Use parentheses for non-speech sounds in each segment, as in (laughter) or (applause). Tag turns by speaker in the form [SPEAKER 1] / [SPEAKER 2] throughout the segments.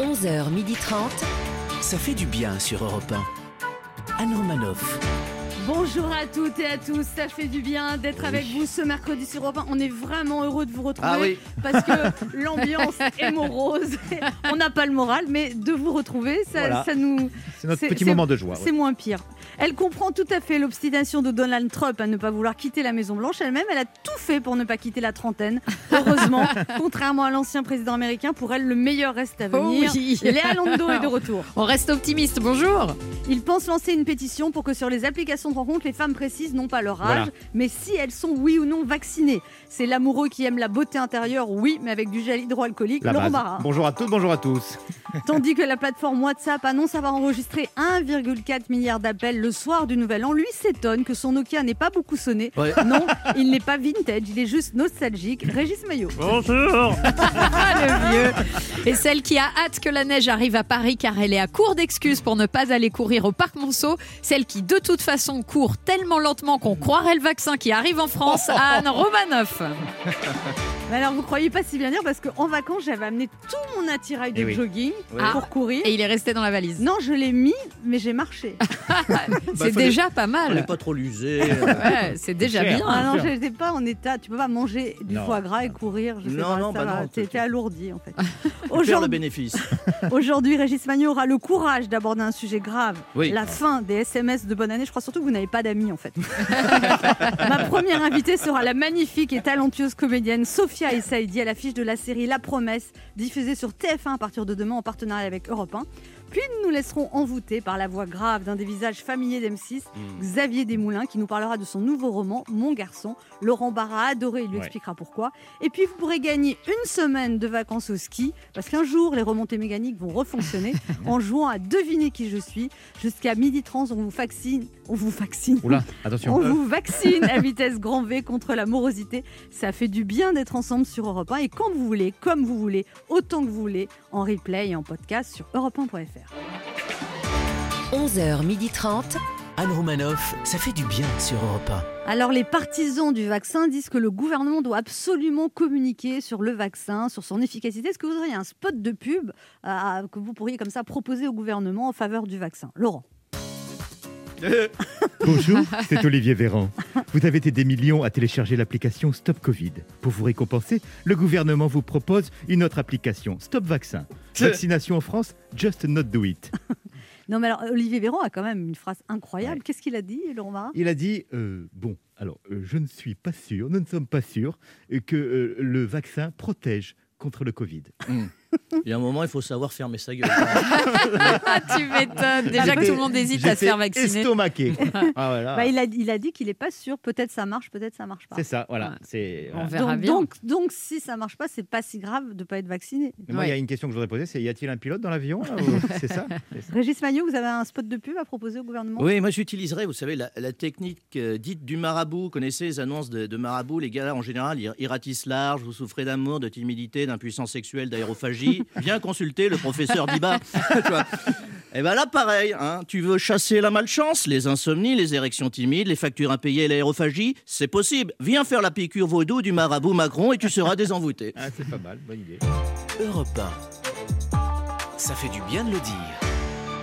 [SPEAKER 1] 11h30.
[SPEAKER 2] Ça fait du bien sur Europe 1. Anne Romanoff.
[SPEAKER 3] Bonjour à toutes et à tous, ça fait du bien d'être avec vous ce mercredi sur Europe 1. On est vraiment heureux de vous retrouver
[SPEAKER 4] Ah oui.
[SPEAKER 3] parce
[SPEAKER 4] (laughs)
[SPEAKER 3] que l'ambiance est morose. On n'a pas le moral, mais de vous retrouver, ça,
[SPEAKER 4] Voilà.
[SPEAKER 3] ça nous.
[SPEAKER 4] C'est notre petit moment de joie,
[SPEAKER 3] C'est
[SPEAKER 4] ouais.
[SPEAKER 3] moins pire. Elle comprend tout à fait l'obstination de Donald Trump à ne pas vouloir quitter la Maison Blanche. Elle-même, elle a tout fait pour ne pas quitter la trentaine.
[SPEAKER 4] (laughs)
[SPEAKER 3] Heureusement, contrairement à l'ancien président américain, pour elle, le meilleur reste à venir.
[SPEAKER 5] Oh oui.
[SPEAKER 3] Léa
[SPEAKER 4] (laughs)
[SPEAKER 3] Londo est de retour.
[SPEAKER 5] On reste optimiste, bonjour.
[SPEAKER 3] Il pense lancer une pétition pour que sur les applications de rencontre, les femmes précisent non pas leur âge,
[SPEAKER 5] Voilà.
[SPEAKER 3] mais si elles sont oui ou non vaccinées. C'est l'amoureux qui aime la beauté intérieure, oui, mais avec du gel hydroalcoolique,
[SPEAKER 4] La
[SPEAKER 3] Laurent
[SPEAKER 4] base.
[SPEAKER 3] Barra.
[SPEAKER 4] Bonjour à toutes, bonjour à tous.
[SPEAKER 3] (laughs) Tandis que la plateforme WhatsApp annonce avoir enregistré 1,4 milliard d'appels le soir du Nouvel An, lui s'étonne que son Nokia n'ait pas beaucoup sonné.
[SPEAKER 6] Ouais.
[SPEAKER 3] (laughs) Non, il n'est pas vintage, il est juste nostalgique. Régis Maillot.
[SPEAKER 6] Bonjour
[SPEAKER 5] Le vieux. Et celle qui a hâte que la neige arrive à Paris car elle est à court d'excuses pour ne pas aller courir au parc Monceau. Celle qui de toute façon court tellement lentement qu'on croirait le vaccin qui arrive en
[SPEAKER 7] (laughs)
[SPEAKER 5] France. Anne Romanoff.
[SPEAKER 3] Mais alors, vous croyez pas si bien dire parce qu'en vacances, j'avais amené tout mon attirail de
[SPEAKER 5] Eh oui.
[SPEAKER 3] jogging
[SPEAKER 5] Oui.
[SPEAKER 3] pour
[SPEAKER 5] Ah.
[SPEAKER 3] courir.
[SPEAKER 5] Et il est resté dans la valise.
[SPEAKER 3] Non, je l'ai mis, mais j'ai marché.
[SPEAKER 5] (laughs) C'est déjà pas
[SPEAKER 7] On n'est
[SPEAKER 5] mal.
[SPEAKER 7] Bah, pas
[SPEAKER 5] (laughs)
[SPEAKER 7] trop euh. l'usé.
[SPEAKER 5] Ouais, c'est déjà Cher, bien.
[SPEAKER 3] Ah non,
[SPEAKER 5] cher.
[SPEAKER 3] j'étais pas en état. Tu peux pas manger du
[SPEAKER 7] Non.
[SPEAKER 3] foie gras et courir. Je sais
[SPEAKER 7] Non,
[SPEAKER 3] pas,
[SPEAKER 7] non,
[SPEAKER 3] ça
[SPEAKER 7] bah
[SPEAKER 3] va.
[SPEAKER 7] non,
[SPEAKER 3] T'es- t'es alourdi en fait. (laughs)
[SPEAKER 7] On perd le
[SPEAKER 3] Aujourd'hui-
[SPEAKER 7] bénéfice.
[SPEAKER 3] Aujourd'hui, Régis Magnot aura le courage d'aborder un sujet grave.
[SPEAKER 7] Oui. Ah.
[SPEAKER 3] La fin des SMS de bonne année. Je crois surtout que vous n'avez pas d'amis
[SPEAKER 7] (laughs)
[SPEAKER 3] en fait. Ma première invitée sera la magnifique et talentueuse comédienne Sophia Essaidi à l'affiche de la série La Promesse, diffusée sur TF1 à partir de demain en partenariat avec Europe 1. Puis nous nous laisserons envoûter par la voix grave d'un des visages familiers d'M6,
[SPEAKER 8] Mm.
[SPEAKER 3] Xavier Desmoulins, qui nous parlera de son nouveau roman Mon garçon. Laurent Barra a adoré, il lui
[SPEAKER 8] Ouais.
[SPEAKER 3] expliquera pourquoi. Et puis vous pourrez gagner une semaine de vacances au ski, parce qu'un jour les remontées mécaniques vont refonctionner en jouant à deviner qui je suis. Jusqu'à 12h30, on vous vaccine. On vous vaccine.
[SPEAKER 4] Oula, attention.
[SPEAKER 3] On vous vaccine à vitesse grand V contre la morosité. Ça fait du bien d'être ensemble sur Europe 1 et quand vous voulez, comme vous voulez, autant que vous voulez, en replay et en podcast sur europe1.fr.
[SPEAKER 1] 11h30.
[SPEAKER 2] Anne Romanoff, ça fait du bien sur Europe
[SPEAKER 3] Alors les partisans du vaccin disent que le gouvernement doit absolument communiquer sur le vaccin, sur son efficacité. Est-ce que vous auriez un spot de pub euh, que vous pourriez comme ça proposer au gouvernement en faveur du vaccin Laurent
[SPEAKER 4] Bonjour, c'est Olivier
[SPEAKER 5] (laughs)
[SPEAKER 4] Véran. Vous avez été des millions à télécharger l'application Stop Covid. Pour vous récompenser, le gouvernement vous propose une autre application, Stop Vaccin. Vaccination en France, just not do it.
[SPEAKER 3] Non mais alors Olivier Véran a quand même une phrase incroyable. Qu'est-ce qu'il a dit Laurent Marat
[SPEAKER 4] (laughs) Il a dit euh, Bon, alors, euh, je ne suis pas sûr, nous ne sommes pas sûrs euh, que euh, le vaccin protège contre le (laughs) Covid.
[SPEAKER 7] Il y a un moment, il faut savoir fermer
[SPEAKER 5] (laughs)
[SPEAKER 7] sa gueule.
[SPEAKER 5] Ah, tu m'étonnes. Déjà que
[SPEAKER 4] J'étais-
[SPEAKER 5] tout le monde hésite à se faire
[SPEAKER 4] j'étais
[SPEAKER 5] vacciner. (laughs)
[SPEAKER 4] Estomaqué. Ah,
[SPEAKER 5] Oh
[SPEAKER 4] voilà.
[SPEAKER 3] Bah, il, a, il a dit qu'il n'est pas sûr. Peut-être ça marche, peut-être ça marche pas.
[SPEAKER 4] C'est ça, voilà. C'est, voilà.
[SPEAKER 5] On verra
[SPEAKER 3] donc,
[SPEAKER 5] bien.
[SPEAKER 3] Donc, donc, si ça marche pas, c'est pas si grave de pas être vacciné.
[SPEAKER 4] Mais moi, il y a une question que je voudrais poser, c'est y a-t-il un pilote dans l'avion là,
[SPEAKER 3] (laughs)
[SPEAKER 4] ou- C'est ça
[SPEAKER 3] Régis Maillot, vous avez un spot de pub à proposer au gouvernement
[SPEAKER 7] Oui, moi j'utiliserais, vous savez, la, la technique euh, dite du marabout. Vous connaissez les annonces de, de marabout Les gars, en général, ils, ils ratissent large. Vous souffrez d'amour, de timidité, d'impuissance sexuelle, d'aérophagie. Viens consulter le professeur Biba. (laughs) Tu vois. Et bien là, pareil, hein. tu veux chasser la malchance, les insomnies, les érections timides, les factures impayées, l'aérophagie, c'est possible. Viens faire la piqûre vaudou du marabout Macron et tu seras désenvoûté.
[SPEAKER 4] Ah, c'est pas mal, bonne idée.
[SPEAKER 2] 1. Europe 1. Ça fait du bien de le dire.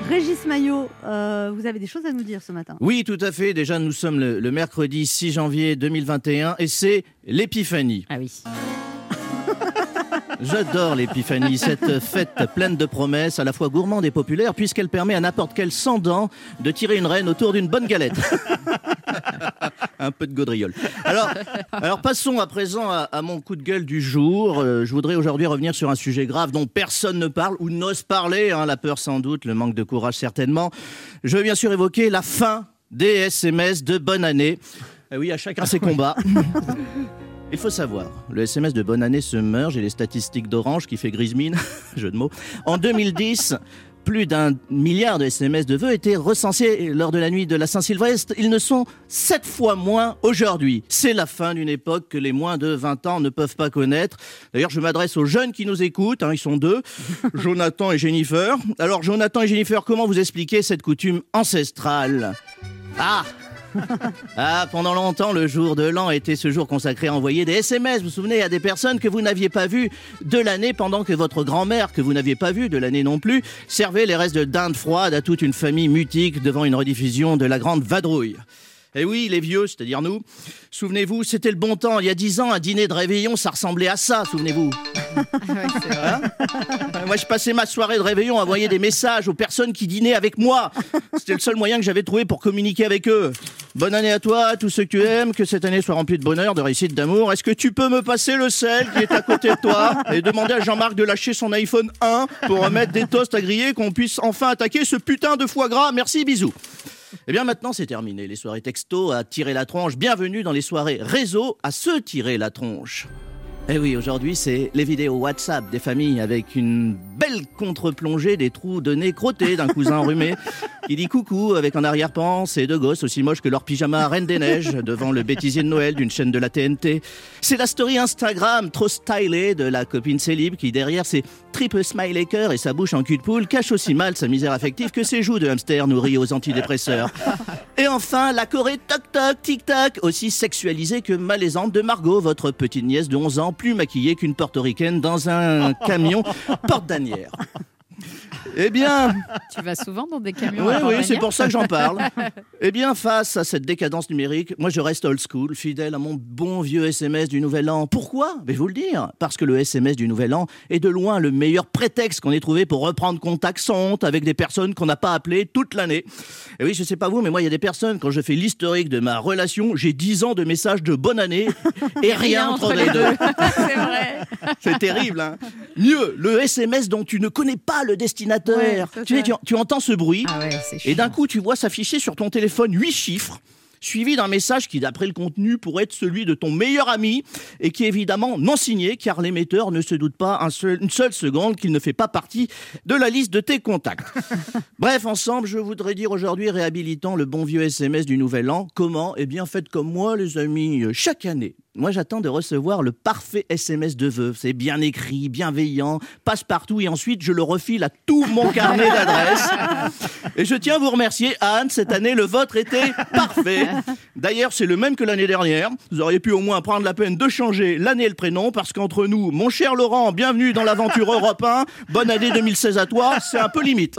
[SPEAKER 3] Régis Maillot, euh, vous avez des choses à nous dire ce matin.
[SPEAKER 7] Oui, tout à fait. Déjà, nous sommes le, le mercredi 6 janvier 2021 et c'est l'épiphanie.
[SPEAKER 5] Ah oui.
[SPEAKER 7] (laughs) J'adore l'épiphanie, cette fête pleine de promesses, à la fois gourmande et populaire, puisqu'elle permet à n'importe quel sans dents de tirer une reine autour d'une bonne galette.
[SPEAKER 5] (laughs)
[SPEAKER 7] Un peu de gaudriole. Alors, (laughs) alors passons à présent à, à mon coup de gueule du jour. Euh, je voudrais aujourd'hui revenir sur un sujet grave dont personne ne parle ou n'ose parler. hein. la peur sans doute, le manque de courage certainement. Je veux bien sûr évoquer la fin des SMS de bonne année. Eh oui, à chacun ses combats. Il faut savoir, le SMS de bonne année se meurt, j'ai les statistiques d'Orange qui fait grise mine, (laughs) jeu de mots. En 2010, plus d'un milliard de SMS de vœux étaient recensés lors de la nuit de la Saint-Sylvestre. Ils ne sont sept fois moins aujourd'hui. C'est la fin d'une époque que les moins de 20 ans ne peuvent pas connaître. D'ailleurs, je m'adresse aux jeunes qui nous écoutent, hein, ils sont deux, Jonathan et Jennifer. Alors, Jonathan et Jennifer, comment vous expliquez cette coutume ancestrale Ah Ah, pendant longtemps, le jour de l'an était ce jour consacré à envoyer des SMS, vous vous souvenez, à des personnes que vous n'aviez pas vues de l'année pendant que votre grand-mère, que vous n'aviez pas vue de l'année non plus, servait les restes de dinde froide à toute une famille mutique devant une rediffusion de la grande vadrouille. Eh oui, les vieux, c'est-à-dire nous, souvenez-vous, c'était le bon temps. Il y a dix ans, un dîner de réveillon, ça ressemblait à ça, souvenez-vous. Euh, Moi, je passais ma soirée de réveillon à envoyer des messages aux personnes qui dînaient avec moi. C'était le seul moyen que j'avais trouvé pour communiquer avec eux. Bonne année à toi, à tous ceux que tu aimes, que cette année soit remplie de bonheur, de réussite, d'amour. Est-ce que tu peux me passer le sel qui est à côté de toi et demander à Jean-Marc de lâcher son iPhone 1 pour remettre des toasts à griller qu'on puisse enfin attaquer ce putain de foie gras Merci, bisous. Eh bien maintenant c'est terminé, les soirées texto à tirer la tronche. Bienvenue dans les soirées réseau à se tirer la tronche. Eh oui, aujourd'hui, c'est les vidéos WhatsApp des familles avec une belle contre-plongée des trous de nez crottés d'un cousin enrhumé qui dit coucou avec en arrière-plan ces deux gosses aussi moches que leur pyjama à Reine des Neiges devant le bêtisier de Noël d'une chaîne de la TNT. C'est la story Instagram trop stylée de la copine célib qui, derrière ses triples smiley cœur et sa bouche en cul de poule, cache aussi mal sa misère affective que ses joues de hamster nourries aux antidépresseurs. Et enfin, la Corée toc-toc, tic-tac, aussi sexualisée que malaisante de Margot, votre petite nièce de 11 ans, plus maquillée qu'une portoricaine dans un camion porte-danière. Eh bien,
[SPEAKER 5] Tu vas souvent dans des camions.
[SPEAKER 7] oui,
[SPEAKER 5] à
[SPEAKER 7] oui,
[SPEAKER 5] Portmanière
[SPEAKER 7] c'est pour ça que
[SPEAKER 5] (laughs)
[SPEAKER 7] j'en parle. Eh bien, face à cette décadence numérique, moi je reste old school, fidèle à mon bon vieux SMS du Nouvel An. Pourquoi Mais vous le dire, parce que le SMS du Nouvel An est de loin le meilleur prétexte qu'on ait trouvé pour reprendre contact sans honte avec des personnes qu'on n'a pas appelées toute l'année. Et oui, je sais pas vous, mais moi il y a des personnes, quand je fais l'historique de ma relation, j'ai 10 ans de messages de bonne (laughs) année et rien entre les deux.
[SPEAKER 5] c'est vrai.
[SPEAKER 7] (laughs) C'est terrible, hein Mieux, le SMS dont tu ne connais pas le destinataire.
[SPEAKER 3] Ouais, ça,
[SPEAKER 7] tu, sais,
[SPEAKER 3] c'est
[SPEAKER 7] tu- tu entends ce bruit
[SPEAKER 5] Ah ouais, c'est
[SPEAKER 7] et
[SPEAKER 5] chiant.
[SPEAKER 7] d'un coup tu vois s'afficher sur ton téléphone huit chiffres suivi d'un message qui d'après le contenu pourrait être celui de ton meilleur ami et qui est évidemment non signé car l'émetteur ne se doute pas un seul- une seule seconde qu'il ne fait pas partie de la liste de tes contacts. Bref, ensemble, je voudrais dire aujourd'hui, réhabilitant le bon vieux SMS du Nouvel An, comment Eh bien, faites comme moi, les amis, euh, chaque année. Moi, j'attends de recevoir le parfait SMS de veuve. C'est bien écrit, bienveillant, passe partout, et ensuite, je le refile à tout mon carnet d'adresses. Et je tiens à vous remercier, Anne. Cette année, le vôtre était parfait. D'ailleurs, c'est le même que l'année dernière. Vous auriez pu au moins prendre la peine de changer l'année et le prénom, parce qu'entre nous, mon cher Laurent, bienvenue dans l'aventure Europe 1. Bonne année 2016 à toi. C'est un peu limite.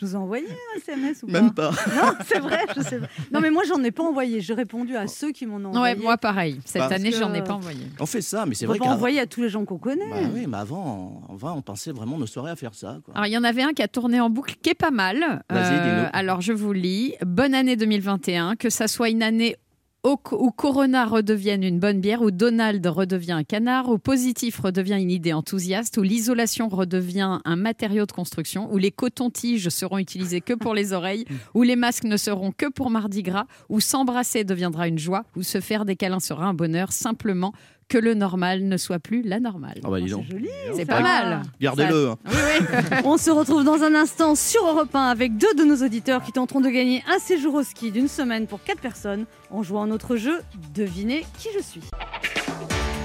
[SPEAKER 3] Je vous ai envoyé un SMS ou pas
[SPEAKER 7] Même pas.
[SPEAKER 3] Non, c'est vrai, je sais pas. Non, mais moi, j'en ai pas envoyé. J'ai répondu à ceux qui m'en ont envoyé.
[SPEAKER 5] Ouais, moi pareil. Cette
[SPEAKER 7] Parce
[SPEAKER 5] année,
[SPEAKER 3] que-
[SPEAKER 5] j'en ai pas envoyé.
[SPEAKER 7] On fait ça, mais c'est
[SPEAKER 3] On
[SPEAKER 7] vrai
[SPEAKER 3] va
[SPEAKER 7] qu'avant...
[SPEAKER 3] envoyer à tous les gens qu'on connaît.
[SPEAKER 7] Bah oui, mais avant, on, va, on pensait vraiment nos soirées à faire ça. Quoi.
[SPEAKER 3] Ah.
[SPEAKER 5] Alors, il y en avait un qui a tourné en boucle qui est pas mal. Euh,
[SPEAKER 7] Vas-y, dis-nous.
[SPEAKER 5] alors, je vous lis. Bonne année 2021. Que ça soit une année au- où Corona redevienne une bonne bière, où Donald redevient un canard, où Positif redevient une idée enthousiaste, où l'isolation redevient un matériau de construction, où les cotons-tiges seront utilisés que pour les oreilles, où les masques ne seront que pour Mardi Gras, où s'embrasser deviendra une joie, où se faire des câlins sera un bonheur, simplement que le normal ne soit plus la normale.
[SPEAKER 7] Ah bah dis
[SPEAKER 3] Oh, C'est
[SPEAKER 7] donc,
[SPEAKER 3] joli.
[SPEAKER 5] C'est
[SPEAKER 3] ça.
[SPEAKER 5] pas mal.
[SPEAKER 7] gardez-le. hein.
[SPEAKER 3] (laughs) On se retrouve dans un instant sur Europe 1 avec deux de nos auditeurs qui tenteront de gagner un séjour au ski d'une semaine pour quatre personnes en jouant à notre jeu Devinez qui je suis.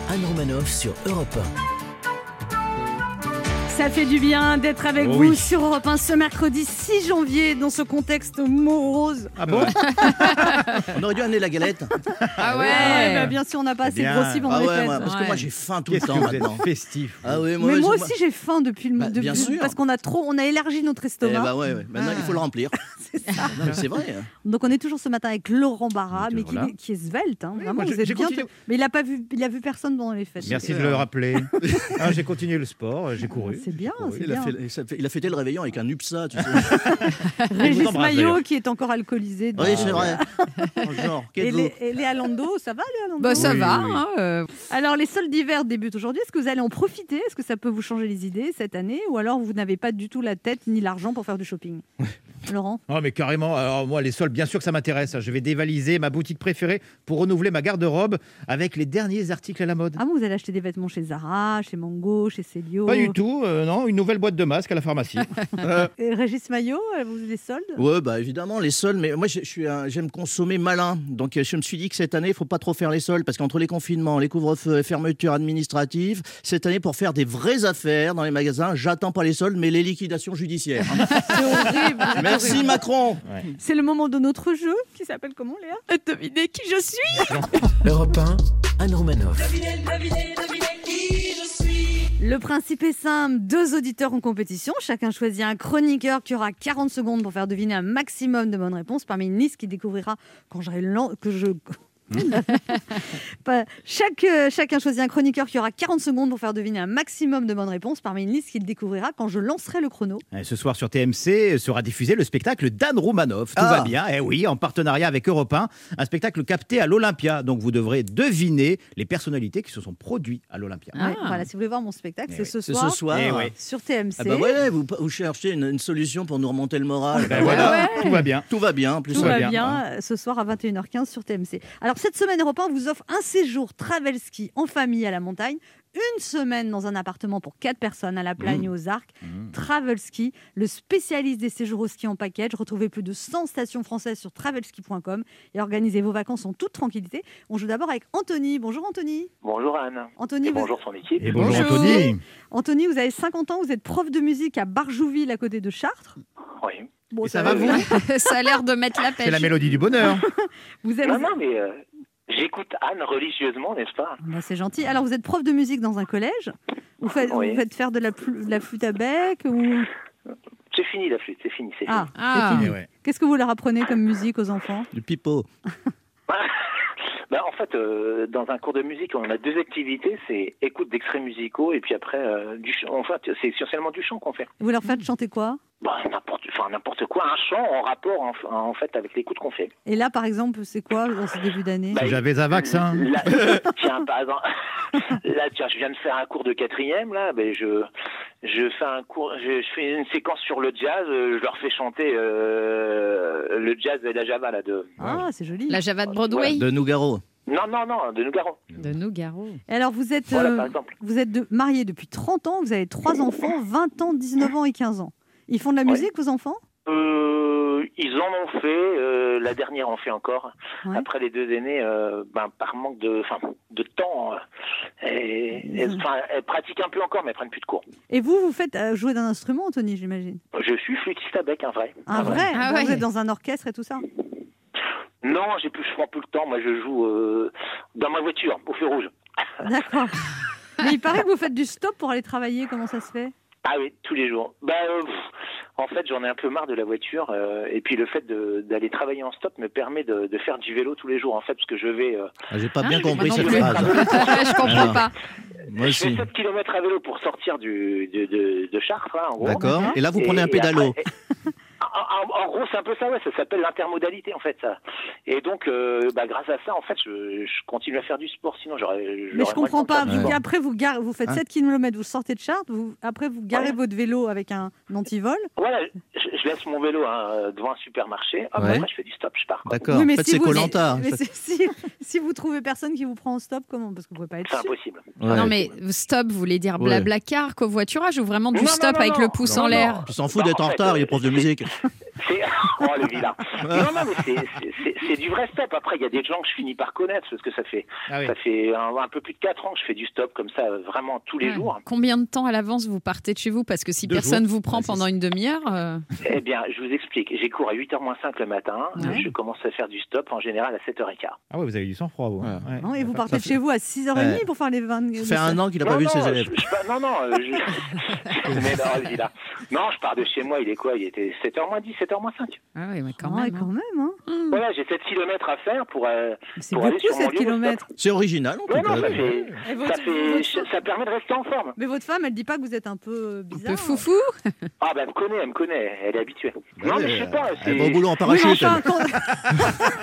[SPEAKER 2] Anne Romanoff sur Europe
[SPEAKER 3] Ça fait du bien d'être avec
[SPEAKER 4] Oh
[SPEAKER 3] vous
[SPEAKER 4] oui.
[SPEAKER 3] sur Europe 1 ce mercredi 6 janvier dans ce contexte
[SPEAKER 7] (laughs)
[SPEAKER 3] morose.
[SPEAKER 4] Ah bon
[SPEAKER 7] On aurait dû amener
[SPEAKER 4] (laughs)
[SPEAKER 7] la galette.
[SPEAKER 5] Ah
[SPEAKER 3] Ouais, bah, bien sûr, on n'a pas assez
[SPEAKER 4] Bien.
[SPEAKER 3] grossi pendant
[SPEAKER 7] ah
[SPEAKER 3] les
[SPEAKER 7] ouais,
[SPEAKER 3] fêtes.
[SPEAKER 7] moi, parce que
[SPEAKER 5] Ouais.
[SPEAKER 7] moi j'ai faim tout le
[SPEAKER 4] Qu'est-ce que
[SPEAKER 7] temps
[SPEAKER 4] vous êtes
[SPEAKER 7] maintenant.
[SPEAKER 4] festif vous.
[SPEAKER 7] Ah oui,
[SPEAKER 3] Mais
[SPEAKER 7] ouais,
[SPEAKER 3] moi
[SPEAKER 7] c'est-
[SPEAKER 3] aussi j'ai faim depuis le
[SPEAKER 7] Bah,
[SPEAKER 3] depuis-
[SPEAKER 7] bien sûr.
[SPEAKER 3] parce qu'on a trop on a élargi notre
[SPEAKER 7] Eh
[SPEAKER 3] estomac. Ah.
[SPEAKER 7] bah ouais, ouais. Maintenant il faut le
[SPEAKER 3] (laughs)
[SPEAKER 7] remplir. Non, mais c'est vrai. hein.
[SPEAKER 3] Donc on est toujours ce matin avec Laurent Barra
[SPEAKER 4] Il est
[SPEAKER 3] mais qui,
[SPEAKER 4] toujours là.
[SPEAKER 3] qui est svelte hein. Vraiment,
[SPEAKER 4] moi,
[SPEAKER 3] vous
[SPEAKER 4] j'ai-
[SPEAKER 3] êtes
[SPEAKER 4] j'ai
[SPEAKER 3] bien
[SPEAKER 4] continué.
[SPEAKER 3] te- mais il a pas vu il a vu personne pendant les fêtes.
[SPEAKER 4] (laughs)
[SPEAKER 7] Euh,
[SPEAKER 4] Merci de le
[SPEAKER 3] (laughs)
[SPEAKER 7] (laughs)
[SPEAKER 4] rappeler. Ah, j'ai continué le sport, euh, j'ai couru.
[SPEAKER 3] C'est bien,
[SPEAKER 4] Oui,
[SPEAKER 3] c'est
[SPEAKER 7] Il a,
[SPEAKER 3] bien.
[SPEAKER 7] fait, il a fait- il a fêté le réveillon avec un UPSA,
[SPEAKER 3] (laughs)
[SPEAKER 7] tu sais.
[SPEAKER 4] Je vous
[SPEAKER 3] Régis
[SPEAKER 4] embrasse,
[SPEAKER 3] Maillot
[SPEAKER 4] d'ailleurs.
[SPEAKER 3] qui est encore alcoolisé. donc-
[SPEAKER 7] oui,
[SPEAKER 3] (laughs)
[SPEAKER 7] c'est vrai. Oh, Genre,
[SPEAKER 3] Et,
[SPEAKER 7] qu'est-ce que vous-
[SPEAKER 3] les- et Léa Lando, ça va Léa Lando
[SPEAKER 5] Bah, ça
[SPEAKER 4] Oui,
[SPEAKER 5] va.
[SPEAKER 4] oui, oui.
[SPEAKER 5] hein, euh,
[SPEAKER 3] Alors les soldes d'hiver débutent aujourd'hui. Est-ce que vous allez en profiter Est-ce que ça peut vous changer les idées cette année Ou alors vous n'avez pas du tout la tête ni l'argent pour faire du shopping Laurent
[SPEAKER 4] Non, mais carrément. Alors, moi, les sols, bien sûr que ça m'intéresse. hein. Je vais dévaliser ma boutique préférée pour renouveler ma garde-robe avec les derniers articles à la mode.
[SPEAKER 3] Ah bon, vous allez acheter des vêtements chez Zara, chez Mango, chez Célio
[SPEAKER 4] Pas du tout, euh, non. Une nouvelle boîte de masques à la
[SPEAKER 3] (laughs)
[SPEAKER 4] pharmacie.
[SPEAKER 3] Et Régis Maillot, euh, vous les soldes
[SPEAKER 7] Ouais, bah évidemment, les sols, mais moi je- je suis un- j'aime consommer malin. Donc euh, je me suis dit que cette année, il faut pas trop faire les sols parce qu'entre les confinements, les couvre-feux, les fermetures administratives, cette année,
[SPEAKER 5] (laughs)
[SPEAKER 7] pour faire des vraies affaires dans les magasins, j'attends pas les sols, mais les liquidations judiciaires.
[SPEAKER 3] C'est horrible.
[SPEAKER 7] mais Merci Macron.
[SPEAKER 3] C'est le moment de notre jeu qui s'appelle comment, Léa
[SPEAKER 5] Devinez qui je suis
[SPEAKER 2] Europe 1, Anne Romanoff.
[SPEAKER 3] Le principe est simple, deux auditeurs en compétition, chacun choisit un chroniqueur qui aura 40 secondes pour faire deviner un maximum de bonnes réponses parmi une liste qui découvrira quand j'aurai l'en-
[SPEAKER 5] (laughs)
[SPEAKER 3] que je Pas- Chaque, euh, chacun choisit un chroniqueur qui aura 40 secondes pour faire deviner un maximum de bonnes réponses parmi une liste qu'il découvrira quand je lancerai le chrono.
[SPEAKER 1] Et Euh, Ce soir sur TMC euh, sera diffusé le spectacle Dan Roumanoff. Tout
[SPEAKER 7] Ah.
[SPEAKER 1] va bien, eh oui, en partenariat avec Europe 1, un spectacle capté à l'Olympia. Donc vous devrez deviner les personnalités qui se sont produites à l'Olympia.
[SPEAKER 5] Ah.
[SPEAKER 3] Ouais, voilà, si vous voulez voir mon spectacle,
[SPEAKER 1] Eh
[SPEAKER 3] c'est
[SPEAKER 1] oui.
[SPEAKER 3] ce
[SPEAKER 7] C'est ce
[SPEAKER 3] soir
[SPEAKER 7] soir.
[SPEAKER 1] Eh oui.
[SPEAKER 3] sur TMC.
[SPEAKER 7] Ah bah ouais, vous, vous cherchez une, une solution pour nous remonter le moral.
[SPEAKER 1] Ben voilà,
[SPEAKER 5] Ah
[SPEAKER 1] tout va bien.
[SPEAKER 7] Tout va bien, en plus.
[SPEAKER 3] Tout
[SPEAKER 1] va
[SPEAKER 3] va bien,
[SPEAKER 1] bien,
[SPEAKER 3] euh, ce soir à 21h15 sur TMC. Alors cette semaine, Europe 1 vous offre un séjour travel ski en famille à la montagne, une semaine dans un appartement pour 4 personnes à la
[SPEAKER 1] Mmh.
[SPEAKER 3] Plagne aux Arcs. Travel Ski, le spécialiste des séjours au ski en package. Retrouvez plus de 100 stations françaises sur travelski.com et organisez vos vacances en toute tranquillité. On joue d'abord avec Anthony. Bonjour Anthony.
[SPEAKER 6] Bonjour Anne.
[SPEAKER 3] Anthony,
[SPEAKER 6] Et
[SPEAKER 3] vous,
[SPEAKER 6] bonjour son équipe.
[SPEAKER 1] Et bonjour,
[SPEAKER 5] Bonjour.
[SPEAKER 1] Anthony.
[SPEAKER 3] Anthony, vous avez 50 ans, vous êtes prof de musique à Barjouville à côté de Chartres.
[SPEAKER 6] Oui.
[SPEAKER 3] Bon,
[SPEAKER 1] Et ça va vous
[SPEAKER 3] (laughs)
[SPEAKER 5] Ça a l'air de mettre la
[SPEAKER 1] C'est
[SPEAKER 5] pêche.
[SPEAKER 1] la mélodie du bonheur.
[SPEAKER 3] Vous êtes...
[SPEAKER 6] Non, non, mais euh, j'écoute Anne religieusement, n'est-ce pas
[SPEAKER 3] Bah, c'est gentil. Alors, vous êtes prof de musique dans un collège. Vous faites,
[SPEAKER 6] Oui.
[SPEAKER 3] vous faites faire de la, plu- de la flûte à bec. Ou...
[SPEAKER 6] C'est fini la flûte, c'est fini, c'est
[SPEAKER 3] Ah,
[SPEAKER 5] Ah.
[SPEAKER 3] c'est
[SPEAKER 1] Eh
[SPEAKER 3] fini.
[SPEAKER 1] ouais.
[SPEAKER 3] Qu'est-ce que vous leur apprenez comme musique aux enfants
[SPEAKER 7] Du pipeau.
[SPEAKER 6] fini. (laughs) Bah, en fait, euh, dans un cours de musique, on a deux activités, c'est écoute d'extraits musicaux et puis après, euh, du chant. en fait, c'est essentiellement du chant qu'on fait.
[SPEAKER 3] Vous leur faites chanter quoi
[SPEAKER 6] Bah, n'importe, enfin, n'importe quoi, un chant en rapport en, en fait avec l'écoute qu'on fait.
[SPEAKER 3] Et là, par exemple, c'est quoi dans ce début d'année
[SPEAKER 6] Bah,
[SPEAKER 1] J'avais un vaccin.
[SPEAKER 6] (laughs)
[SPEAKER 1] (laughs)
[SPEAKER 6] Là, tiens, par exemple, là, tiens, je viens de faire un cours de quatrième, là, ben je, je fais un cours, je, je fais une séquence sur le jazz, euh, je leur fais chanter euh, le jazz et la java, là, de...
[SPEAKER 3] Ah, c'est joli.
[SPEAKER 5] La Java de Broadway.
[SPEAKER 7] De Nougaro.
[SPEAKER 6] Non, non, non, de Nougaro.
[SPEAKER 5] De Nougaro.
[SPEAKER 3] Et Alors, vous êtes,
[SPEAKER 6] Voilà,
[SPEAKER 3] euh,
[SPEAKER 6] par exemple.
[SPEAKER 3] vous êtes de- mariés depuis 30 ans, vous avez trois enfants, 20 ans, 19 ans et 15 ans. Ils font de la
[SPEAKER 6] Ouais.
[SPEAKER 3] musique, vos enfants
[SPEAKER 6] Euh, ils en ont fait, euh, la dernière en fait encore.
[SPEAKER 3] Ouais.
[SPEAKER 6] Après les deux aînés, euh, ben, par manque de, enfin, de temps, euh, et, et-
[SPEAKER 3] Mm.
[SPEAKER 6] enfin, elles pratiquent un peu encore, mais elles prennent plus de cours.
[SPEAKER 3] Et vous, vous faites euh, jouer d'un instrument, Anthony, j'imagine
[SPEAKER 6] Je suis flûtiste à bec, un vrai.
[SPEAKER 3] Un vrai
[SPEAKER 5] Ah
[SPEAKER 3] Bon,
[SPEAKER 5] ouais.
[SPEAKER 3] Vous êtes dans un orchestre et tout ça
[SPEAKER 6] Non, j'ai plus, je prends plus le temps. Moi, je joue euh, dans ma voiture, au feu rouge.
[SPEAKER 5] (laughs)
[SPEAKER 3] D'accord. Mais il paraît que vous faites du stop pour aller travailler, comment ça se fait
[SPEAKER 6] Ah oui, tous les jours. Bah, euh, pff, en fait, j'en ai un peu marre de la voiture. euh, et puis, le fait de- d'aller travailler en stop me permet de, de faire du vélo tous les jours, en fait, parce que je vais. euh,
[SPEAKER 7] Ah, J'ai pas
[SPEAKER 5] Ah,
[SPEAKER 7] bien
[SPEAKER 5] moi
[SPEAKER 7] compris
[SPEAKER 5] non
[SPEAKER 7] cette
[SPEAKER 5] plus.
[SPEAKER 3] (laughs)
[SPEAKER 7] phrase.
[SPEAKER 5] (laughs)
[SPEAKER 7] Ah.
[SPEAKER 5] je comprends
[SPEAKER 7] Alors.
[SPEAKER 5] pas.
[SPEAKER 7] Moi
[SPEAKER 6] je fais
[SPEAKER 7] aussi.
[SPEAKER 6] 7 km à vélo pour sortir du, de, de, de Chartres, hein, en gros.
[SPEAKER 7] D'accord. Et là, vous
[SPEAKER 6] Et-
[SPEAKER 7] prenez un
[SPEAKER 6] et
[SPEAKER 7] pédalo.
[SPEAKER 6] après- et- en, en- en gros, c'est un peu ça, ouais, ça s'appelle l'intermodalité en fait. Ça. Et donc, euh, bah, grâce à ça, en fait, je, je continue à faire du sport, sinon j'aurais.
[SPEAKER 3] Mais je comprends pas. Vous,
[SPEAKER 7] Ouais.
[SPEAKER 3] Après, vous, garez, vous faites
[SPEAKER 7] Hein
[SPEAKER 3] 7 km, vous sortez de Chartres, vous, après, vous garez
[SPEAKER 6] Ouais.
[SPEAKER 3] votre vélo avec un antivol.
[SPEAKER 6] Voilà, Euh, je, je laisse mon vélo hein, devant un supermarché, hop,
[SPEAKER 7] Ouais.
[SPEAKER 6] après je fais du stop, je pars. quoi.
[SPEAKER 7] D'accord.
[SPEAKER 3] Oui, mais
[SPEAKER 7] en fait,
[SPEAKER 3] si
[SPEAKER 7] c'est
[SPEAKER 3] vous-
[SPEAKER 7] Colanta.
[SPEAKER 3] Mais c'est- si, si vous trouvez personne qui vous prend en stop, comment Parce que vous pouvez pas être
[SPEAKER 6] C'est
[SPEAKER 3] sûr.
[SPEAKER 6] impossible.
[SPEAKER 5] Non, mais stop voulait dire
[SPEAKER 7] Ouais.
[SPEAKER 5] blabla car, covoiturage ou vraiment du
[SPEAKER 6] Non, non,
[SPEAKER 5] stop
[SPEAKER 6] non,
[SPEAKER 5] avec
[SPEAKER 6] non.
[SPEAKER 5] le pouce
[SPEAKER 6] Non,
[SPEAKER 5] en
[SPEAKER 6] non.
[SPEAKER 5] l'air
[SPEAKER 7] Tu s'en fous
[SPEAKER 6] Bah,
[SPEAKER 7] d'être
[SPEAKER 6] en
[SPEAKER 7] en
[SPEAKER 6] fait,
[SPEAKER 7] retard, il est prof de musique.
[SPEAKER 6] C'est oh, le vilain.
[SPEAKER 7] Ah.
[SPEAKER 6] Non, non, mais c'est- c'est- c'est- c'est du vrai stop. Après, il y a des gens que je finis par connaître parce que ça fait,
[SPEAKER 1] Ah oui.
[SPEAKER 6] ça fait un, un peu plus de 4 ans que je fais du stop comme ça, euh, vraiment tous les
[SPEAKER 5] Ouais.
[SPEAKER 6] jours.
[SPEAKER 5] Combien de temps à l'avance vous partez de chez vous Parce que si
[SPEAKER 1] Deux
[SPEAKER 5] personne vous prend
[SPEAKER 1] Ouais, c'est
[SPEAKER 5] pendant
[SPEAKER 1] ça.
[SPEAKER 5] une demi-heure, euh,
[SPEAKER 6] Eh bien, je vous explique. J'ai cours à 8h05 le matin.
[SPEAKER 5] Ouais.
[SPEAKER 6] Je commence à faire du stop en général à 7h15.
[SPEAKER 7] (laughs)
[SPEAKER 1] Ah ouais, vous avez du sang-froid, vous. hein. Ouais.
[SPEAKER 3] Non, et vous
[SPEAKER 1] Ça
[SPEAKER 3] partez de
[SPEAKER 1] fait-
[SPEAKER 3] chez vous à 6h30 pour faire les 20
[SPEAKER 7] Ça fait un an qu'il n'a
[SPEAKER 6] non,
[SPEAKER 7] pas vu
[SPEAKER 6] non,
[SPEAKER 7] ses
[SPEAKER 6] je-
[SPEAKER 7] élèves.
[SPEAKER 6] je- je- non, non, euh, je- Mais non, le vilain. Non, je pars de chez moi, il est quoi Il était 7h moins 10, 7h moins 5.
[SPEAKER 5] ah oui, mais
[SPEAKER 3] Quand
[SPEAKER 5] quand même.
[SPEAKER 3] quand
[SPEAKER 5] hein.
[SPEAKER 3] (laughs) même, hein.
[SPEAKER 6] Voilà, j'ai 7 km à faire pour, euh,
[SPEAKER 3] Mais C'est
[SPEAKER 6] Pour
[SPEAKER 3] beaucoup
[SPEAKER 6] aller sur mon
[SPEAKER 3] 7
[SPEAKER 6] lieu,
[SPEAKER 3] km.
[SPEAKER 7] C'est original, en
[SPEAKER 6] Non,
[SPEAKER 7] tout
[SPEAKER 6] non, ça
[SPEAKER 7] cas.
[SPEAKER 6] fait, ça, fait- ça permet de rester en forme.
[SPEAKER 3] Mais votre femme, elle dit pas que vous êtes un peu euh,
[SPEAKER 5] Un
[SPEAKER 3] bizarre. hein.
[SPEAKER 5] peu foufou
[SPEAKER 6] (laughs) Ah, ben, elle me connaît, elle me connaît, elle est habituée. non, mais je sais pas,
[SPEAKER 7] euh, Elle va au
[SPEAKER 6] c'est.
[SPEAKER 7] boulot en
[SPEAKER 3] Oui, mais
[SPEAKER 7] parachute.
[SPEAKER 3] enfin, quand-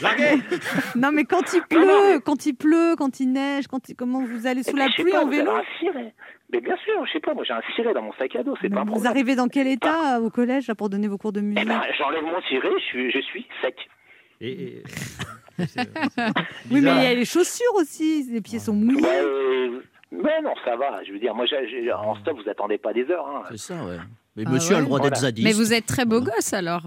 [SPEAKER 6] (laughs)
[SPEAKER 3] non mais quand il
[SPEAKER 6] Non, non,
[SPEAKER 3] pleut,
[SPEAKER 6] mais-
[SPEAKER 3] quand il pleut, quand il neige, quand il- comment vous allez
[SPEAKER 6] Eh
[SPEAKER 3] sous
[SPEAKER 6] ben,
[SPEAKER 3] la
[SPEAKER 6] je sais
[SPEAKER 3] pluie
[SPEAKER 6] pas,
[SPEAKER 3] en
[SPEAKER 6] vous
[SPEAKER 3] vélo
[SPEAKER 6] avez un ciré. Mais bien sûr, je sais pas, moi j'ai un ciré dans mon sac à dos, c'est
[SPEAKER 3] Mais
[SPEAKER 6] pas un
[SPEAKER 3] Vous
[SPEAKER 6] problème.
[SPEAKER 3] arrivez dans quel état euh, au collège là, pour donner vos cours de musique
[SPEAKER 6] Ah. Eh ben, j'enlève mon ciré, je suis, je suis sec. (laughs)
[SPEAKER 1] Et- et-
[SPEAKER 3] Oui, mais il y a les chaussures aussi, les pieds sont mouillés.
[SPEAKER 6] Ouais, euh, mais non, ça va, je veux dire, moi j'ai- j'ai- en stop, vous attendez pas des heures. hein.
[SPEAKER 7] C'est ça, ouais. Mais
[SPEAKER 5] Ah
[SPEAKER 7] monsieur a le droit d'être zadiste.
[SPEAKER 5] Mais vous êtes très beau gosse alors.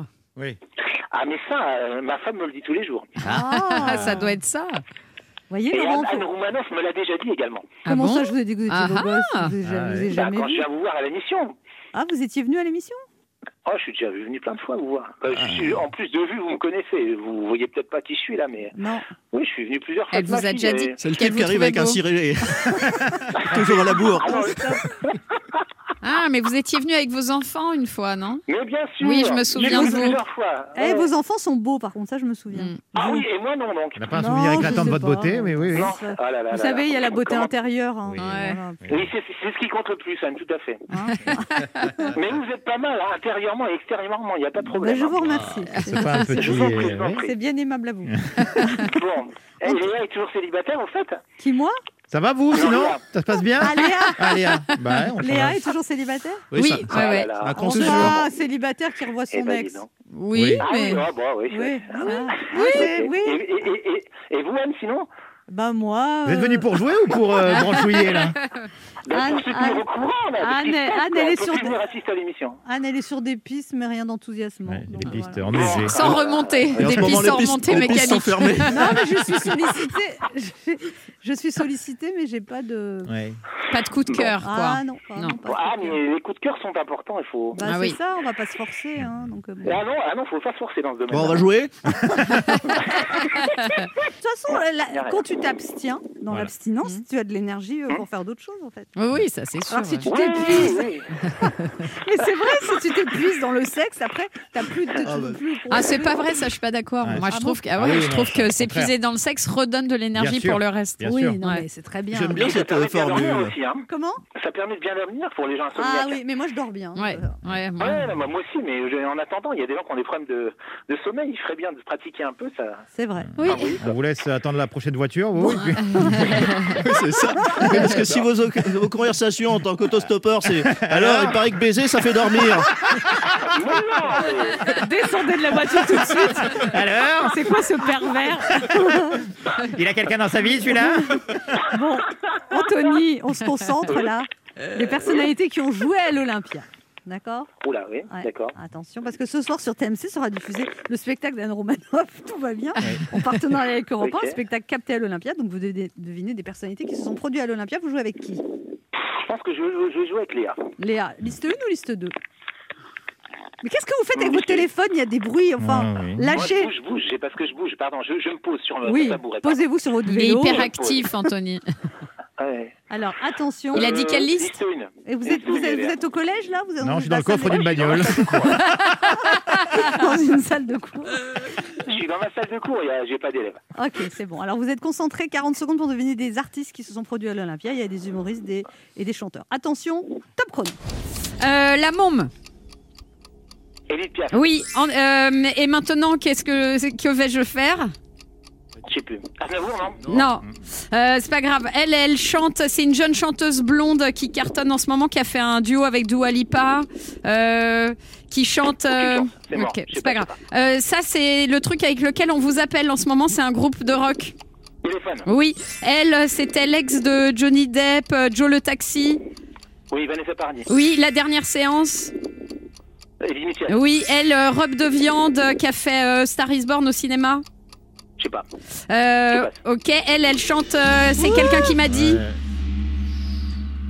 [SPEAKER 6] Ah, mais ça, euh, ma femme me le dit tous les jours.
[SPEAKER 5] Ah, (laughs)
[SPEAKER 3] Ah,
[SPEAKER 5] ça doit être ça.
[SPEAKER 3] Vous voyez,
[SPEAKER 6] Et
[SPEAKER 3] Laurent,
[SPEAKER 6] Anne,
[SPEAKER 3] faut-
[SPEAKER 6] Anne Roumanoff me l'a déjà dit également.
[SPEAKER 5] Ah
[SPEAKER 3] comment
[SPEAKER 5] bon
[SPEAKER 3] ça je vous ai dit que vous étiez
[SPEAKER 5] Ah
[SPEAKER 3] beau gosse
[SPEAKER 5] ah.
[SPEAKER 3] Vous avez-
[SPEAKER 1] Ah
[SPEAKER 3] vous avez
[SPEAKER 1] ouais.
[SPEAKER 6] Bah,
[SPEAKER 3] jamais
[SPEAKER 6] quand je
[SPEAKER 3] vu
[SPEAKER 6] viens vous voir à l'émission.
[SPEAKER 3] Ah, vous étiez venu à l'émission
[SPEAKER 6] Oh, je suis déjà venu plein de fois vous voir. Euh,
[SPEAKER 5] Ah.
[SPEAKER 6] je suis- en plus de vue, vous me connaissez. Vous voyez peut-être pas qui je suis là, mais
[SPEAKER 3] Non.
[SPEAKER 6] oui, je suis venu plusieurs fois.
[SPEAKER 5] Elle
[SPEAKER 6] avec ma
[SPEAKER 5] vous a
[SPEAKER 6] fille,
[SPEAKER 5] déjà dit.
[SPEAKER 6] et-
[SPEAKER 7] C'est le
[SPEAKER 5] qu'elle
[SPEAKER 7] type
[SPEAKER 5] vous
[SPEAKER 7] qui arrive
[SPEAKER 5] trouvait
[SPEAKER 7] avec un
[SPEAKER 5] beau.
[SPEAKER 7] ciré. Toujours à la bourre.
[SPEAKER 6] Ah
[SPEAKER 5] (laughs)
[SPEAKER 6] non,
[SPEAKER 5] Ah, mais vous étiez venu avec vos enfants une fois, non
[SPEAKER 6] mais bien sûr.
[SPEAKER 5] Oui, je me
[SPEAKER 6] j'ai
[SPEAKER 5] souviens
[SPEAKER 6] venu
[SPEAKER 5] de vous.
[SPEAKER 6] plusieurs fois.
[SPEAKER 3] Eh,
[SPEAKER 6] Ouais.
[SPEAKER 3] vos enfants sont beaux, par contre, ça, je me souviens.
[SPEAKER 5] Mm.
[SPEAKER 6] Ah oui, et moi non donc.
[SPEAKER 4] On n'a pas un
[SPEAKER 3] Non,
[SPEAKER 4] souvenir
[SPEAKER 3] je
[SPEAKER 4] éclatant de
[SPEAKER 3] sais
[SPEAKER 4] votre
[SPEAKER 3] pas.
[SPEAKER 4] beauté, mais oui, oui.
[SPEAKER 6] Non. Ah là là là
[SPEAKER 3] Vous
[SPEAKER 6] là.
[SPEAKER 3] savez, il y a la beauté intérieure. hein.
[SPEAKER 4] Oui.
[SPEAKER 5] Ouais.
[SPEAKER 3] Voilà.
[SPEAKER 6] Oui, c'est c'est ce qui compte le plus, Anne, tout à fait.
[SPEAKER 3] Hein
[SPEAKER 6] (laughs)
[SPEAKER 3] (laughs)
[SPEAKER 6] Mais vous êtes pas mal, hein, intérieurement et extérieurement, il n'y a pas de
[SPEAKER 3] Ben,
[SPEAKER 6] problème.
[SPEAKER 3] je vous
[SPEAKER 6] hein.
[SPEAKER 3] remercie.
[SPEAKER 4] Ah, C'est pas un petit.
[SPEAKER 6] Je vous en prie, je vous en
[SPEAKER 4] ouais.
[SPEAKER 6] prie.
[SPEAKER 3] C'est bien aimable à vous.
[SPEAKER 6] Bon.
[SPEAKER 3] (laughs)
[SPEAKER 6] Eh, Léa est toujours célibataire, au fait
[SPEAKER 3] Qui,
[SPEAKER 6] (laughs)
[SPEAKER 3] moi
[SPEAKER 4] Ça va vous, sinon Ça se passe bien
[SPEAKER 3] Ah, Léa
[SPEAKER 4] (laughs) Ah, Léa Bah, ouais, on
[SPEAKER 3] Léa
[SPEAKER 4] travaille.
[SPEAKER 3] est toujours célibataire
[SPEAKER 5] Oui,
[SPEAKER 7] ça-
[SPEAKER 5] ouais,
[SPEAKER 6] Ah là
[SPEAKER 5] ouais.
[SPEAKER 6] là.
[SPEAKER 7] Un
[SPEAKER 3] On
[SPEAKER 7] consensus.
[SPEAKER 3] voit un célibataire qui revoit
[SPEAKER 6] Eh
[SPEAKER 3] son
[SPEAKER 6] ben, dis
[SPEAKER 3] ex.
[SPEAKER 6] donc.
[SPEAKER 5] Oui,
[SPEAKER 6] Ah oui,
[SPEAKER 5] mais
[SPEAKER 6] ah, bon, oui.
[SPEAKER 3] Oui, voilà.
[SPEAKER 6] Ok.
[SPEAKER 3] oui, oui.
[SPEAKER 6] Et, et- et- et- et vous, Anne, sinon
[SPEAKER 3] Bah moi.
[SPEAKER 4] Vous êtes
[SPEAKER 3] euh,
[SPEAKER 4] venu pour jouer ou pour euh, branchouiller,
[SPEAKER 6] (laughs)
[SPEAKER 4] là
[SPEAKER 6] Ben,
[SPEAKER 3] Anne-
[SPEAKER 6] Pour se tenir
[SPEAKER 3] Anne-
[SPEAKER 6] au courant, là.
[SPEAKER 3] Anne- Anne, elle est sur-
[SPEAKER 6] Pour venir assister à l'émission.
[SPEAKER 3] Anne, elle est sur des pistes, mais rien d'enthousiasmant.
[SPEAKER 4] Ouais,
[SPEAKER 3] Donc,
[SPEAKER 4] Les pistes
[SPEAKER 3] voilà.
[SPEAKER 4] enneigées.
[SPEAKER 5] sans remonter.
[SPEAKER 7] Et en
[SPEAKER 5] Des
[SPEAKER 7] ce moment,
[SPEAKER 5] pistes
[SPEAKER 7] les
[SPEAKER 5] sans
[SPEAKER 7] pistes,
[SPEAKER 5] remontée
[SPEAKER 7] les pistes sont
[SPEAKER 5] mécanique.
[SPEAKER 7] fermées.
[SPEAKER 3] Non, mais je suis sollicitée. Je, je suis sollicitée, mais j'ai pas de.
[SPEAKER 4] Ouais.
[SPEAKER 5] Pas de coup de cœur, quoi.
[SPEAKER 3] Ah non, pas-
[SPEAKER 5] Non.
[SPEAKER 3] non, pas
[SPEAKER 6] Bon,
[SPEAKER 3] de
[SPEAKER 6] ah,
[SPEAKER 3] coup de cœur.
[SPEAKER 6] mais les coups de cœur sont importants, il faut.
[SPEAKER 3] Bah,
[SPEAKER 5] Ah
[SPEAKER 3] c'est
[SPEAKER 5] oui.
[SPEAKER 3] ça, on va pas se forcer. Hein, donc, euh, bon.
[SPEAKER 6] Ah non, ah non, faut pas se forcer dans ce domaine.
[SPEAKER 7] Bon, on va jouer.
[SPEAKER 3] De toute façon, la- la-
[SPEAKER 6] Y a rien.
[SPEAKER 3] quand tu t'abstiens, dans
[SPEAKER 4] Voilà.
[SPEAKER 3] l'abstinence,
[SPEAKER 5] Mhm.
[SPEAKER 3] tu as de l'énergie euh,
[SPEAKER 6] Mhm.
[SPEAKER 3] pour faire d'autres choses en fait.
[SPEAKER 5] Oui, ça c'est sûr.
[SPEAKER 3] Alors si tu
[SPEAKER 6] Oui,
[SPEAKER 3] t'épuises,
[SPEAKER 6] oui, oui.
[SPEAKER 3] mais c'est vrai, si tu t'épuises dans le sexe, après, t'as plus de.
[SPEAKER 7] Ah bah.
[SPEAKER 3] plus-
[SPEAKER 5] Ah, c'est pas vrai, ça, je suis pas d'accord.
[SPEAKER 4] Ouais.
[SPEAKER 5] Moi, je
[SPEAKER 3] Ah
[SPEAKER 5] trouve que, ah
[SPEAKER 4] Ah
[SPEAKER 5] ouais,
[SPEAKER 4] oui,
[SPEAKER 5] je
[SPEAKER 4] non,
[SPEAKER 5] trouve
[SPEAKER 4] ça,
[SPEAKER 5] que
[SPEAKER 4] au
[SPEAKER 5] s'énergie
[SPEAKER 4] contraire.
[SPEAKER 5] dans le sexe redonne de l'énergie
[SPEAKER 4] sûr.
[SPEAKER 5] pour le reste.
[SPEAKER 4] Bien
[SPEAKER 3] Oui,
[SPEAKER 4] sûr.
[SPEAKER 3] non,
[SPEAKER 5] Ouais.
[SPEAKER 3] mais c'est très bien.
[SPEAKER 7] J'aime bien
[SPEAKER 6] Ça
[SPEAKER 7] cette
[SPEAKER 6] permet
[SPEAKER 7] euh,
[SPEAKER 6] de bien dormir
[SPEAKER 7] formule.
[SPEAKER 6] aussi, hein.
[SPEAKER 3] Comment
[SPEAKER 6] Ça permet de bien dormir pour les gens insomniaques.
[SPEAKER 3] Ah oui, mais moi je dors bien.
[SPEAKER 5] Ouais, ouais, moi-
[SPEAKER 6] Ouais, non, moi moi aussi, mais je- en attendant, il y a des gens qui ont des problèmes de, de sommeil. Il ferait bien de pratiquer un peu ça.
[SPEAKER 3] C'est vrai.
[SPEAKER 5] Oui.
[SPEAKER 6] Ah oui,
[SPEAKER 4] On vous laisse attendre la prochaine voiture, vous et
[SPEAKER 3] (laughs)
[SPEAKER 4] puis-
[SPEAKER 7] Oui, c'est ça. Oui, Parce que si vos, vos conversations en tant qu'autostoppeur, c'est alors il paraît que baiser, ça fait
[SPEAKER 6] (laughs)
[SPEAKER 7] dormir.
[SPEAKER 3] Descendez de la voiture tout de suite.
[SPEAKER 4] Alors
[SPEAKER 3] C'est quoi ce pervers
[SPEAKER 4] (laughs)
[SPEAKER 3] Euh,
[SPEAKER 4] Il a quelqu'un dans sa vie, celui-là
[SPEAKER 3] Bon, Anthony, on se concentre là. Les personnalités qui ont joué à l'Olympia. D'accord
[SPEAKER 6] Oula, oui,
[SPEAKER 3] Ouais.
[SPEAKER 6] d'accord.
[SPEAKER 3] Attention, parce que ce soir sur TMC sera diffusé le spectacle d'Anne Romanoff, tout va bien, en partenariat avec Europe 1,
[SPEAKER 6] Ok.
[SPEAKER 3] un spectacle capté à l'Olympia. Donc vous devez deviner des personnalités qui se sont produites à l'Olympia. Vous jouez avec qui
[SPEAKER 6] Je pense que je, je, je joue avec Léa.
[SPEAKER 3] Léa, liste 1 ou liste 2 Mais qu'est-ce que vous faites avec
[SPEAKER 6] Liste
[SPEAKER 3] votre téléphone Il y a des bruits, enfin,
[SPEAKER 4] Ah, oui.
[SPEAKER 6] Moi,
[SPEAKER 3] lâchez.
[SPEAKER 6] je bouge, je bouge, c'est parce que je bouge, pardon, je, je me pose sur le
[SPEAKER 3] Oui,
[SPEAKER 6] tabouret.
[SPEAKER 3] posez-vous sur votre
[SPEAKER 5] Il est
[SPEAKER 3] vélo.
[SPEAKER 5] hyperactif, Anthony.
[SPEAKER 6] Ouais.
[SPEAKER 3] Alors attention.
[SPEAKER 5] Il a dit quelle liste
[SPEAKER 6] Liste une.
[SPEAKER 3] Et vous êtes, vous êtes, vous êtes au collège là vous êtes
[SPEAKER 4] Non,
[SPEAKER 3] dans
[SPEAKER 4] je suis dans
[SPEAKER 3] la
[SPEAKER 4] le coffre
[SPEAKER 3] salle
[SPEAKER 4] d'une
[SPEAKER 3] (laughs)
[SPEAKER 4] bagnole.
[SPEAKER 3] de- (laughs) dans une salle de cours.
[SPEAKER 6] Je suis dans ma salle de cours, il y a- j'ai pas d'élèves.
[SPEAKER 3] Ok, c'est bon. Alors vous êtes concentrés 40 secondes pour deviner des artistes qui se sont produits à l'Olympia. Il y a des humoristes des- et des chanteurs. Attention, top chrono.
[SPEAKER 5] Euh, la môme.
[SPEAKER 6] Élite Piaf,
[SPEAKER 5] Oui. en- euh, et maintenant, qu'est-ce que, que vais-je faire
[SPEAKER 6] je sais plus. Aznavour, non
[SPEAKER 5] Non. Euh, c'est pas grave. Elle, elle chante. C'est une jeune chanteuse blonde qui cartonne en ce moment, qui a fait un duo avec Dua Lipa, euh, qui chante. euh,
[SPEAKER 6] Aucune chance, c'est mort,
[SPEAKER 5] ok,
[SPEAKER 6] je sais
[SPEAKER 5] c'est pas
[SPEAKER 6] pas,
[SPEAKER 5] grave. Euh, ça, c'est le truc avec lequel on vous appelle en ce moment. C'est un groupe de rock.
[SPEAKER 6] Téléphone.
[SPEAKER 5] Oui. Elle, c'était l'ex de Johnny Depp, euh, Joe le taxi.
[SPEAKER 6] Oui, Vanessa Euh, Paradis.
[SPEAKER 5] Oui, la dernière séance.
[SPEAKER 6] Élite Mitchell,
[SPEAKER 5] Oui, elle, euh, robe de viande, euh, qui a fait euh, Star is Born au cinéma.
[SPEAKER 6] je sais pas.
[SPEAKER 5] Euh,
[SPEAKER 6] Je
[SPEAKER 5] ok, elle, elle chante. euh, c'est quelqu'un qui m'a dit.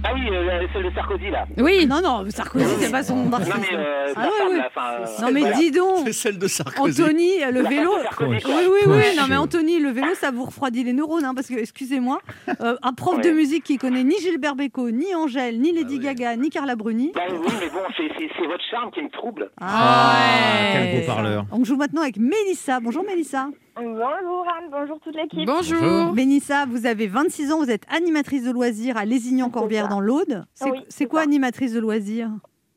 [SPEAKER 6] Ah oui, euh, celle de Sarkozy, là.
[SPEAKER 5] Oui.
[SPEAKER 3] Non, non, Sarkozy, c'est pas son
[SPEAKER 6] Non,
[SPEAKER 3] artiste.
[SPEAKER 6] mais euh,
[SPEAKER 3] Ah
[SPEAKER 6] sa
[SPEAKER 3] ouais,
[SPEAKER 6] femme,
[SPEAKER 3] ouais.
[SPEAKER 6] là, enfin... euh,
[SPEAKER 3] Non mais
[SPEAKER 6] voilà.
[SPEAKER 3] dis donc,
[SPEAKER 7] C'est celle de Sarkozy.
[SPEAKER 3] Anthony, euh, le
[SPEAKER 6] La femme
[SPEAKER 3] vélo.
[SPEAKER 6] de Sarkozy,
[SPEAKER 4] Oui.
[SPEAKER 6] quoi.
[SPEAKER 3] Oui, oui, oui.
[SPEAKER 4] Poche.
[SPEAKER 3] Non, mais Anthony, le vélo, ça vous refroidit les neurones. hein, parce que, excusez-moi, euh, un prof
[SPEAKER 6] Ouais.
[SPEAKER 3] de musique qui connaît ni Gilbert Bécaud, ni Angèle, ni Lady
[SPEAKER 6] Ah
[SPEAKER 7] oui.
[SPEAKER 3] Gaga, ni Carla Bruni.
[SPEAKER 6] Bah oui, mais bon, c'est- c'est c'est votre charme qui me trouble.
[SPEAKER 4] Ah,
[SPEAKER 5] Ouais.
[SPEAKER 4] quel beau parleur.
[SPEAKER 3] On joue maintenant avec Mélissa. Bonjour Mélissa.
[SPEAKER 8] Bonjour Anne, bonjour toute l'équipe.
[SPEAKER 5] Bonjour.
[SPEAKER 3] Mélissa, vous avez 26 ans, vous êtes animatrice de loisirs à Lésignan-Corbière
[SPEAKER 8] C'est ça.
[SPEAKER 3] dans l'Aude. C'est
[SPEAKER 8] Oui,
[SPEAKER 3] c'est
[SPEAKER 8] c'est
[SPEAKER 3] quoi
[SPEAKER 8] ça.
[SPEAKER 3] animatrice de loisirs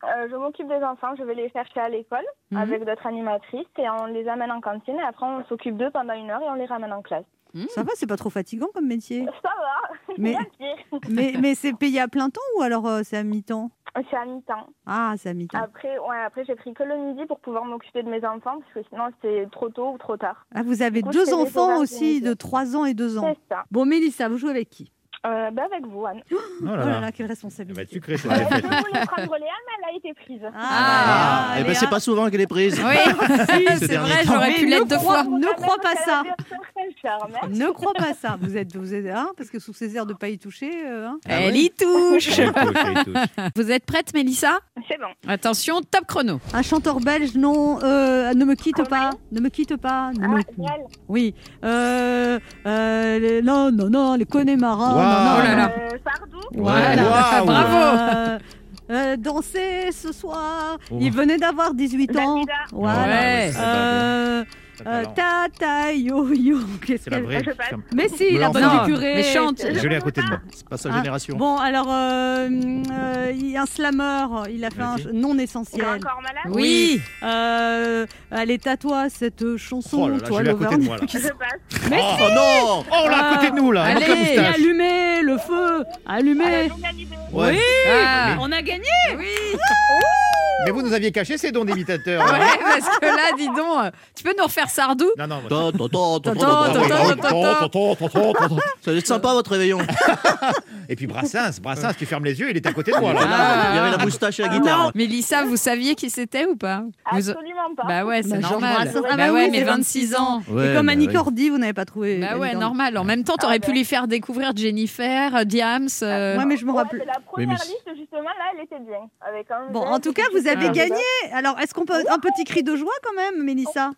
[SPEAKER 8] Euh, je m'occupe des enfants, je vais les chercher à l'école
[SPEAKER 3] Mhm.
[SPEAKER 8] avec d'autres animatrices et on les amène en cantine et après on s'occupe d'eux pendant une heure et on les ramène en classe.
[SPEAKER 3] Ça va, c'est pas trop fatigant
[SPEAKER 8] (laughs)
[SPEAKER 3] comme métier.
[SPEAKER 8] Ça va,
[SPEAKER 3] Mais,
[SPEAKER 8] bien pire.
[SPEAKER 3] mais, mais c'est payé à plein temps ou alors euh, c'est à mi-temps
[SPEAKER 8] (laughs) C'est à mi-temps.
[SPEAKER 3] Ah, c'est à mi-temps.
[SPEAKER 8] Après, ouais, après j'ai pris que le midi pour pouvoir m'occuper de mes enfants parce que sinon c'était trop tôt ou trop tard.
[SPEAKER 3] Ah, vous avez
[SPEAKER 8] du coup,
[SPEAKER 3] deux
[SPEAKER 8] c'est des
[SPEAKER 3] enfants
[SPEAKER 8] horaires
[SPEAKER 3] aussi
[SPEAKER 8] organisés.
[SPEAKER 3] de 3 ans et 2 ans.
[SPEAKER 8] C'est ça.
[SPEAKER 3] Bon, Mélissa, vous jouez avec qui
[SPEAKER 8] Euh, bah, avec vous, Anne.
[SPEAKER 4] Oh là
[SPEAKER 3] Oh là
[SPEAKER 4] là. Eh
[SPEAKER 3] là, quelle
[SPEAKER 4] Elle va être
[SPEAKER 3] responsabilité.
[SPEAKER 4] sucrée, cette
[SPEAKER 8] Si vous
[SPEAKER 4] défaite.
[SPEAKER 8] voulez prendre Léa, mais elle a été prise.
[SPEAKER 3] Ah,
[SPEAKER 7] Eh
[SPEAKER 3] Léa.
[SPEAKER 7] ben, c'est pas souvent qu'elle est prise. (laughs)
[SPEAKER 5] Oui, (laughs)
[SPEAKER 7] Ces
[SPEAKER 5] c'est
[SPEAKER 7] derniers
[SPEAKER 5] vrai,
[SPEAKER 7] temps.
[SPEAKER 5] j'aurais pu
[SPEAKER 3] Mais
[SPEAKER 5] l'être deux
[SPEAKER 3] nous
[SPEAKER 5] fois.
[SPEAKER 3] croyons- Ne crois pas ça.
[SPEAKER 8] ça.
[SPEAKER 3] Ne crois pas ça. Vous êtes, vous êtes, hein, parce que sous ces airs de pas y toucher, euh, hein.
[SPEAKER 4] Ah
[SPEAKER 3] (laughs)
[SPEAKER 5] Elle
[SPEAKER 4] ouais
[SPEAKER 5] y touche.
[SPEAKER 4] Elle touche, elle touche.
[SPEAKER 5] (laughs) Vous êtes prête, Mélissa
[SPEAKER 8] C'est bon.
[SPEAKER 5] Attention, top chrono.
[SPEAKER 3] Un chanteur belge, non, euh, ne me quitte
[SPEAKER 8] Comment
[SPEAKER 3] pas, ne me quitte pas. ne me-
[SPEAKER 8] Ah, Gaël,
[SPEAKER 3] Oui. Euh, euh, les- non, non, non, les Connemara.
[SPEAKER 4] Waouh.
[SPEAKER 3] non, non,
[SPEAKER 5] Oh là là.
[SPEAKER 8] euh, Sardou,
[SPEAKER 5] Voilà.
[SPEAKER 4] Waouh.
[SPEAKER 5] Bravo.
[SPEAKER 3] Euh, euh, danser ce soir.
[SPEAKER 4] Oh.
[SPEAKER 3] Il venait d'avoir 18 ans.
[SPEAKER 8] Dalida.
[SPEAKER 3] Voilà.
[SPEAKER 5] Ouais.
[SPEAKER 3] Euh, euh,
[SPEAKER 4] Attends,
[SPEAKER 3] ta ta yo yo. Qu'est-ce
[SPEAKER 4] C'est la
[SPEAKER 3] qu'elle
[SPEAKER 4] vraie.
[SPEAKER 8] Ah, je passe.
[SPEAKER 4] Putain,
[SPEAKER 3] Mais si, la
[SPEAKER 4] Non,
[SPEAKER 3] bonne
[SPEAKER 5] non,
[SPEAKER 3] du curé.
[SPEAKER 5] mais chante.
[SPEAKER 4] Je l'ai à côté de moi.
[SPEAKER 7] C'est pas sa
[SPEAKER 3] Ah.
[SPEAKER 7] génération.
[SPEAKER 3] Bon, alors, euh, euh, il y a un slammer, il a fait un
[SPEAKER 4] Vas-y.
[SPEAKER 3] non
[SPEAKER 8] Il est
[SPEAKER 3] essentiel.
[SPEAKER 8] encore malade
[SPEAKER 5] Oui.
[SPEAKER 3] Euh, allez, tatoue cette chanson,
[SPEAKER 4] Oh là là,
[SPEAKER 3] toi,
[SPEAKER 4] je l'ai à côté de
[SPEAKER 3] l'Auvergne.
[SPEAKER 4] moi là.
[SPEAKER 8] Je passe.
[SPEAKER 7] Oh non
[SPEAKER 4] Oh là, à côté de nous là. avec la
[SPEAKER 3] Allez,
[SPEAKER 4] moustache.
[SPEAKER 3] allumez le feu, allumez.
[SPEAKER 8] Elle Ah, a gagné.
[SPEAKER 7] Ouais.
[SPEAKER 5] Ah.
[SPEAKER 3] On a gagné
[SPEAKER 5] Oui.
[SPEAKER 4] Mais vous nous aviez caché ces dons d'imitateurs. hein.
[SPEAKER 5] Ouais, (laughs) parce que là, dis donc, euh, tu peux nous refaire Sardou
[SPEAKER 4] Non, non, moi,
[SPEAKER 7] Tant, tant, tant, tant,
[SPEAKER 5] Tant,
[SPEAKER 7] tant,
[SPEAKER 5] tant, tant.
[SPEAKER 7] tant, tant.
[SPEAKER 4] Attends,
[SPEAKER 7] Ça va être sympa votre réveillon.
[SPEAKER 4] (laughs) Et puis Brassens, Brassens, tu fermes les yeux, il est à côté de moi là.
[SPEAKER 5] Ah.
[SPEAKER 7] Il y avait la moustache et la guitare.
[SPEAKER 5] Mélissa, vous saviez qui c'était ou pas Vous-
[SPEAKER 8] Absolument pas.
[SPEAKER 5] Bah ouais, c'est
[SPEAKER 3] Bah, Georges
[SPEAKER 5] normal.
[SPEAKER 3] Brassens. Ah
[SPEAKER 5] bah
[SPEAKER 3] bah
[SPEAKER 5] ouais,
[SPEAKER 3] oui,
[SPEAKER 5] mais
[SPEAKER 3] c'est
[SPEAKER 5] 26 ans.
[SPEAKER 7] Ouais,
[SPEAKER 3] Et comme
[SPEAKER 7] bah
[SPEAKER 3] Annie
[SPEAKER 7] oui.
[SPEAKER 3] Cordy, vous n'avez pas trouvé.
[SPEAKER 5] Bah ouais,
[SPEAKER 3] évidemment.
[SPEAKER 5] normal. En même temps, t'aurais
[SPEAKER 8] Ah
[SPEAKER 5] pu
[SPEAKER 8] ouais.
[SPEAKER 5] lui faire découvrir Jennifer, euh, Diams. euh,
[SPEAKER 3] Ouais, mais je me
[SPEAKER 8] Ouais,
[SPEAKER 3] rappelle.
[SPEAKER 8] c'est la première
[SPEAKER 7] mais-
[SPEAKER 8] liste, justement, là, elle était bien. Avec un
[SPEAKER 3] Bon,
[SPEAKER 8] jeune
[SPEAKER 3] en tout cas,
[SPEAKER 8] qui
[SPEAKER 3] vous avez
[SPEAKER 8] était-
[SPEAKER 3] gagné. Alors, est-ce qu'on peut un petit cri de joie quand même, Mélissa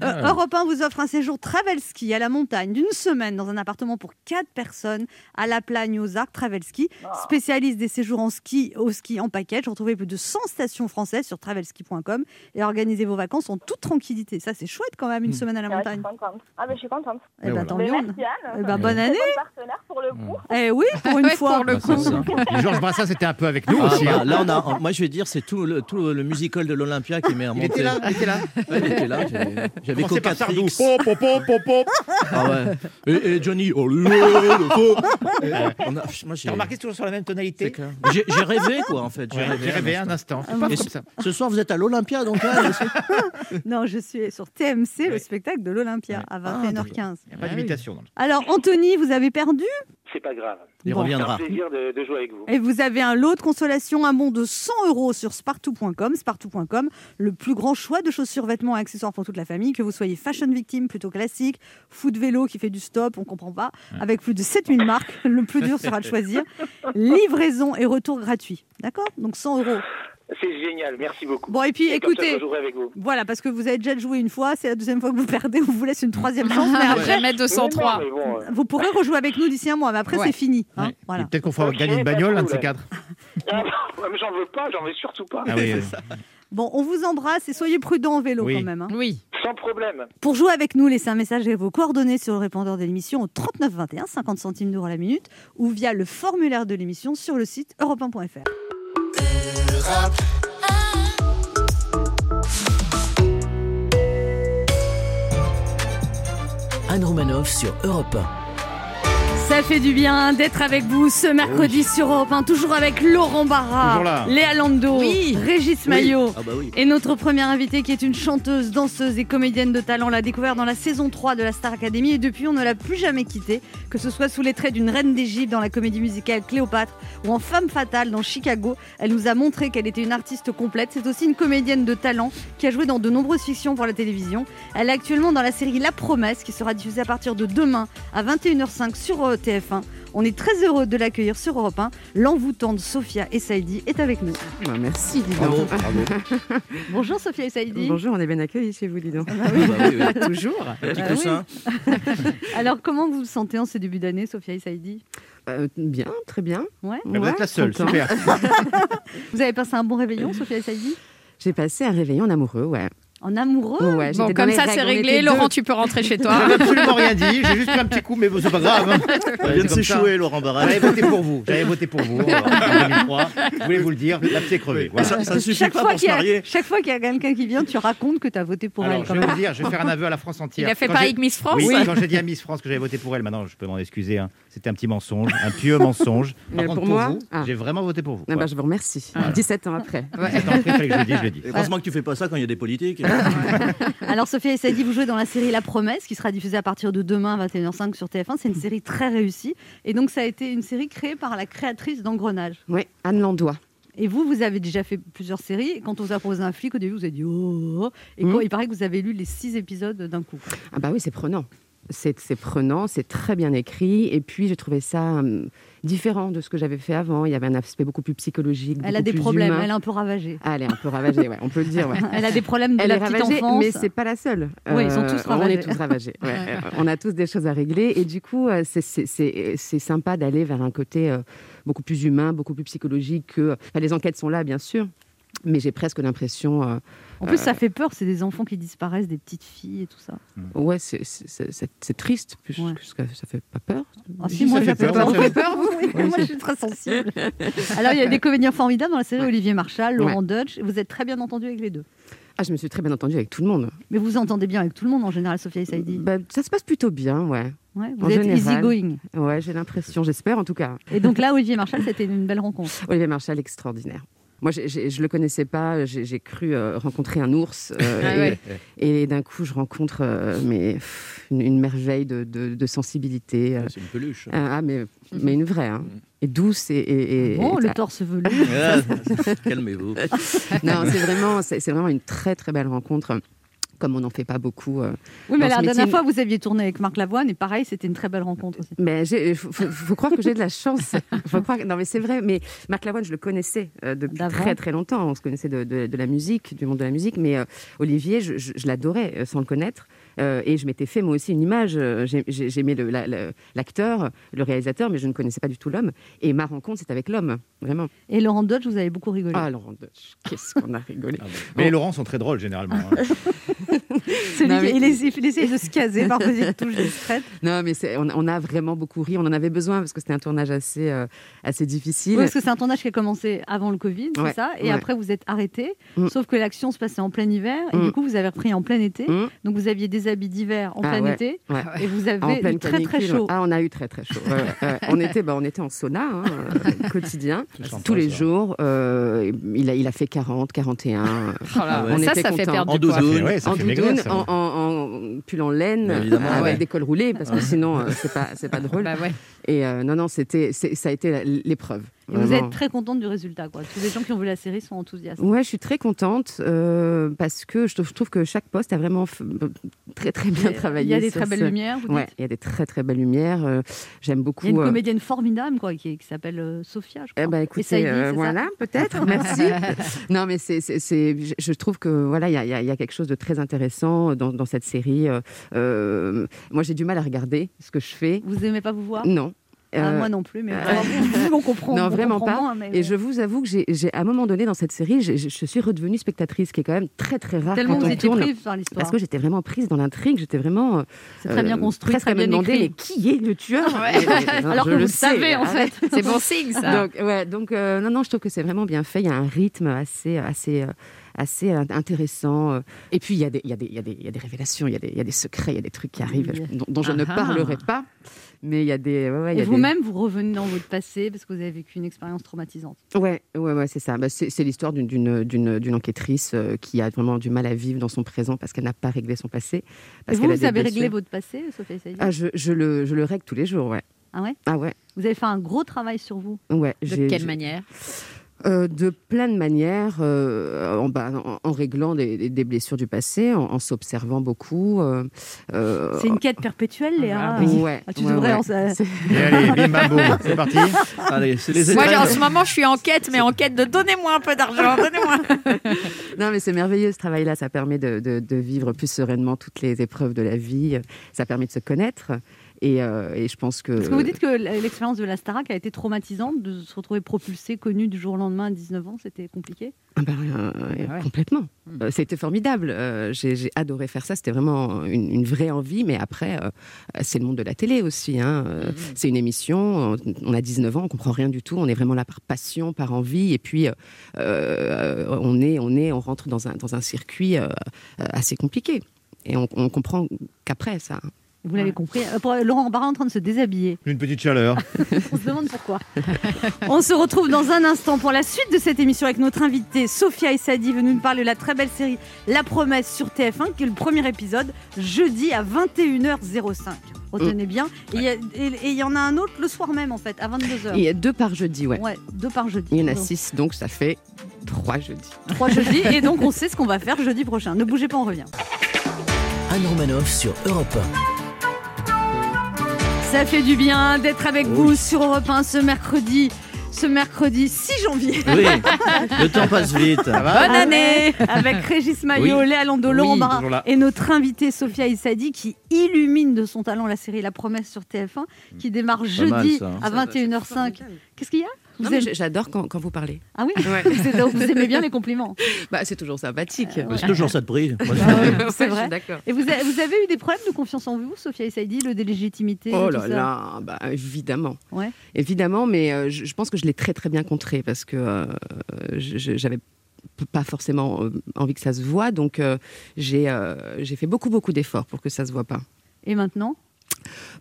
[SPEAKER 4] Ah.
[SPEAKER 3] Euh, Europe 1 vous offre un séjour Travelski à la montagne d'une semaine dans un appartement pour 4 personnes à La Plagne aux Arcs. Travelski,
[SPEAKER 5] Ah.
[SPEAKER 3] spécialiste des séjours en ski, au ski en package. Retrouvez plus de 100 stations françaises sur travelski.com et organisez vos vacances en toute tranquillité. Ça, c'est chouette quand
[SPEAKER 4] Hmm.
[SPEAKER 3] même, une semaine à la
[SPEAKER 8] Ah, je suis
[SPEAKER 3] montagne.
[SPEAKER 8] contente. Ah, bah, je suis contente.
[SPEAKER 3] Eh ben,
[SPEAKER 4] voilà.
[SPEAKER 3] tant
[SPEAKER 8] Mais
[SPEAKER 3] mieux.
[SPEAKER 8] merci,
[SPEAKER 3] Eh
[SPEAKER 8] Anne.
[SPEAKER 3] ben, bonne année.
[SPEAKER 8] Bonne partenaire pour le coup.
[SPEAKER 3] Eh oui,
[SPEAKER 5] (laughs)
[SPEAKER 3] pour une
[SPEAKER 5] ouais,
[SPEAKER 3] fois.
[SPEAKER 4] Bah,
[SPEAKER 5] pour le
[SPEAKER 7] Ah, c'est
[SPEAKER 5] coup.
[SPEAKER 7] ça.
[SPEAKER 4] Et Georges Brassens était un peu avec nous
[SPEAKER 7] Ah,
[SPEAKER 4] aussi.
[SPEAKER 7] bah,
[SPEAKER 4] hein.
[SPEAKER 7] là, on a, moi, je vais dire, c'est tout le, tout le musical de l'Olympia qui m'est
[SPEAKER 4] Il
[SPEAKER 7] remonté.
[SPEAKER 4] était là, il était là.
[SPEAKER 7] Ouais, il était là. j'ai- J'avais
[SPEAKER 4] Commencez par Sardou.
[SPEAKER 7] Cocatrix.
[SPEAKER 4] Pop, pop, pop, pop, pop.
[SPEAKER 7] Ah ouais. (laughs) Et, et Johnny. Oh, le- le
[SPEAKER 4] (laughs)
[SPEAKER 7] feu. Et, euh, on a- pff, moi, j'ai-
[SPEAKER 4] T'as remarqué, c'est toujours sur la même
[SPEAKER 7] c'est
[SPEAKER 4] tonalité.
[SPEAKER 7] clair. J'ai j'ai rêvé, quoi, en fait. J'ai
[SPEAKER 4] Ouais,
[SPEAKER 7] rêvé.
[SPEAKER 4] J'ai rêvé un instant. C'est pas
[SPEAKER 7] Et
[SPEAKER 4] comme
[SPEAKER 7] ce-
[SPEAKER 4] ça.
[SPEAKER 7] Ce soir, vous êtes à
[SPEAKER 4] (laughs)
[SPEAKER 7] l'Olympia, donc là, je sais-
[SPEAKER 3] Non, je ah, suis sur TMC, le
[SPEAKER 4] Ouais. Ah,
[SPEAKER 3] spectacle de l'Olympia, à 21h15.
[SPEAKER 4] Il n'y a pas
[SPEAKER 7] Ah oui.
[SPEAKER 4] d'imitation. dans le-
[SPEAKER 3] Bah Alors, Anthony, vous avez perdu
[SPEAKER 6] C'est pas grave.
[SPEAKER 7] il
[SPEAKER 3] Bon.
[SPEAKER 6] C'est un
[SPEAKER 7] reviendra.
[SPEAKER 6] plaisir de, de jouer avec vous.
[SPEAKER 3] Et vous avez un lot de consolation, un bon de 100 euros sur spartou.com. Spartou.com, le plus grand choix de chaussures, vêtements et accessoires pour toute la famille. Que vous soyez fashion victime, plutôt classique, foot vélo qui fait du stop, on comprend pas, avec plus de 7000 marques. (laughs) Le plus dur sera de choisir. Livraison et retour gratuit. D'accord Donc 100 euros.
[SPEAKER 6] C'est génial. Merci beaucoup.
[SPEAKER 3] Bon, et puis
[SPEAKER 6] Et comme ça,
[SPEAKER 3] écoutez.
[SPEAKER 6] je jouerai avec
[SPEAKER 3] (laughs)
[SPEAKER 6] vous.
[SPEAKER 3] Voilà, parce que vous avez déjà joué une fois, c'est la deuxième fois que vous perdez, on vous laisse une troisième chance,
[SPEAKER 5] (laughs)
[SPEAKER 3] mais
[SPEAKER 5] Ah,
[SPEAKER 3] après,
[SPEAKER 5] Jamais 203.
[SPEAKER 6] Oui, non, mais bon, euh,
[SPEAKER 3] vous pourrez rejouer avec nous d'ici un mois, mais après
[SPEAKER 5] Ouais.
[SPEAKER 3] c'est fini. hein.
[SPEAKER 4] Ouais. Et
[SPEAKER 3] Voilà.
[SPEAKER 4] Peut-être qu'on fera gagner une bagnole, l'un de ces quatre.
[SPEAKER 6] Ah, (laughs) non, mais j'en veux pas, j'en veux surtout pas.
[SPEAKER 4] Ah oui, euh,
[SPEAKER 3] Bon, on vous embrasse et soyez prudents en vélo
[SPEAKER 4] Oui.
[SPEAKER 3] quand même. hein.
[SPEAKER 5] Oui.
[SPEAKER 6] Sans problème.
[SPEAKER 3] Pour jouer avec nous, laissez un message et vos coordonnées sur le répondeur de l'émission au 39 21, 50 centimes d'euros la minute, ou via le formulaire de l'émission sur le site europe 1.fr.
[SPEAKER 2] Anne Romanoff sur Europe
[SPEAKER 3] Ça fait du bien d'être avec vous ce mercredi sur Europe 1, toujours avec Laurent
[SPEAKER 4] Toujours
[SPEAKER 3] Barra,
[SPEAKER 4] là.
[SPEAKER 3] Léa Lando,
[SPEAKER 5] Oui.
[SPEAKER 3] Régis Maillot.
[SPEAKER 7] Ah bah oui.
[SPEAKER 3] Et notre première invitée qui est une chanteuse, danseuse et comédienne de talent, l'a découvert dans la saison 3 de la Star Academy et depuis on ne l'a plus jamais quittée, que ce soit sous les traits d'une reine d'Égypte dans la comédie musicale Cléopâtre ou en femme fatale dans Chicago, elle nous a montré qu'elle était une artiste complète. C'est aussi une comédienne de talent qui a joué dans de nombreuses fictions pour la télévision. Elle est actuellement dans la série La Promesse qui sera diffusée à partir de demain à 21h05 sur euh, TF1. On est très heureux de l'accueillir sur Europe 1. L'envoûtante Sophia Essaidi est avec nous.
[SPEAKER 9] Bah, merci, dis
[SPEAKER 7] Bravo,
[SPEAKER 9] donc.
[SPEAKER 7] bravo.
[SPEAKER 3] Bonjour Sophia Essaidi.
[SPEAKER 9] (laughs) Bonjour, on est bien accueillis chez vous, dis donc.
[SPEAKER 7] Ah bah oui,
[SPEAKER 3] (laughs)
[SPEAKER 7] oui.
[SPEAKER 9] Toujours.
[SPEAKER 7] Petit
[SPEAKER 3] Ah
[SPEAKER 7] coussin.
[SPEAKER 3] (laughs) Alors, comment vous vous sentez en ce début d'année, Sophia Saïdi
[SPEAKER 9] Euh, bien, très bien.
[SPEAKER 3] Ouais.
[SPEAKER 4] Bah, Vous êtes la seule,
[SPEAKER 9] content.
[SPEAKER 4] super.
[SPEAKER 3] (laughs) Vous avez passé un bon réveillon, Sophia Saïdi
[SPEAKER 9] (laughs) J'ai passé un réveillon en amoureux, ouais.
[SPEAKER 3] En amoureux
[SPEAKER 9] Ouais, j'étais
[SPEAKER 5] Bon,
[SPEAKER 9] dans
[SPEAKER 5] comme
[SPEAKER 9] les
[SPEAKER 5] ça,
[SPEAKER 9] règles,
[SPEAKER 5] c'est
[SPEAKER 9] on
[SPEAKER 5] réglé.
[SPEAKER 9] était
[SPEAKER 5] Laurent,
[SPEAKER 9] deux.
[SPEAKER 5] tu peux rentrer chez
[SPEAKER 4] J'ai
[SPEAKER 5] toi.
[SPEAKER 4] absolument rien dit, j'ai juste pris un petit coup, mais bon, c'est pas grave.
[SPEAKER 3] (laughs)
[SPEAKER 4] hein.
[SPEAKER 7] Elle vient
[SPEAKER 4] C'est
[SPEAKER 7] de
[SPEAKER 4] comme ça.
[SPEAKER 7] s'échouer, Laurent Barra.
[SPEAKER 4] J'avais voté pour vous, j'avais voté pour
[SPEAKER 3] (laughs)
[SPEAKER 4] vous euh, en 2003. Je voulais vous le dire, la pied crevée. Voilà.
[SPEAKER 7] Ça, ça suffit
[SPEAKER 3] chaque
[SPEAKER 7] pas
[SPEAKER 3] fois,
[SPEAKER 7] pour se
[SPEAKER 3] qu'il y a,
[SPEAKER 7] marier.
[SPEAKER 3] chaque fois qu'il y a quelqu'un qui vient, tu racontes que tu as voté pour
[SPEAKER 4] Alors,
[SPEAKER 3] elle.
[SPEAKER 4] je
[SPEAKER 3] Quand
[SPEAKER 4] vais
[SPEAKER 3] même.
[SPEAKER 4] vous dire, je vais
[SPEAKER 3] (laughs)
[SPEAKER 4] faire un aveu à la France entière.
[SPEAKER 5] Il a fait
[SPEAKER 4] Quand
[SPEAKER 5] pareil
[SPEAKER 4] j'ai-
[SPEAKER 5] avec Miss France.
[SPEAKER 4] Oui, quand j'ai dit à Miss France que j'avais voté pour elle, maintenant je peux m'en excuser, hein. c'était un petit mensonge, un pieux mensonge. Par
[SPEAKER 9] Mais
[SPEAKER 4] contre,
[SPEAKER 9] pour
[SPEAKER 4] pour,
[SPEAKER 9] moi
[SPEAKER 4] vous,
[SPEAKER 9] Ah.
[SPEAKER 4] j'ai vraiment voté pour vous.
[SPEAKER 9] Ah
[SPEAKER 4] (laughs)
[SPEAKER 9] bah,
[SPEAKER 4] Voilà.
[SPEAKER 9] je vous remercie. 17 ans après.
[SPEAKER 4] Attends, après, il fallait que je le dise, je le dis. (laughs)
[SPEAKER 7] Heureusement que tu fais pas ça quand il y a des politiques.
[SPEAKER 3] Alors Sophia et Sadie, vous jouez dans la série La Promesse, qui sera diffusée à partir de demain à 21h05 sur TF1. C'est une série très réussie. Et donc ça a été une série créée par la créatrice d'Engrenage.
[SPEAKER 9] Oui, Anne Landois.
[SPEAKER 3] Et vous, vous avez déjà fait plusieurs séries. Et Quand on vous a proposé un flic, au début, vous avez dit oh. Et
[SPEAKER 9] Mhm.
[SPEAKER 3] quand- il paraît que vous avez lu les six épisodes d'un coup. quoi.
[SPEAKER 9] Ah bah oui, c'est prenant. C'est c'est prenant, c'est très bien écrit. Et puis, j'ai trouvé ça hum, différent de ce que j'avais fait avant. Il y avait un aspect beaucoup plus psychologique.
[SPEAKER 3] Elle a
[SPEAKER 9] beaucoup
[SPEAKER 3] des
[SPEAKER 9] plus
[SPEAKER 3] problèmes,
[SPEAKER 9] humain.
[SPEAKER 3] elle est un peu ravagée.
[SPEAKER 9] Ah, elle est un peu ravagée, ouais, on peut le dire.
[SPEAKER 3] (laughs)
[SPEAKER 9] ouais.
[SPEAKER 3] Elle a des problèmes de
[SPEAKER 9] Elle
[SPEAKER 3] la
[SPEAKER 9] est
[SPEAKER 3] petite
[SPEAKER 9] ravagée,
[SPEAKER 3] enfance.
[SPEAKER 9] mais c'est pas la seule.
[SPEAKER 3] Oui, ils sont
[SPEAKER 5] Euh,
[SPEAKER 3] tous
[SPEAKER 9] Euh, On
[SPEAKER 3] ravagés.
[SPEAKER 9] est tous (laughs)
[SPEAKER 3] (laughs)
[SPEAKER 9] ravagés. ouais. Euh, on a tous des choses à régler. Et du coup, euh, c'est- c'est- c'est c'est sympa d'aller vers un côté euh, beaucoup plus humain, beaucoup plus psychologique. Que... enfin, les enquêtes sont là, bien sûr. Mais j'ai presque l'impression. euh, Hmm.
[SPEAKER 3] En plus, ça fait peur, c'est des enfants qui disparaissent, des petites filles et tout ça.
[SPEAKER 9] Ouais, c'est- c'est c'est- c'est triste, plus
[SPEAKER 3] Ouais.
[SPEAKER 9] que ça- ça fait pas peur.
[SPEAKER 3] Ah, si,
[SPEAKER 9] Si,
[SPEAKER 3] moi
[SPEAKER 9] ça
[SPEAKER 3] j'ai
[SPEAKER 9] fait
[SPEAKER 3] peur.
[SPEAKER 9] peur,
[SPEAKER 3] Vous
[SPEAKER 9] ça
[SPEAKER 3] avez
[SPEAKER 9] fait
[SPEAKER 3] peur, vous
[SPEAKER 9] Oui,
[SPEAKER 3] (laughs) Moi je
[SPEAKER 9] c'est-
[SPEAKER 3] suis très sensible. Alors il y a des comédiens formidables dans la série Olivier Marchal, Laurent Dutch. Vous êtes très bien entendu avec les deux.
[SPEAKER 9] Ah, je me suis très bien entendue avec tout le monde.
[SPEAKER 3] Mais vous vous entendez bien avec tout le monde en général, Sophia et Saïdi.
[SPEAKER 9] Bah, ça se passe plutôt bien, ouais.
[SPEAKER 3] Ouais, vous
[SPEAKER 9] en
[SPEAKER 3] êtes
[SPEAKER 9] général.
[SPEAKER 3] easygoing.
[SPEAKER 9] Ouais, j'ai l'impression, j'espère en tout cas.
[SPEAKER 3] Et donc là, Olivier Marchal, c'était une belle rencontre.
[SPEAKER 9] Olivier Marchal, extraordinaire. Moi, j'ai- j'ai- je le connaissais pas, j'ai j'ai cru euh, rencontrer un ours. euh,
[SPEAKER 5] Ah
[SPEAKER 9] et
[SPEAKER 5] ouais.
[SPEAKER 9] et d'un coup, je rencontre euh, mais, pff, une, une merveille de, de- de sensibilité. euh.
[SPEAKER 7] C'est une peluche.
[SPEAKER 9] ah, ah, mais, mais une vraie, hein. Et douce et. et- et-
[SPEAKER 3] Mm-hmm. Ah Bon,
[SPEAKER 9] et-
[SPEAKER 3] le
[SPEAKER 9] (laughs)
[SPEAKER 3] torse velu.
[SPEAKER 7] Ah, Calmez-vous.
[SPEAKER 9] Non, c'est vraiment, c'est c'est vraiment une très très belle rencontre. Comme on n'en fait pas beaucoup. euh.
[SPEAKER 3] Oui,
[SPEAKER 9] Dans
[SPEAKER 3] mais la
[SPEAKER 9] ce
[SPEAKER 3] dernière
[SPEAKER 9] métier-
[SPEAKER 3] fois, vous aviez tourné avec Marc Lavoine et pareil, c'était une très belle rencontre aussi.
[SPEAKER 9] Mais il faut, faut- faut croire que j'ai de
[SPEAKER 3] (laughs)
[SPEAKER 9] la chance. (laughs) Faut croire que- non, mais c'est vrai. Mais Marc Lavoine, je le connaissais euh, depuis
[SPEAKER 3] D'avant.
[SPEAKER 9] très très longtemps. On se connaissait de, de- de la musique, du monde de la musique. Mais euh, Olivier, je, je- je l'adorais euh, sans le connaître. Euh, et je m'étais fait moi aussi une image. Euh, j'ai- j'ai- J'aimais le- la- le- l'acteur, le réalisateur, mais je ne connaissais pas du tout l'homme. Et ma rencontre, c'est avec l'homme, vraiment.
[SPEAKER 3] Et Laurent Dodge, vous avez beaucoup rigolé.
[SPEAKER 9] Ah, Laurent Deutsch, qu'est-ce qu'on a rigolé.
[SPEAKER 4] Ah, Mais les Laurent sont très drôles généralement. hein.
[SPEAKER 3] Celui
[SPEAKER 9] non,
[SPEAKER 3] qui-
[SPEAKER 9] mais-
[SPEAKER 3] il, essaie, il essaie de
[SPEAKER 9] (laughs)
[SPEAKER 3] se caser par petites touches discrètes.
[SPEAKER 9] Non, mais c'est- on, on a vraiment beaucoup ri. On en avait besoin parce que c'était un tournage assez, euh, assez difficile.
[SPEAKER 3] Oui, parce que c'est un tournage qui a commencé avant le Covid, c'est
[SPEAKER 9] Ouais,
[SPEAKER 3] ça Et
[SPEAKER 9] ouais.
[SPEAKER 3] après, vous êtes arrêté.
[SPEAKER 9] Mm.
[SPEAKER 3] Sauf que l'action se passait en plein hiver. Et
[SPEAKER 9] Mm.
[SPEAKER 3] du coup, vous avez repris en plein été.
[SPEAKER 9] Mm.
[SPEAKER 3] Donc, vous aviez des habits d'hiver en
[SPEAKER 9] Ah
[SPEAKER 3] plein
[SPEAKER 9] ouais.
[SPEAKER 3] été.
[SPEAKER 9] Ouais.
[SPEAKER 3] Et vous
[SPEAKER 9] En
[SPEAKER 3] avez eu
[SPEAKER 9] pleine
[SPEAKER 3] très, très
[SPEAKER 9] canicule.
[SPEAKER 3] chaud.
[SPEAKER 9] Ah, on a eu très très chaud. Ouais, ouais, ouais. on était, bah, on était en sauna hein, euh,
[SPEAKER 7] (laughs)
[SPEAKER 9] quotidien,
[SPEAKER 4] C'est sympa,
[SPEAKER 9] tous les
[SPEAKER 7] hein.
[SPEAKER 4] ça.
[SPEAKER 9] jours. euh, il a, il a fait 40, 41.
[SPEAKER 5] Oh
[SPEAKER 3] Oh
[SPEAKER 9] on
[SPEAKER 5] Ah ça,
[SPEAKER 9] était
[SPEAKER 5] ça fait
[SPEAKER 9] contents.
[SPEAKER 5] perdre
[SPEAKER 7] En
[SPEAKER 5] du poids.
[SPEAKER 4] Ça fait,
[SPEAKER 7] doudoune.
[SPEAKER 4] ouais, ça
[SPEAKER 9] en
[SPEAKER 4] fait maigrir,
[SPEAKER 9] doudoune,
[SPEAKER 4] ça.
[SPEAKER 9] en, en- en pull en laine,
[SPEAKER 7] Évidemment,
[SPEAKER 9] euh, avec
[SPEAKER 7] ouais.
[SPEAKER 9] des cols roulés, parce que sinon euh, c'est pas, c'est pas drôle.
[SPEAKER 5] Bah ouais.
[SPEAKER 9] Et euh, non non, c'était, c'est- ça a été la- l'épreuve.
[SPEAKER 3] Et vous
[SPEAKER 9] vraiment.
[SPEAKER 3] êtes très contente du résultat. Quoi. Tous les gens qui ont vu la série sont enthousiastes.
[SPEAKER 9] Ouais, je suis très contente euh, parce que je trouve, je trouve que chaque poste a vraiment f- très très bien travaillé.
[SPEAKER 3] Il y a des
[SPEAKER 9] sur
[SPEAKER 3] très belles
[SPEAKER 9] ce-
[SPEAKER 3] lumières. Vous
[SPEAKER 9] Ouais,
[SPEAKER 3] dites.
[SPEAKER 9] il y a des très très belles lumières. euh, J'aime beaucoup.
[SPEAKER 3] Il y a une
[SPEAKER 9] euh,
[SPEAKER 3] comédienne formidable quoi, qui, qui s'appelle euh, Sophia, je crois.
[SPEAKER 9] Eh ben,
[SPEAKER 3] Et ça
[SPEAKER 9] écoutez,
[SPEAKER 3] y est,
[SPEAKER 9] euh,
[SPEAKER 3] c'est ça
[SPEAKER 9] voilà,
[SPEAKER 3] (laughs)
[SPEAKER 9] peut-être, merci. (laughs) non, mais c'est, c'est, c'est- je- je trouve que voilà, il y a, il y a- il y a quelque chose de très intéressant dans, dans cette série. Euh, euh, moi, j'ai du mal à regarder ce que je fais.
[SPEAKER 3] Vous aimez pas vous voir
[SPEAKER 9] Non.
[SPEAKER 3] Ah,
[SPEAKER 9] Euh,
[SPEAKER 3] Moi non plus, mais
[SPEAKER 9] euh,
[SPEAKER 3] vraiment, vous, on comprend.
[SPEAKER 9] Non,
[SPEAKER 3] on
[SPEAKER 9] vraiment
[SPEAKER 3] comprend
[SPEAKER 9] pas.
[SPEAKER 3] moins, mais-
[SPEAKER 9] et je vous avoue que j'ai, j'ai- à un moment donné dans cette série, j'ai- je, je suis redevenue spectatrice, qui est quand même très très rare
[SPEAKER 3] Tellement
[SPEAKER 9] quand
[SPEAKER 3] vous
[SPEAKER 9] on
[SPEAKER 3] étiez
[SPEAKER 9] tourne.
[SPEAKER 3] prise par l'histoire.
[SPEAKER 9] Parce que j'étais vraiment prise dans l'intrigue, j'étais vraiment. euh,
[SPEAKER 3] C'est très bien construit,
[SPEAKER 9] Presque
[SPEAKER 3] très
[SPEAKER 9] à me
[SPEAKER 3] bien
[SPEAKER 9] demander,
[SPEAKER 3] écrit.
[SPEAKER 9] mais qui est le tueur Ah
[SPEAKER 5] Ouais.
[SPEAKER 9] (laughs) Alors
[SPEAKER 5] que vous savez, en fait. C'est bon signe, ça.
[SPEAKER 9] Donc, ouais, donc euh, non, non, je trouve que c'est vraiment bien fait. Il y a un rythme assez, assez, euh, assez in- intéressant. euh. Et puis, il y, a des- il y, a des- il y a des il y a des révélations, il y, a des- il y a des secrets, il y a des trucs qui arrivent je- dont, dont je ne
[SPEAKER 5] Ah ah.
[SPEAKER 9] parlerai pas. Mais il y a des. ouais, ouais, il y
[SPEAKER 3] Et
[SPEAKER 9] a des-
[SPEAKER 3] vous-même, vous revenez dans votre passé parce que vous avez vécu une expérience traumatisante.
[SPEAKER 9] Ouais, ouais, ouais, c'est ça. Bah, c'est c'est l'histoire d'une- d'une d'une- d'une enquêtrice euh, qui a vraiment du mal à vivre dans son présent parce qu'elle n'a pas réglé son passé.
[SPEAKER 3] Et
[SPEAKER 9] Parce
[SPEAKER 3] vous,
[SPEAKER 9] qu'elle a
[SPEAKER 3] vous
[SPEAKER 9] des
[SPEAKER 3] avez réglé
[SPEAKER 9] blessures.
[SPEAKER 3] votre passé, Sophie Saïdi
[SPEAKER 9] Ah, je, je le, je le règle tous les jours, ouais.
[SPEAKER 3] Ah ouais
[SPEAKER 9] Ah ouais,
[SPEAKER 3] Vous avez fait un gros travail sur vous.
[SPEAKER 9] ouais.
[SPEAKER 5] De
[SPEAKER 9] j'ai-
[SPEAKER 5] quelle
[SPEAKER 9] j'ai-
[SPEAKER 5] manière
[SPEAKER 9] Euh, De plein de manières, euh, en, bah, en- en réglant des, des- des blessures du passé, en, en s'observant beaucoup. euh, euh,
[SPEAKER 3] C'est une quête perpétuelle, Léa.
[SPEAKER 5] Ah oui.
[SPEAKER 9] Ouais,
[SPEAKER 3] Ah, tu
[SPEAKER 9] ouais,
[SPEAKER 3] devrais
[SPEAKER 9] ouais.
[SPEAKER 3] en sa-
[SPEAKER 9] C'est-
[SPEAKER 4] Et (laughs) allez, bim bam boum, c'est parti.
[SPEAKER 7] Allez, c'est les
[SPEAKER 5] Moi, en
[SPEAKER 7] étapes.
[SPEAKER 5] ce moment, je suis en quête, mais en quête de donnez-moi un peu d'argent, donnez-moi.
[SPEAKER 9] Non, mais c'est merveilleux ce travail-là. Ça permet de, de- de vivre plus sereinement toutes les épreuves de la vie. Ça permet de se connaître. Et, euh, et je pense que.
[SPEAKER 3] Parce que vous dites que l- l'expérience de la Starac a été traumatisante, de se retrouver propulsé, connu du jour au lendemain à 19 ans, c'était compliqué.
[SPEAKER 9] Ah ben, euh,
[SPEAKER 5] Ah ouais.
[SPEAKER 9] Complètement. Euh, C'était formidable. Euh, J'ai j'ai adoré faire ça. C'était vraiment une, une vraie envie. Mais après, euh, c'est le monde de la télé aussi. hein. Euh, C'est une émission. On- On a 19 ans, on comprend rien du tout. On est vraiment là par passion, par envie. Et puis, euh, euh, on, est, on, est, on rentre dans un, dans un circuit euh, euh, assez compliqué. Et on, on comprend qu'après ça.
[SPEAKER 3] Vous l'avez compris. Euh, pour- Laurent Barra est en train de se déshabiller.
[SPEAKER 4] Une petite chaleur.
[SPEAKER 3] On se demande pourquoi. On se retrouve dans un instant pour la suite de cette émission avec notre invitée Sophia Essadi, venue nous parler de la très belle série La Promesse sur TF1, qui est le premier épisode, jeudi à 21h05. Retenez bien. Et il y a- et- et il y en a un autre le soir même, en fait, à 22h.
[SPEAKER 9] Il y a deux par jeudi, ouais.
[SPEAKER 3] Ouais, deux par jeudi.
[SPEAKER 9] Il y en a
[SPEAKER 3] Donc,
[SPEAKER 9] six, donc ça fait trois jeudis.
[SPEAKER 3] Trois jeudis. Et donc, on sait ce qu'on va faire jeudi prochain. Ne bougez pas, on revient.
[SPEAKER 2] Anne Romanoff sur Europe
[SPEAKER 3] Ça fait du bien d'être avec vous sur Europe 1 ce mercredi. Ce mercredi 6 janvier.
[SPEAKER 7] Oui,
[SPEAKER 3] (laughs)
[SPEAKER 7] le temps passe vite.
[SPEAKER 3] Bonne
[SPEAKER 4] Ah,
[SPEAKER 3] année Avec Régis Maillot,
[SPEAKER 7] Oui.
[SPEAKER 3] Léa Landau,
[SPEAKER 7] Oui,
[SPEAKER 3] Laurent Barra
[SPEAKER 7] toujours là.
[SPEAKER 3] et notre invitée Sophia Issadi qui illumine de son talent la série La Promesse sur TF1 qui démarre jeudi
[SPEAKER 7] Hmm. mal, ça, hein.
[SPEAKER 3] à 21h05. Qu'est-ce qu'il y a Vous
[SPEAKER 9] Non, mais
[SPEAKER 3] aimez-
[SPEAKER 9] j'- j'adore quand, quand vous parlez.
[SPEAKER 3] Ah oui (laughs) Vous- donc vous aimez bien
[SPEAKER 9] (laughs)
[SPEAKER 3] les compliments.
[SPEAKER 9] Bah, c'est toujours sympathique.
[SPEAKER 7] Mais C'est toujours ça
[SPEAKER 3] (laughs)
[SPEAKER 7] de prix. Moi, je-
[SPEAKER 3] c'est
[SPEAKER 9] Ouais, je
[SPEAKER 3] vrai.
[SPEAKER 9] suis d'accord.
[SPEAKER 3] Et vous, a- vous avez eu des problèmes de confiance en vous, Sophia Issadi, le délégitimité
[SPEAKER 9] Oh
[SPEAKER 3] tout
[SPEAKER 9] là
[SPEAKER 3] ça
[SPEAKER 9] là, bah, évidemment.
[SPEAKER 3] Ouais.
[SPEAKER 9] Évidemment, mais euh, je, je pense que je l'ai très très bien contré parce que euh, je- je- j'avais p- pas forcément euh, envie que ça se voit, donc euh, j'ai euh, j'ai fait beaucoup beaucoup d'efforts pour que ça se voit pas.
[SPEAKER 3] Et maintenant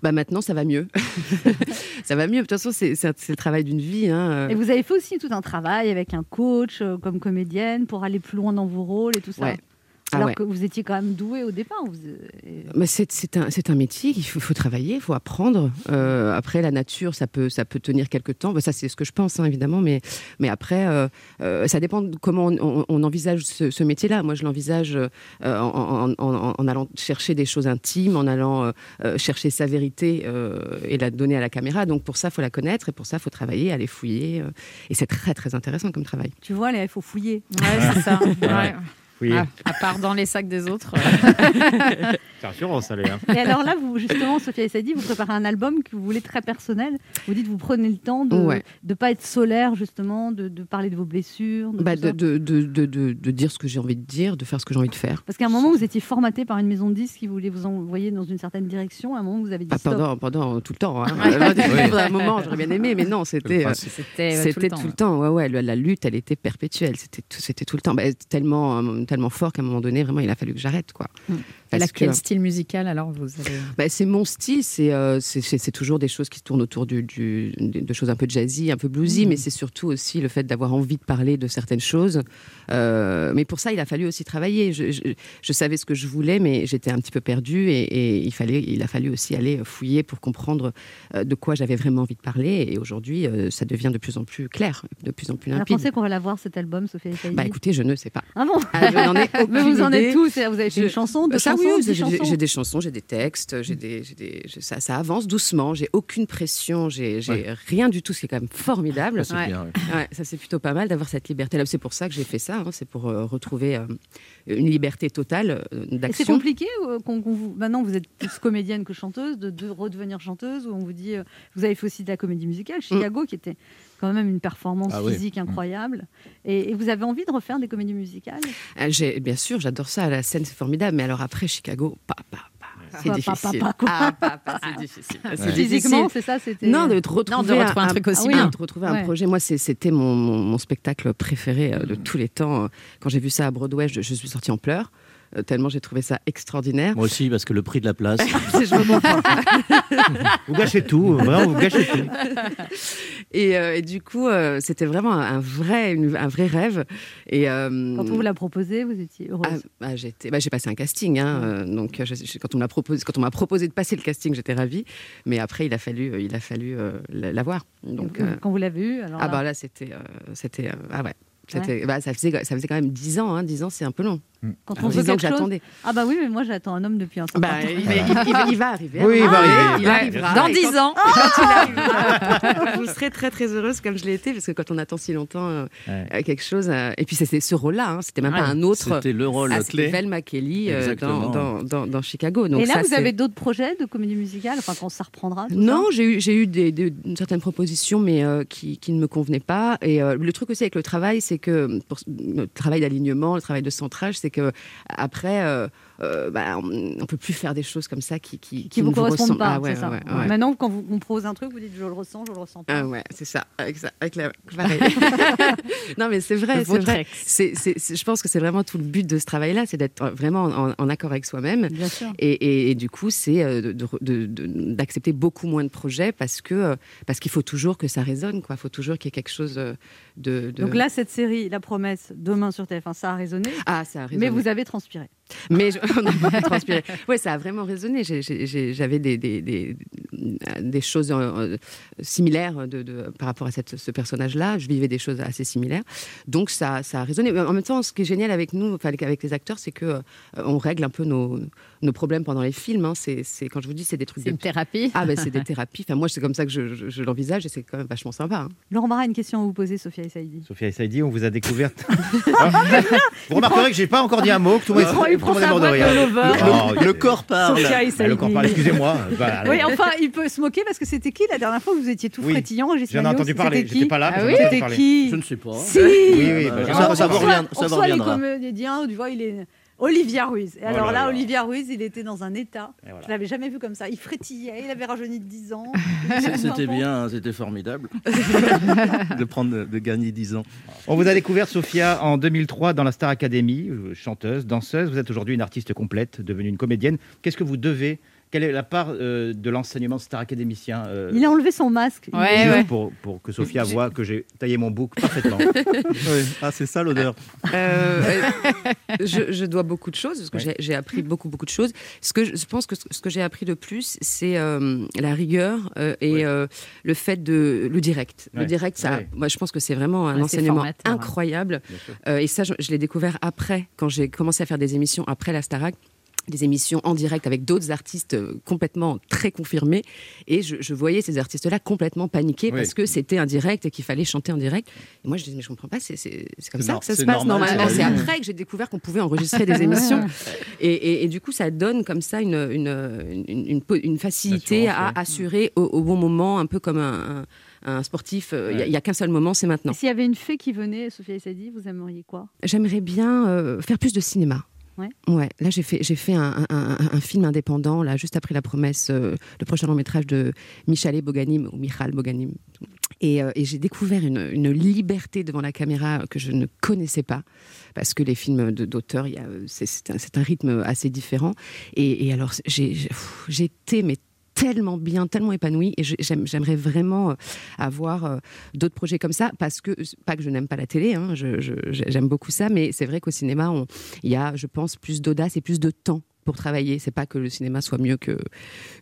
[SPEAKER 9] Bah maintenant ça va
[SPEAKER 3] (laughs)
[SPEAKER 9] mieux, (laughs) ça va mieux. De toute façon c'est c'est- c'est le travail d'une vie. hein.
[SPEAKER 3] Et vous avez fait aussi tout un travail avec un coach euh, comme comédienne pour aller plus loin dans vos rôles et tout ça.
[SPEAKER 9] Ouais. Ah
[SPEAKER 3] Alors
[SPEAKER 9] ouais.
[SPEAKER 3] que vous étiez quand même doué au départ. vous- euh,
[SPEAKER 9] Mais c'est c'est un, c'est un métier, il faut, faut travailler, il faut apprendre. Euh, après, la nature, ça peut, ça peut tenir quelques temps. Bah, ça, c'est ce que je pense, hein, évidemment. Mais, mais après, euh, euh, ça dépend de comment on, on- on envisage ce, ce métier-là. Moi, je l'envisage euh, en, en- en- en allant chercher des choses intimes, en allant euh, euh, chercher sa vérité euh, et la donner à la caméra. Donc, pour ça, il faut la connaître et pour ça, il faut travailler, aller fouiller. euh. et c'est très, très intéressant comme travail.
[SPEAKER 3] Tu vois, Léa, il faut fouiller.
[SPEAKER 5] Ouais, c'est ça. Ouais.
[SPEAKER 4] Oui,
[SPEAKER 5] Ah, à
[SPEAKER 9] (laughs)
[SPEAKER 5] part dans les sacs des autres.
[SPEAKER 4] c'est rassurant, ça, Léa.
[SPEAKER 3] Et alors là, vous, justement, Sophia Essadi, vous préparez un album que vous voulez très personnel. Vous dites, vous prenez le temps de ne
[SPEAKER 9] Ouais.
[SPEAKER 3] pas être solaire, justement, de, de parler de vos blessures. de
[SPEAKER 9] Bah,
[SPEAKER 3] tout ça.
[SPEAKER 9] de, de- de- de- de- de dire ce que j'ai envie de dire, de faire ce que j'ai envie de faire.
[SPEAKER 3] Parce qu'à un moment, vous étiez formaté par une maison de disques qui voulait vous envoyer dans une certaine direction. À un moment, vous avez dit
[SPEAKER 9] Ah,
[SPEAKER 3] stop.
[SPEAKER 9] pendant, pendant tout le temps.
[SPEAKER 5] (laughs)
[SPEAKER 9] Hein. Euh, pendant un moment, j'aurais bien aimé, mais non, c'était. euh,
[SPEAKER 5] C'était ouais,
[SPEAKER 9] C'était tout le temps, ouais, ouais, la, la lutte, elle était perpétuelle, c'était tout, c'était tout le temps, Bah, tellement, euh, tellement fort qu'à un moment donné, vraiment, il a fallu que j'arrête, quoi.
[SPEAKER 5] Mm.
[SPEAKER 9] Parce
[SPEAKER 5] Et là,
[SPEAKER 9] que,
[SPEAKER 5] quel style musical alors vous avez
[SPEAKER 9] bah, c'est mon style, c'est, euh, c'est, c'est- c'est toujours des choses qui tournent autour du, du- des- de choses un peu jazzy, un peu bluesy,
[SPEAKER 3] Mm.
[SPEAKER 9] mais c'est surtout aussi le fait d'avoir envie de parler de certaines choses. Euh, mais pour ça, il a fallu aussi travailler. Je, je- je savais ce que je voulais, mais j'étais un petit peu perdue et, et il, fallait, il a fallu aussi aller fouiller pour comprendre euh, de quoi j'avais vraiment envie de parler. Et aujourd'hui, euh, ça devient de plus en plus clair, de plus en plus
[SPEAKER 3] Alors,
[SPEAKER 9] limpide.
[SPEAKER 3] pensez qu'on va la voir, cet album, Sophia Essadi
[SPEAKER 9] Bah écoutez, je ne sais pas.
[SPEAKER 3] Ah bon
[SPEAKER 9] Ah, je n'en ai aucune
[SPEAKER 3] (laughs) Mais vous en
[SPEAKER 9] idée.
[SPEAKER 3] êtes tous. Vous avez fait
[SPEAKER 9] Je- Bah,
[SPEAKER 3] une chanson, deux
[SPEAKER 9] ça, oui,
[SPEAKER 3] chansons,
[SPEAKER 9] oui,
[SPEAKER 3] dix
[SPEAKER 9] j'ai- j'ai-
[SPEAKER 3] chansons. Mm.
[SPEAKER 9] j'ai des chansons, j'ai des textes, j'ai des, j'ai des- je- ça, ça avance doucement, j'ai aucune pression, j'ai j'ai rien du tout, ce qui est quand même formidable.
[SPEAKER 7] Ah, c'est
[SPEAKER 9] Ouais.
[SPEAKER 7] bien, ouais.
[SPEAKER 9] Ouais, ça, c'est plutôt pas mal d'avoir cette liberté-là. C'est pour ça que j'ai fait ça, hein, c'est pour euh, retrouver euh, une liberté totale euh,
[SPEAKER 3] Et c'est
[SPEAKER 9] d'action.
[SPEAKER 3] compliqué euh, qu'on, qu'on vous... Maintenant, vous êtes plus comédienne que chanteuse, de, de redevenir chanteuse, où on vous dit... euh, vous avez fait aussi de la comédie musicale,
[SPEAKER 9] Mm.
[SPEAKER 3] Chicago, qui était quand même une performance
[SPEAKER 7] Ah oui.
[SPEAKER 3] physique incroyable. Et, et vous avez envie de refaire des comédies musicales
[SPEAKER 9] Ah, j'ai- Bien sûr, j'adore ça, la scène, c'est formidable, mais alors après, Chicago, pa, pa, pa, c'est
[SPEAKER 3] Pa, pa,
[SPEAKER 9] difficile.
[SPEAKER 3] pa, pa, quoi.
[SPEAKER 9] Ah, pa, pa, c'est difficile. C'est difficile.
[SPEAKER 3] bah, Physiquement, Ah, c'est ça c'était... euh,
[SPEAKER 9] Non, de te retrouver,
[SPEAKER 5] Non, de retrouver un truc aussi
[SPEAKER 9] ah oui,
[SPEAKER 5] bien.
[SPEAKER 9] de retrouver
[SPEAKER 3] Ouais.
[SPEAKER 9] un projet. Moi, c'est- c'était mon, mon, mon spectacle préféré euh, de tous les temps. Quand j'ai vu ça à Broadway, je, je suis sortie en pleurs, euh, tellement j'ai trouvé ça extraordinaire.
[SPEAKER 7] Moi aussi, parce que le prix de
[SPEAKER 9] (laughs)
[SPEAKER 7] la place.
[SPEAKER 9] Je me
[SPEAKER 7] (laughs)
[SPEAKER 9] montre.
[SPEAKER 4] Vous gâchez tout,
[SPEAKER 7] euh,
[SPEAKER 4] vraiment, vous gâchez tout.
[SPEAKER 9] et, euh, et du coup, euh, c'était vraiment un, un vrai, une- un vrai rêve. Et, euh,
[SPEAKER 3] Quand on vous l'a proposé, vous étiez
[SPEAKER 9] ah,
[SPEAKER 3] heureuse.
[SPEAKER 9] bah, j'étais- bah, j'ai passé un casting, hein, euh, donc euh, je- je- quand on m'a proposé, quand on m'a proposé de passer le casting, j'étais ravie. Mais après, il a fallu, euh, il a fallu euh, la- l'avoir. Donc,
[SPEAKER 3] Et vous-
[SPEAKER 9] euh,
[SPEAKER 3] Quand vous l'avez eu, alors
[SPEAKER 9] Ah
[SPEAKER 3] là-
[SPEAKER 9] bah là, c'était... euh, c'était euh, ah ouais. C'était- bah, ça, faisait, ça faisait quand même 10 ans, hein. 10 ans c'est un peu long.
[SPEAKER 7] Mm.
[SPEAKER 3] quand on
[SPEAKER 9] 10
[SPEAKER 3] veut
[SPEAKER 9] ans que
[SPEAKER 3] quelque chose...
[SPEAKER 9] j'attendais.
[SPEAKER 3] Ah bah oui, mais moi j'attends un homme depuis un certain
[SPEAKER 9] Bah,
[SPEAKER 3] temps.
[SPEAKER 9] il, va- il- il va- il va arriver.
[SPEAKER 4] Oui, il va
[SPEAKER 9] Ah,
[SPEAKER 4] arriver.
[SPEAKER 9] il arrivera.
[SPEAKER 5] Dans
[SPEAKER 9] Et
[SPEAKER 5] 10 ans.
[SPEAKER 9] quand- quand il (laughs) arrivera, Vous serez très très heureuse comme je l'ai été, parce que quand on attend si longtemps euh,
[SPEAKER 4] Ouais.
[SPEAKER 9] euh, quelque chose, euh, et puis c'était ce rôle-là, hein, c'était même pas un autre.
[SPEAKER 7] C'était le rôle
[SPEAKER 9] Ah, C'était
[SPEAKER 7] clé.
[SPEAKER 9] Velma Kelly euh, dans,
[SPEAKER 7] Exactement.
[SPEAKER 9] dans, dans, dans Chicago. Donc
[SPEAKER 3] Et là,
[SPEAKER 9] ça,
[SPEAKER 3] vous
[SPEAKER 9] c'est-
[SPEAKER 3] avez d'autres projets de comédie musicale Enfin, quand ça reprendra tout
[SPEAKER 9] Non,
[SPEAKER 3] ça
[SPEAKER 9] j'ai eu, j'ai eu des, des- une certaine proposition, mais euh, qui, qui ne me convenait pas. Et euh, le truc aussi avec le travail, c'est que pour, le travail d'alignement, le travail de centrage, c'est que après, euh, euh, bah, on ne peut plus faire des choses comme ça qui, qui,
[SPEAKER 3] qui vous
[SPEAKER 9] ne
[SPEAKER 3] correspondent
[SPEAKER 9] ressemblent-
[SPEAKER 3] pas.
[SPEAKER 9] Ah ouais,
[SPEAKER 3] c'est ça.
[SPEAKER 9] ouais, ouais.
[SPEAKER 3] Maintenant, quand vous, on propose un truc, vous dites je le ressens, je le ressens (laughs) pas.
[SPEAKER 9] (laughs) Ah ouais, c'est ça, avec, ça, avec la- pareil. (laughs) non mais c'est vrai, c'est
[SPEAKER 5] Votre
[SPEAKER 9] vrai.
[SPEAKER 5] ex.
[SPEAKER 9] C'est- c'est- c'est- je pense que c'est vraiment tout le but de ce travail-là, c'est d'être euh, vraiment en, en accord avec soi-même.
[SPEAKER 3] Bien sûr.
[SPEAKER 9] Et, et- et du coup, c'est euh, de- de- de- d'accepter beaucoup moins de projets parce que euh, parce qu'il faut toujours que ça résonne, quoi. Il faut toujours qu'il y ait quelque chose euh, de. de-
[SPEAKER 3] Donc là, cette série, La Promesse, demain sur TF1, ça a résonné,
[SPEAKER 9] ah, ça résonne.
[SPEAKER 3] mais vous avez transpiré.
[SPEAKER 9] Mais je- (laughs) on a
[SPEAKER 5] (laughs)
[SPEAKER 9] beaucoup transpiré. Oui, ça a vraiment résonné. J'ai- j'ai- j'ai- J'avais des, des, des, des choses euh, euh, similaires de, de- par rapport à cette, ce personnage-là. Je vivais des choses assez similaires. Donc ça, ça a résonné. Mais En même temps, ce qui est génial avec nous, enfin, avec les acteurs, c'est que euh, on règle un peu nos, nos problèmes pendant les films. hein. C'est c'est- quand je vous dis, c'est des trucs
[SPEAKER 5] C'est
[SPEAKER 9] de...
[SPEAKER 5] une thérapie.
[SPEAKER 9] Ah ben c'est
[SPEAKER 5] (laughs)
[SPEAKER 9] des thérapies. Enfin, moi, c'est comme ça que je, je- je l'envisage et c'est quand même vachement sympa. hein.
[SPEAKER 3] Laurent Barra, une question à vous poser, Sophia Essaidi.
[SPEAKER 4] Sophia Essaidi, on vous a découverte.
[SPEAKER 1] Vous remarquerez que j'ai pas encore dit un mot, que tout le monde est- tout le monde est mort de rire.
[SPEAKER 4] Oh,
[SPEAKER 7] Le, le corps parle.
[SPEAKER 3] Sophia
[SPEAKER 4] Ah,
[SPEAKER 1] Bah,
[SPEAKER 3] Essaidi.
[SPEAKER 1] le corps parle, excusez-moi. Bah,
[SPEAKER 3] Oui, enfin, il peut se moquer parce que c'était qui la dernière fois où vous étiez tout
[SPEAKER 4] Oui,
[SPEAKER 3] frétillant Régis
[SPEAKER 4] J'en ai
[SPEAKER 3] Maillot,
[SPEAKER 4] entendu parler,
[SPEAKER 3] C'était
[SPEAKER 4] j'étais
[SPEAKER 3] qui
[SPEAKER 4] pas là. mais
[SPEAKER 5] Ah
[SPEAKER 4] j'en ai
[SPEAKER 5] oui
[SPEAKER 4] entendu
[SPEAKER 3] C'était
[SPEAKER 4] parler.
[SPEAKER 3] qui
[SPEAKER 7] Je ne sais pas.
[SPEAKER 3] Si
[SPEAKER 1] Oui, oui, bah,
[SPEAKER 7] Ah,
[SPEAKER 1] j'en ai
[SPEAKER 7] ça-
[SPEAKER 1] entendu
[SPEAKER 7] ça
[SPEAKER 1] parler.
[SPEAKER 7] vous
[SPEAKER 3] reçoit-
[SPEAKER 7] reviendra-
[SPEAKER 3] on
[SPEAKER 7] ça vous
[SPEAKER 3] reçoit les
[SPEAKER 7] reviendra.
[SPEAKER 3] comédiens, tu vois, il est Olivia Ruiz. Et
[SPEAKER 4] Oh
[SPEAKER 3] alors
[SPEAKER 4] là
[SPEAKER 3] là,
[SPEAKER 4] là.
[SPEAKER 3] Olivia Ruiz, il était dans un état.
[SPEAKER 4] Et voilà.
[SPEAKER 3] Je l'avais jamais vu comme ça. Il frétillait, il avait rajeuni de 10
[SPEAKER 7] (laughs)
[SPEAKER 3] ans.
[SPEAKER 7] C'était bien, c'était formidable (laughs) de prendre, de gagner 10 ans.
[SPEAKER 4] On vous a découvert, Sophia, en 2003 dans la Star Academy, euh, chanteuse, danseuse. Vous êtes aujourd'hui une artiste complète, devenue une comédienne. Qu'est-ce que vous devez Quelle est la part euh, de l'enseignement star académicien euh,
[SPEAKER 3] Il a enlevé son masque.
[SPEAKER 5] Ouais.
[SPEAKER 4] juste Pour, pour que Sophia voit que j'ai taillé mon bouc parfaitement.
[SPEAKER 7] Ah, c'est ça l'odeur.
[SPEAKER 9] Euh,
[SPEAKER 4] (laughs)
[SPEAKER 9] euh, je, je dois beaucoup de choses parce que
[SPEAKER 4] Ouais.
[SPEAKER 9] j'ai- j'ai appris beaucoup beaucoup de choses. Ce que je, je pense que ce ce que j'ai appris le plus, c'est euh, la rigueur euh, et
[SPEAKER 4] Ouais.
[SPEAKER 9] euh, le fait de le direct.
[SPEAKER 4] Ouais.
[SPEAKER 9] Le direct, ça,
[SPEAKER 4] Ouais.
[SPEAKER 9] moi, je pense que c'est vraiment un
[SPEAKER 5] Ouais, c'est
[SPEAKER 9] enseignement
[SPEAKER 5] formateur, hein.
[SPEAKER 9] incroyable.
[SPEAKER 4] Bien sûr.
[SPEAKER 9] Euh, et ça, je, je l'ai découvert après, quand j'ai commencé à faire des émissions après la Starac des émissions en direct avec d'autres artistes euh, complètement très confirmés. Et je, je voyais ces artistes-là complètement paniquer
[SPEAKER 4] Oui.
[SPEAKER 9] parce que c'était un direct et qu'il fallait chanter en direct. Et moi, je disais, mais je comprends pas, c'est c'est- c'est comme
[SPEAKER 7] C'est
[SPEAKER 9] ça
[SPEAKER 7] nor-
[SPEAKER 9] que ça se
[SPEAKER 7] c'est
[SPEAKER 9] passe
[SPEAKER 7] normal,
[SPEAKER 9] normalement.
[SPEAKER 7] c'est
[SPEAKER 9] C'est
[SPEAKER 7] la
[SPEAKER 9] après que j'ai découvert qu'on pouvait enregistrer
[SPEAKER 5] (laughs)
[SPEAKER 9] des émissions. Et, et- et du coup, ça donne comme ça une, une, une, une po- une facilité à
[SPEAKER 4] L'assurance,
[SPEAKER 9] assurer au, au bon moment, un peu comme un, un- un sportif. euh, Il n'y a,
[SPEAKER 4] Ouais.
[SPEAKER 9] il y a qu'un seul moment, c'est maintenant.
[SPEAKER 3] S'il y avait une fée qui venait, Sophia Essadi, vous aimeriez quoi
[SPEAKER 9] J'aimerais bien euh, faire plus de cinéma.
[SPEAKER 3] Ouais.
[SPEAKER 9] là j'ai fait, j'ai fait un, un- un- un film indépendant, là, juste après La Promesse, euh, le prochain long métrage de Michale Boganim, ou Michal Boganim. Et, euh, et j'ai découvert une, une liberté devant la caméra que je ne connaissais pas, parce que les films de- d'auteur, il y a, euh, c'est- c'est un, c'est un rythme assez différent. Et, et alors, j'ai- j'ai- pff, j'étais, mais tellement bien, tellement épanouie, et je- j'aime- j'aimerais vraiment euh, avoir euh, d'autres projets comme ça, parce que, euh, pas que je n'aime pas la télé, hein, je- je- j'aime beaucoup ça, mais c'est vrai qu'au cinéma, on- il y a, je pense, plus d'audace et plus de temps pour travailler. C'est pas que le cinéma soit mieux que,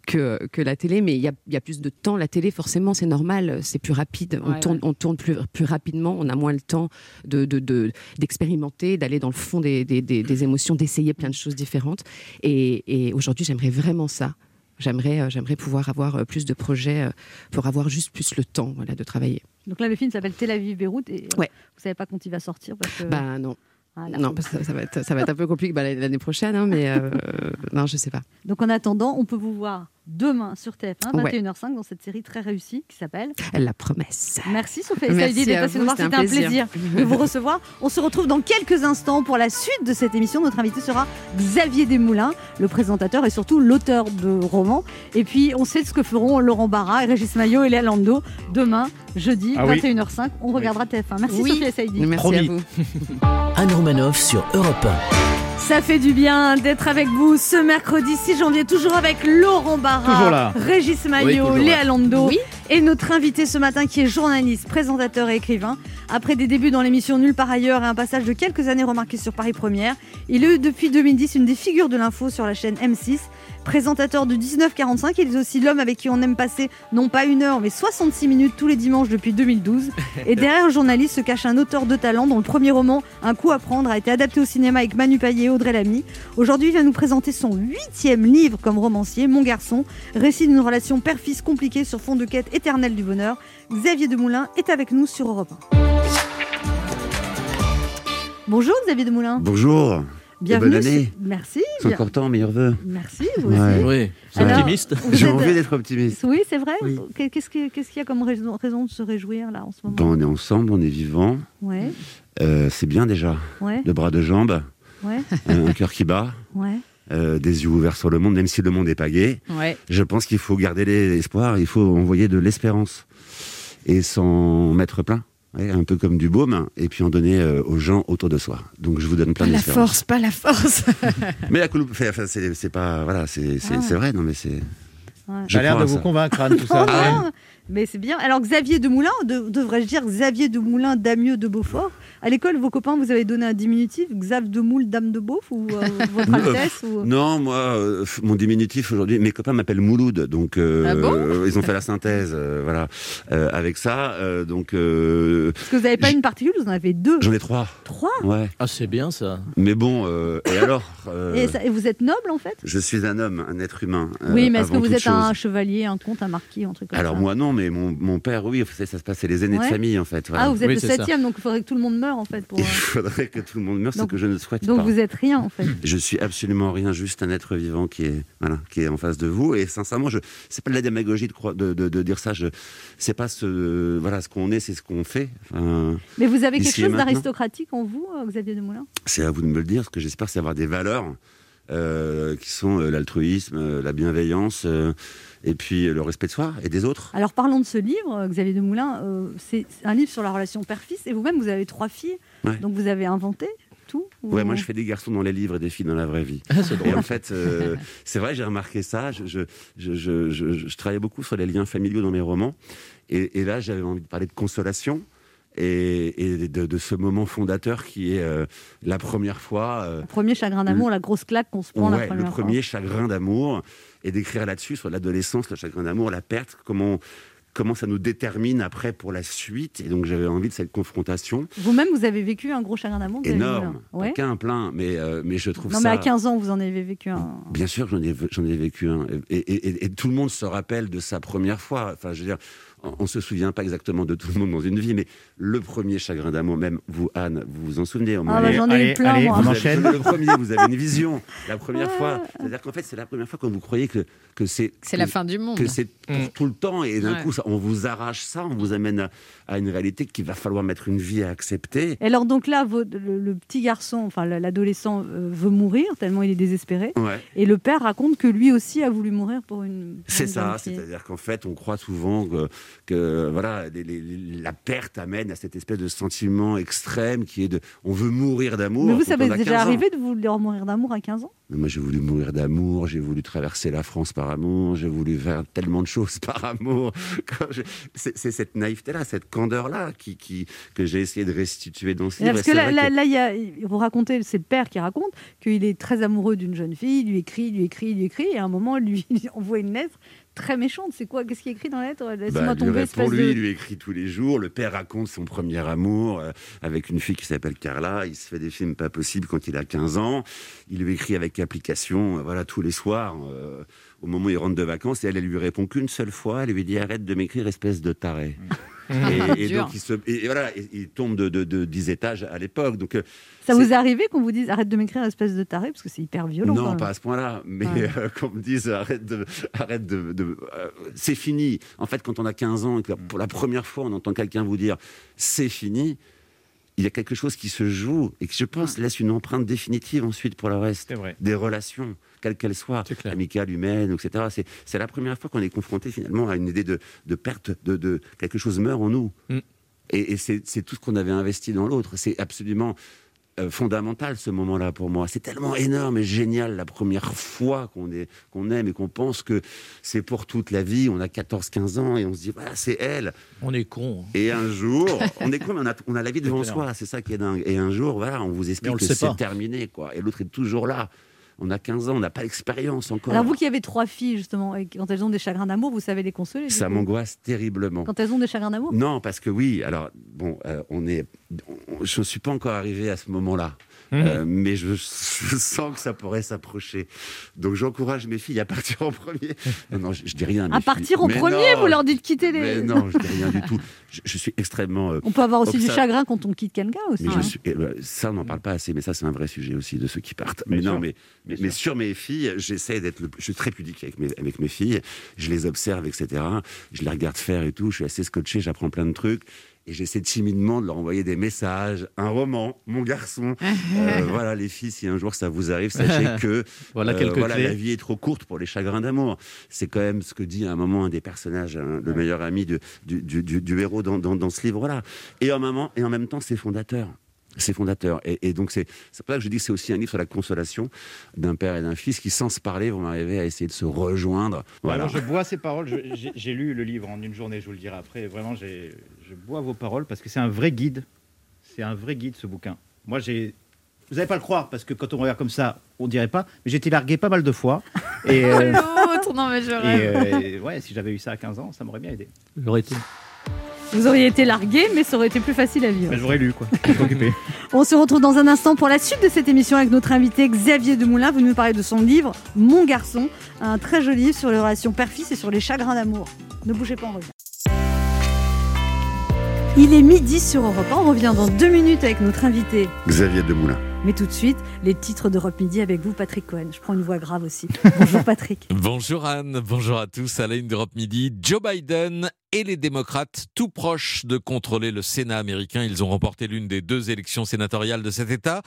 [SPEAKER 9] que, que la télé, mais il y, a, il y a plus de temps. La télé, forcément, c'est normal, c'est plus rapide, on
[SPEAKER 5] Ouais,
[SPEAKER 9] tourne,
[SPEAKER 5] ouais.
[SPEAKER 9] on tourne plus, plus rapidement, on a moins le temps de- de- de- d'expérimenter, de, d'aller dans le fond des, des- des- des émotions, d'essayer plein de choses différentes. Et, et aujourd'hui, j'aimerais vraiment ça. J'aimerais, euh, j'aimerais pouvoir avoir euh, plus de projets euh, pour avoir juste plus le temps voilà, de travailler.
[SPEAKER 3] Donc là, le film s'appelle Tel Aviv, Beyrouth. Et euh,
[SPEAKER 9] Ouais.
[SPEAKER 3] vous savez pas quand il va sortir parce
[SPEAKER 5] Euh,
[SPEAKER 3] que,
[SPEAKER 9] Bah non,
[SPEAKER 3] Ah, la
[SPEAKER 9] non,
[SPEAKER 3] faute.
[SPEAKER 9] parce que ça, ça va être, ça va être un peu compliqué bah, l'année prochaine, hein, mais
[SPEAKER 5] (laughs)
[SPEAKER 9] euh, euh, non, je sais pas.
[SPEAKER 3] Donc en attendant, on peut vous voir demain sur TF1,
[SPEAKER 9] Ouais.
[SPEAKER 3] 21h05, dans cette série très réussie qui s'appelle
[SPEAKER 9] La promesse.
[SPEAKER 3] Merci Sophie
[SPEAKER 9] Merci
[SPEAKER 3] Saïdi d'être
[SPEAKER 9] à
[SPEAKER 3] passée
[SPEAKER 9] vous,
[SPEAKER 3] nous voir. C'était un plaisir. de vous recevoir. On se retrouve dans quelques instants pour la suite de cette émission. Notre invité sera Xavier Desmoulins, le présentateur et surtout l'auteur de romans. Et puis on sait ce que feront Laurent Barra, Régis Maillot et Léa Lando demain, jeudi,
[SPEAKER 4] Ah oui.
[SPEAKER 3] 21h05. On regardera TF1. Merci
[SPEAKER 5] Oui.
[SPEAKER 3] Sophie Saïdi.
[SPEAKER 9] Merci à
[SPEAKER 7] Promis.
[SPEAKER 9] vous.
[SPEAKER 2] (laughs) Anne Romanoff sur Europe
[SPEAKER 3] Ça fait du bien d'être avec vous ce mercredi 6 janvier, toujours avec Laurent Barra,
[SPEAKER 4] Toujours là.
[SPEAKER 3] Régis
[SPEAKER 7] Oui,
[SPEAKER 3] Maillot,
[SPEAKER 7] toujours là.
[SPEAKER 3] Léa Lando
[SPEAKER 5] Oui.
[SPEAKER 3] et notre invité ce matin qui est journaliste, présentateur et écrivain. Après des débuts dans l'émission Nulle par ailleurs et un passage de quelques années remarqué sur Paris Première, il est depuis 2010 une des figures de l'info sur la chaîne M6. Présentateur de 1945, il est aussi l'homme avec qui on aime passer non pas une heure mais 66 minutes tous les dimanches depuis 2012. Et derrière le journaliste se cache un auteur de talent dont le premier roman, Un coup à prendre, a été adapté au cinéma avec Manu Payet et Audrey Lamy. Aujourd'hui, il vient nous présenter son huitième livre comme romancier, Mon garçon, récit d'une relation père-fils compliquée sur fond de quête éternelle du bonheur. Xavier Demoulin est avec nous sur Europe 1. Bonjour Xavier Demoulin.
[SPEAKER 10] Bonjour,
[SPEAKER 3] Bienvenue.
[SPEAKER 10] bonne année.
[SPEAKER 3] sur- Merci.
[SPEAKER 10] Eh ben, c'est
[SPEAKER 3] Bien-
[SPEAKER 10] encore temps, meilleurs vœux.
[SPEAKER 3] Merci, vous aussi.
[SPEAKER 10] Ouais.
[SPEAKER 7] Oui, c'est
[SPEAKER 3] Alors,
[SPEAKER 7] optimiste.
[SPEAKER 3] vous
[SPEAKER 10] Je
[SPEAKER 3] êtes-
[SPEAKER 10] vous fais d'être optimiste.
[SPEAKER 3] Oui, c'est vrai.
[SPEAKER 10] Oui.
[SPEAKER 3] Qu'est- Qu'est-ce que- qu'est-ce qu'il y a comme raison, raison de se réjouir là en ce moment
[SPEAKER 10] Bon, on est ensemble, on est vivant.
[SPEAKER 3] Ouais,
[SPEAKER 10] Euh, c'est bien déjà.
[SPEAKER 3] ouais,
[SPEAKER 10] Deux bras, deux jambes,
[SPEAKER 3] ouais,
[SPEAKER 10] Mmh. un un cœur qui bat.
[SPEAKER 3] ouais.
[SPEAKER 10] euh, des yeux ouverts sur le monde, même si le monde est pas gai.
[SPEAKER 5] Ouais.
[SPEAKER 10] Je pense qu'il faut garder l'espoir, il faut envoyer de l'espérance et s'en mettre plein. ouais, un peu comme du baume, et puis en donner euh, aux gens autour de soi. Donc je vous donne plein
[SPEAKER 5] Pas la
[SPEAKER 10] d'espérance.
[SPEAKER 5] force, pas la force.
[SPEAKER 10] Mais la couloupe, enfin, c'est c'est pas. Voilà, c'est c'est-
[SPEAKER 3] Ah.
[SPEAKER 10] c'est vrai, non mais c'est.
[SPEAKER 3] Ouais. Oh,
[SPEAKER 10] Je
[SPEAKER 4] T'as l'air
[SPEAKER 10] crois
[SPEAKER 4] de
[SPEAKER 10] à
[SPEAKER 4] vous
[SPEAKER 10] ça.
[SPEAKER 4] convaincre, Anne, tout ça.
[SPEAKER 10] Ah
[SPEAKER 4] Ouais.
[SPEAKER 3] Mais c'est bien. Alors Xavier Demoulin, de, devrais-je dire Xavier Demoulin, Damieux de Beaufort À l'école, vos copains, vous avez donné un diminutif Xav de Moule, Dame de Beauf ou euh, Votre
[SPEAKER 10] Euh,
[SPEAKER 3] Altesse ou...
[SPEAKER 10] Non, moi, euh, f- mon diminutif aujourd'hui, mes copains m'appellent Mouloud, donc euh,
[SPEAKER 5] Ah bon
[SPEAKER 10] euh, ils ont fait la synthèse, euh, voilà, euh, avec ça. euh, donc euh,
[SPEAKER 3] Parce que vous n'avez pas une particule, vous en avez deux.
[SPEAKER 10] j'en ai trois,
[SPEAKER 3] Trois
[SPEAKER 10] ouais.
[SPEAKER 2] Ah, c'est bien ça.
[SPEAKER 10] Mais bon, euh, et alors euh,
[SPEAKER 3] et, ça- et vous êtes noble en fait
[SPEAKER 10] Je suis un homme, un être humain. euh,
[SPEAKER 3] Oui, mais est-ce que
[SPEAKER 10] avant
[SPEAKER 3] vous
[SPEAKER 10] toute
[SPEAKER 3] êtes un
[SPEAKER 10] chose.
[SPEAKER 3] chevalier, un comte, un marquis, un truc comme
[SPEAKER 10] Alors
[SPEAKER 3] ça
[SPEAKER 10] moi non, mais mon, mon père, oui, vous savez, ça se passe, c'est les aînés
[SPEAKER 3] Ouais.
[SPEAKER 10] de famille en fait. voilà.
[SPEAKER 3] Ah, vous êtes
[SPEAKER 2] Oui,
[SPEAKER 3] le
[SPEAKER 2] c'est ça.
[SPEAKER 3] septième, donc il faudrait que tout le monde meure en fait. Pour...
[SPEAKER 10] Il (laughs) faudrait que tout le monde meure, ce
[SPEAKER 3] Donc-
[SPEAKER 10] que je ne souhaite
[SPEAKER 3] Donc
[SPEAKER 10] pas.
[SPEAKER 3] vous êtes rien
[SPEAKER 10] (laughs)
[SPEAKER 3] en fait.
[SPEAKER 10] Je suis absolument rien, juste un être vivant qui est, voilà, qui est en face de vous. Et sincèrement, je, c'est pas de la démagogie de, croi- de, de- de dire ça. Je, c'est pas ce, voilà, ce qu'on est, c'est ce qu'on fait. Enfin,
[SPEAKER 3] Mais vous avez quelque
[SPEAKER 10] Ici et
[SPEAKER 3] chose
[SPEAKER 10] maintenant.
[SPEAKER 3] d'aristocratique en vous, euh, Xavier Demoulin
[SPEAKER 10] c'est à vous de me le dire. Ce que j'espère, c'est avoir des valeurs euh, qui sont euh, l'altruisme, euh, la bienveillance, euh, et puis euh, le respect de soi et des autres.
[SPEAKER 3] Alors parlons de ce livre, euh, Xavier Demoulin. euh, c'est un livre sur la relation père-fils et vous-même vous avez trois filles,
[SPEAKER 10] Ouais.
[SPEAKER 3] donc vous avez inventé tout. ou-
[SPEAKER 10] Ouais, moi je fais des garçons dans les livres et des filles dans la vraie vie.
[SPEAKER 3] Ah,
[SPEAKER 10] Et en fait, euh, c'est vrai, j'ai remarqué ça. Je, je, je, je, je- je travaillais beaucoup sur les liens familiaux dans mes romans. Et, et là, j'avais envie de parler de consolation et, et de, de ce moment fondateur qui est euh, la première fois. euh,
[SPEAKER 3] Le premier chagrin d'amour, la grosse claque qu'on se prend la
[SPEAKER 10] ouais,
[SPEAKER 3] première
[SPEAKER 10] le premier chagrin d'amour et d'écrire là-dessus sur l'adolescence, le chagrin d'amour, la perte, comment comment ça nous détermine après pour la suite. Et donc j'avais envie de cette confrontation
[SPEAKER 3] fois. Vous-même vous avez vécu un gros chagrin d'amour Xavier
[SPEAKER 10] énorme,
[SPEAKER 3] Demoulin Ouais.
[SPEAKER 10] qu'un plein, mais euh, mais je trouve
[SPEAKER 3] Non
[SPEAKER 10] ça.
[SPEAKER 3] mais à 15 ans vous en avez vécu un.
[SPEAKER 10] Bien sûr, que j'en ai, j'en ai vécu un. Et, et- et- et tout le monde se rappelle de sa première fois. Enfin, je veux dire, on, on se souvient pas exactement de tout le monde dans une vie, mais le premier chagrin d'amour, même vous, Anne, vous vous en souvenez au
[SPEAKER 3] Ah
[SPEAKER 10] moins.
[SPEAKER 3] bah,
[SPEAKER 4] Allez,
[SPEAKER 3] j'en ai
[SPEAKER 4] allez,
[SPEAKER 3] eu plein
[SPEAKER 4] allez,
[SPEAKER 3] moi. Ah.
[SPEAKER 4] on
[SPEAKER 10] Vous avez-
[SPEAKER 4] enchaîne.
[SPEAKER 10] Le premier, vous avez une vision. La première fois. C'est-à-dire qu'en fait, c'est la première fois quand vous croyez que, que c'est.
[SPEAKER 5] C'est la
[SPEAKER 10] que-
[SPEAKER 5] fin du monde.
[SPEAKER 10] que c'est pour
[SPEAKER 2] Mm.
[SPEAKER 10] tout le temps et d'un
[SPEAKER 5] Ouais.
[SPEAKER 10] coup ça- on vous arrache ça, on vous amène à, à une réalité qu'il va falloir mettre une vie à accepter.
[SPEAKER 3] Et alors donc là votre- le, le petit garçon, enfin l'adolescent euh, veut mourir tellement il est désespéré
[SPEAKER 10] Ouais.
[SPEAKER 3] et le père raconte que lui aussi a voulu mourir pour une.
[SPEAKER 10] C'est
[SPEAKER 3] une
[SPEAKER 10] ça,
[SPEAKER 3] jeune fille.
[SPEAKER 10] c'est-à-dire qu'en fait, on croit souvent que, que, voilà, les- les- les- la perte amène à cette espèce de sentiment extrême qui est de on veut mourir d'amour.
[SPEAKER 3] Mais vous
[SPEAKER 10] quand
[SPEAKER 3] savez
[SPEAKER 10] on a
[SPEAKER 3] déjà
[SPEAKER 10] 15 ans.
[SPEAKER 3] arrivé de vouloir mourir d'amour à 15 ans
[SPEAKER 10] Mais Moi, j'ai voulu mourir d'amour, j'ai voulu traverser la France par amour, j'ai voulu faire tellement de choses (laughs) par amour. Quand je- C'est c'est cette naïveté-là, cette candeur-là qui, qui, que j'ai essayé de restituer dans ce livre.
[SPEAKER 3] Parce
[SPEAKER 10] Et
[SPEAKER 3] que
[SPEAKER 10] bah, c'est
[SPEAKER 3] là,
[SPEAKER 10] vrai
[SPEAKER 3] là, là, il y a- vous racontez, c'est le père qui raconte qu'il est très amoureux d'une jeune fille, il lui écrit, il lui écrit, il lui écrit, et à un moment, il lui (laughs) envoie une lettre très méchante. C'est quoi Qu'est-ce qui est écrit dans la lettre Laisse-moi
[SPEAKER 10] Bah, lui
[SPEAKER 3] tomber,
[SPEAKER 10] répond,
[SPEAKER 3] espèce
[SPEAKER 10] lui, il
[SPEAKER 3] de.
[SPEAKER 10] lui écrit tous les jours. Le père raconte son premier amour euh, avec une fille qui s'appelle Carla. Il se fait des films pas possibles quand il a 15 ans. Il lui écrit avec application, euh, voilà, tous les soirs, euh, au moment où il rentre de vacances. Et elle, elle lui répond qu'une seule fois. Elle lui dit arrête de m'écrire, espèce de taré. et, et
[SPEAKER 5] Dur.
[SPEAKER 10] donc, il se, et voilà, et- il tombe de, de, de 10 étages à l'époque. Donc, euh, c'est-
[SPEAKER 3] Ça vous est arrivé qu'on vous dise arrête de m'écrire, espèce de taré, parce que c'est hyper violent. quand
[SPEAKER 10] non,
[SPEAKER 3] même.
[SPEAKER 10] pas à ce point-là, mais
[SPEAKER 3] Ouais.
[SPEAKER 10] euh, (laughs) qu'on me dise arrête de. Arrête de, de- euh, c'est fini. En fait, quand on a 15 ans et que pour la première fois on entend quelqu'un vous dire c'est fini, il y a quelque chose qui se joue et qui, je pense, laisse une empreinte définitive ensuite pour le reste.
[SPEAKER 4] C'est vrai.
[SPEAKER 10] Des relations, quelles qu'elles soient,
[SPEAKER 2] C'est clair.
[SPEAKER 10] amicales, humaines, etc. C'est, c'est la première fois qu'on est confronté finalement à une idée de, de perte, de, de quelque chose meurt en nous.
[SPEAKER 2] Mm.
[SPEAKER 10] Et, et c'est, c'est tout ce qu'on avait investi dans l'autre. C'est absolument euh, fondamental ce moment-là pour moi. C'est tellement énorme et génial la première fois qu'on est, qu'on aime et qu'on pense que c'est pour toute la vie. On a 14-15 ans et on se dit voilà c'est elle.
[SPEAKER 2] On est con.
[SPEAKER 10] Et un
[SPEAKER 2] (laughs)
[SPEAKER 10] jour, on est con, mais on a, on a la vie devant
[SPEAKER 2] clair.
[SPEAKER 10] soi. C'est ça qui est dingue. Et un jour, voilà, on vous
[SPEAKER 2] Mais on
[SPEAKER 10] explique
[SPEAKER 2] le
[SPEAKER 10] que
[SPEAKER 2] sait
[SPEAKER 10] c'est
[SPEAKER 2] pas.
[SPEAKER 10] terminé quoi. Et l'autre est toujours là. On a 15 ans, on n'a pas l'expérience encore.
[SPEAKER 3] Alors, vous qui avez trois filles, justement, et quand elles ont des chagrins d'amour, vous savez les consoler du
[SPEAKER 10] Ça
[SPEAKER 3] coup
[SPEAKER 10] m'angoisse terriblement.
[SPEAKER 3] Quand elles ont des chagrins d'amour
[SPEAKER 10] Non, parce que oui, alors, bon, euh, on est, on- je ne suis pas encore arrivé à ce moment-là.
[SPEAKER 3] Mhm.
[SPEAKER 10] Euh, mais je, je sens que ça pourrait s'approcher. Donc j'encourage mes filles à partir en premier. Non, non, je, je dis rien. à mes
[SPEAKER 3] À partir en
[SPEAKER 10] filles. Mais
[SPEAKER 3] premier,
[SPEAKER 10] non,
[SPEAKER 3] vous leur dites quitter les.
[SPEAKER 10] Mais non, je dis rien du tout. Je, je suis extrêmement. euh,
[SPEAKER 3] (laughs) On peut avoir aussi
[SPEAKER 10] Donc
[SPEAKER 3] du
[SPEAKER 10] ça-
[SPEAKER 3] chagrin quand on quitte quelqu'un aussi.
[SPEAKER 10] mais
[SPEAKER 3] hein.
[SPEAKER 10] je suis, eh ben, ça, on n'en parle pas assez, mais ça, c'est un vrai sujet aussi de ceux qui partent.
[SPEAKER 4] Bien
[SPEAKER 10] mais non,
[SPEAKER 4] sûr.
[SPEAKER 10] mais, mais,
[SPEAKER 4] Bien
[SPEAKER 10] mais sur mes filles, j'essaie d'être. le- Je suis très pudique avec mes, avec mes filles. Je les observe, etc. Je les regarde faire et tout. Je suis assez scotché, j'apprends plein de trucs. Et j'essaie timidement de leur envoyer des messages, un roman,
[SPEAKER 11] (laughs)
[SPEAKER 10] mon garçon. Euh, voilà, les filles, si un jour ça vous arrive, sachez que
[SPEAKER 11] Voilà
[SPEAKER 10] euh,
[SPEAKER 11] quelques clés.
[SPEAKER 10] la vie est trop courte pour les chagrins d'amour. C'est quand même ce que dit à un moment un des personnages, hein, le meilleur ami de- du, du- du- du héros dans, dans- dans ce livre-là. Et, en moment- et en même temps, c'est fondateur. C'est fondateur. Et, et donc, c'est c'est pour ça que je dis que c'est aussi un livre sur la consolation d'un père et d'un fils qui, sans se parler, vont arriver à essayer de se rejoindre. Voilà.
[SPEAKER 4] Vraiment, je bois ces paroles. Je- j'ai- J'ai lu le livre en une journée, je vous le dirai après. Vraiment, j'ai- je bois vos paroles parce que c'est un vrai guide. C'est un vrai guide, ce bouquin. Moi, j'ai. Vous n'allez pas le croire parce que quand on regarde comme ça, on dirait pas. Mais j'ai été largué pas mal de fois.
[SPEAKER 5] (laughs)
[SPEAKER 4] Et,
[SPEAKER 5] Oh,
[SPEAKER 4] euh,
[SPEAKER 5] l'autre Non, mais je
[SPEAKER 4] et,
[SPEAKER 5] rêve.
[SPEAKER 4] euh, ouais, si j'avais eu ça à 15 ans, ça m'aurait bien aidé.
[SPEAKER 11] J'aurais été.
[SPEAKER 3] Vous auriez été largué, mais ça aurait été plus facile à vivre.
[SPEAKER 4] Mais Ben, j'aurais lu, quoi. Je m'en occupais.
[SPEAKER 3] On se retrouve dans un instant pour la suite de cette émission avec notre invité Xavier Demoulin. Vous nous parlez de son livre Mon garçon, un très joli livre sur les relations père-fils et sur les chagrins d'amour. Ne bougez pas, on revient. Il est midi sur Europe 1. On revient dans deux minutes avec notre invité.
[SPEAKER 10] Xavier Demoulin.
[SPEAKER 3] Mais tout de suite, les titres d'Europe Midi avec vous, Patrick Cohen. Je prends une voix grave aussi. Bonjour Patrick.
[SPEAKER 12] Bonjour Anne, bonjour à tous. À la une d'Europe Midi, Joe Biden et les démocrates, tout proches de contrôler le Sénat américain. Ils ont remporté l'une des deux élections sénatoriales de cet État.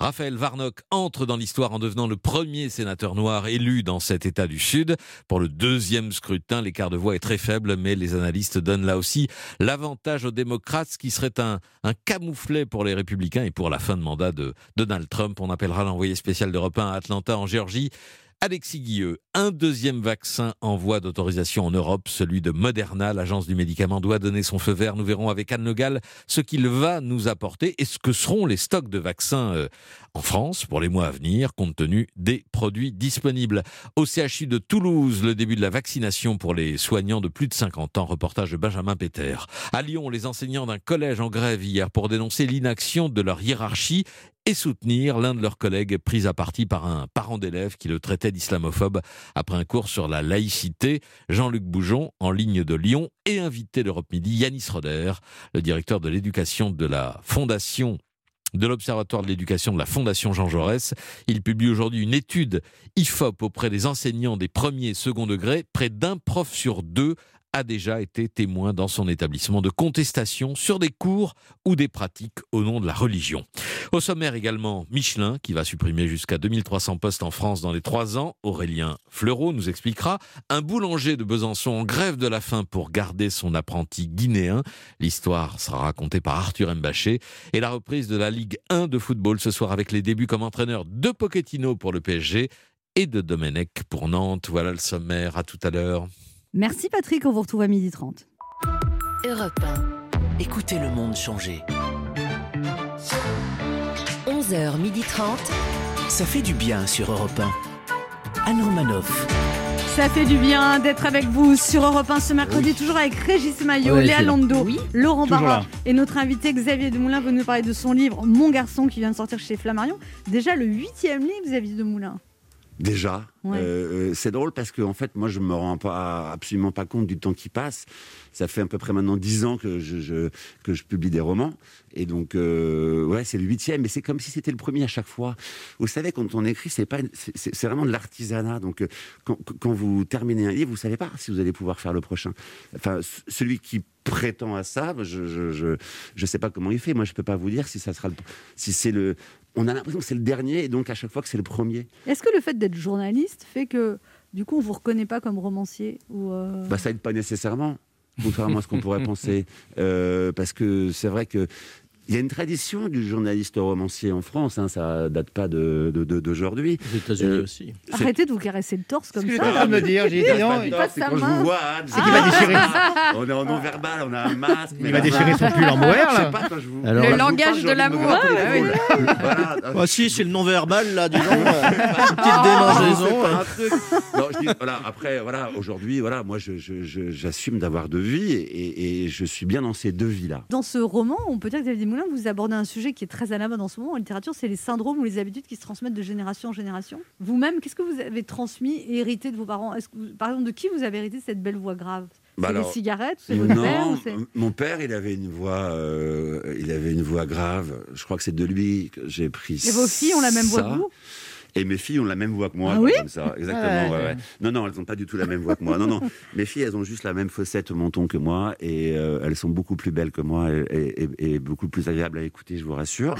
[SPEAKER 12] Raphaël Warnock entre dans l'histoire en devenant le premier sénateur noir élu dans cet État du Sud. Pour le deuxième scrutin, l'écart de voix est très faible, mais les analystes donnent là aussi l'avantage aux démocrates, ce qui serait un, un camouflet pour les républicains et pour la fin de mandat de Donald Trump. On appellera l'envoyé spécial d'Europe 1 à Atlanta, en Géorgie. Alexis Guilleux, un deuxième vaccin en voie d'autorisation en Europe, celui de Moderna. L'agence du médicament doit donner son feu vert. Nous verrons avec Anne Le Gall ce qu'il va nous apporter et ce que seront les stocks de vaccins euh, en France pour les mois à venir, compte tenu des produits disponibles. Au CHU de Toulouse, le début de la vaccination pour les soignants de plus de 50 ans. Reportage de Benjamin Péter. À Lyon, les enseignants d'un collège en grève hier pour dénoncer l'inaction de leur hiérarchie et soutenir l'un de leurs collègues pris à partie par un parent d'élève qui le traitait d'islamophobe après un cours sur la laïcité. Jean-Luc Boujon, en ligne de Lyon, et invité d'Europe Midi, Yanis Roder, le directeur de l'éducation de la Fondation de l'Observatoire de l'éducation de la Fondation Jean Jaurès. Il publie aujourd'hui une étude IFOP auprès des enseignants des premiers et second degrés. Près d'un prof sur deux a déjà été témoin dans son établissement de contestation sur des cours ou des pratiques au nom de la religion. Au sommaire également, Michelin, qui va supprimer jusqu'à 2300 postes en France dans les trois ans. Aurélien Fleureau nous expliquera. Un boulanger de Besançon en grève de la faim pour garder son apprenti guinéen. L'histoire sera racontée par Arthur Mbaché. Et la reprise de la Ligue 1 de football ce soir avec les débuts comme entraîneur de Pochettino pour le PSG et de Domenech pour Nantes. Voilà le sommaire. À tout à l'heure.
[SPEAKER 3] Merci Patrick, on vous retrouve à 12h30.
[SPEAKER 2] Europe 1. Écoutez le monde changer.
[SPEAKER 13] 11h30.
[SPEAKER 2] Ça fait du bien sur Europe 1. Anne Romanoff.
[SPEAKER 3] Ça fait du bien d'être avec vous sur Europe 1 ce mercredi, toujours avec Régis Maillot,
[SPEAKER 2] Ouais, je
[SPEAKER 3] Léa
[SPEAKER 2] suis là.
[SPEAKER 3] Lando, Laurent
[SPEAKER 2] Toujours
[SPEAKER 3] Barra
[SPEAKER 2] là.
[SPEAKER 3] et notre invité Xavier Demoulin veut nous parler de son livre Mon garçon qui vient de sortir chez Flammarion. Déjà le huitième livre, Xavier Demoulin.
[SPEAKER 10] Déjà,
[SPEAKER 3] Ouais.
[SPEAKER 10] Euh, euh, c'est drôle parce que en fait, moi, je me rends pas absolument pas compte du temps qui passe. Ça fait à peu près maintenant dix ans que je, je- que je publie des romans, et donc euh, ouais, c'est le huitième, mais c'est comme si c'était le premier à chaque fois. Vous savez, quand on écrit, c'est pas, une- c'est- c'est c'est vraiment de l'artisanat. Donc, euh, quand, quand vous terminez un livre, vous savez pas si vous allez pouvoir faire le prochain. Enfin, c- celui qui prétend à ça, je je, je, je sais pas comment il fait. Moi, je peux pas vous dire si ça sera le, si c'est le. On a l'impression que c'est le dernier, et donc à chaque fois que c'est le premier.
[SPEAKER 3] Est-ce que le fait d'être journaliste fait que du coup on vous reconnaît pas comme romancier ou euh,
[SPEAKER 10] Bah, ça aide pas nécessairement, contrairement à ce qu'on pourrait penser. Euh, parce que c'est vrai que. Il y a une tradition du journaliste romancier en France, hein, ça date pas de- de- de- d'aujourd'hui. Euh,
[SPEAKER 7] Aux États-Unis
[SPEAKER 10] aussi.
[SPEAKER 3] Arrêtez de vous caresser le torse comme
[SPEAKER 10] que
[SPEAKER 3] ça.
[SPEAKER 10] j'étais en train de me dire, j'ai dit
[SPEAKER 3] Il
[SPEAKER 10] non,
[SPEAKER 3] passe
[SPEAKER 10] il
[SPEAKER 3] pas
[SPEAKER 10] passe
[SPEAKER 3] sa
[SPEAKER 10] quand je
[SPEAKER 3] main.
[SPEAKER 10] vous vois, Anne, c'est
[SPEAKER 3] Ah.
[SPEAKER 10] qu'il va déchirer.
[SPEAKER 3] (laughs)
[SPEAKER 10] Ah, On est en non-verbal, on a un masque.
[SPEAKER 4] Il va déchirer son pull en mohair, là.
[SPEAKER 10] Ah, Je sais
[SPEAKER 7] (laughs)
[SPEAKER 10] pas, quand je vous-
[SPEAKER 4] Alors,
[SPEAKER 10] quand je
[SPEAKER 4] Le
[SPEAKER 10] vous parle,
[SPEAKER 5] langage
[SPEAKER 10] j'ai
[SPEAKER 5] de
[SPEAKER 10] envie me
[SPEAKER 5] l'amour.
[SPEAKER 10] gratter
[SPEAKER 5] Ah oui.
[SPEAKER 10] l'épaule. Voilà.
[SPEAKER 7] euh, Ah si, c'est le non-verbal là, disons. Petite
[SPEAKER 10] C'est
[SPEAKER 7] démangeaison.
[SPEAKER 10] pas un truc. Non, je dis, voilà, après, voilà, aujourd'hui, voilà, moi, je- je- je- j'assume d'avoir deux vies et, et je suis bien dans ces deux vies-là.
[SPEAKER 3] Dans ce roman, on peut dire que Xavier Desmoulins, vous abordez un sujet qui est très à la mode en ce moment en littérature, c'est les syndromes ou les habitudes qui se transmettent de génération en génération. Vous-même, qu'est-ce que vous avez transmis et hérité de vos parents Est-ce que vous- Par exemple, de qui vous avez hérité cette belle voix grave
[SPEAKER 10] Bah
[SPEAKER 3] C'est
[SPEAKER 10] alors,
[SPEAKER 3] les cigarettes C'est votre père
[SPEAKER 10] Non, euh,
[SPEAKER 3] ou c'est-
[SPEAKER 10] m- mon père, il avait une voix, euh, il avait une voix grave. Je crois que c'est de lui que j'ai pris.
[SPEAKER 3] Et vos filles ont la même voix
[SPEAKER 10] ça.
[SPEAKER 3] que vous
[SPEAKER 10] Et mes filles ont la même voix que moi.
[SPEAKER 3] Ah oui
[SPEAKER 10] comme ça. Exactement.
[SPEAKER 3] Ah ouais.
[SPEAKER 10] ouais, ouais. Non, non, elles n'ont pas du tout la même voix que moi. Non, non. Mes filles, elles ont juste la même fossette au menton que moi. Et euh, elles sont beaucoup plus belles que moi et, et- et beaucoup plus agréables à écouter, je vous rassure.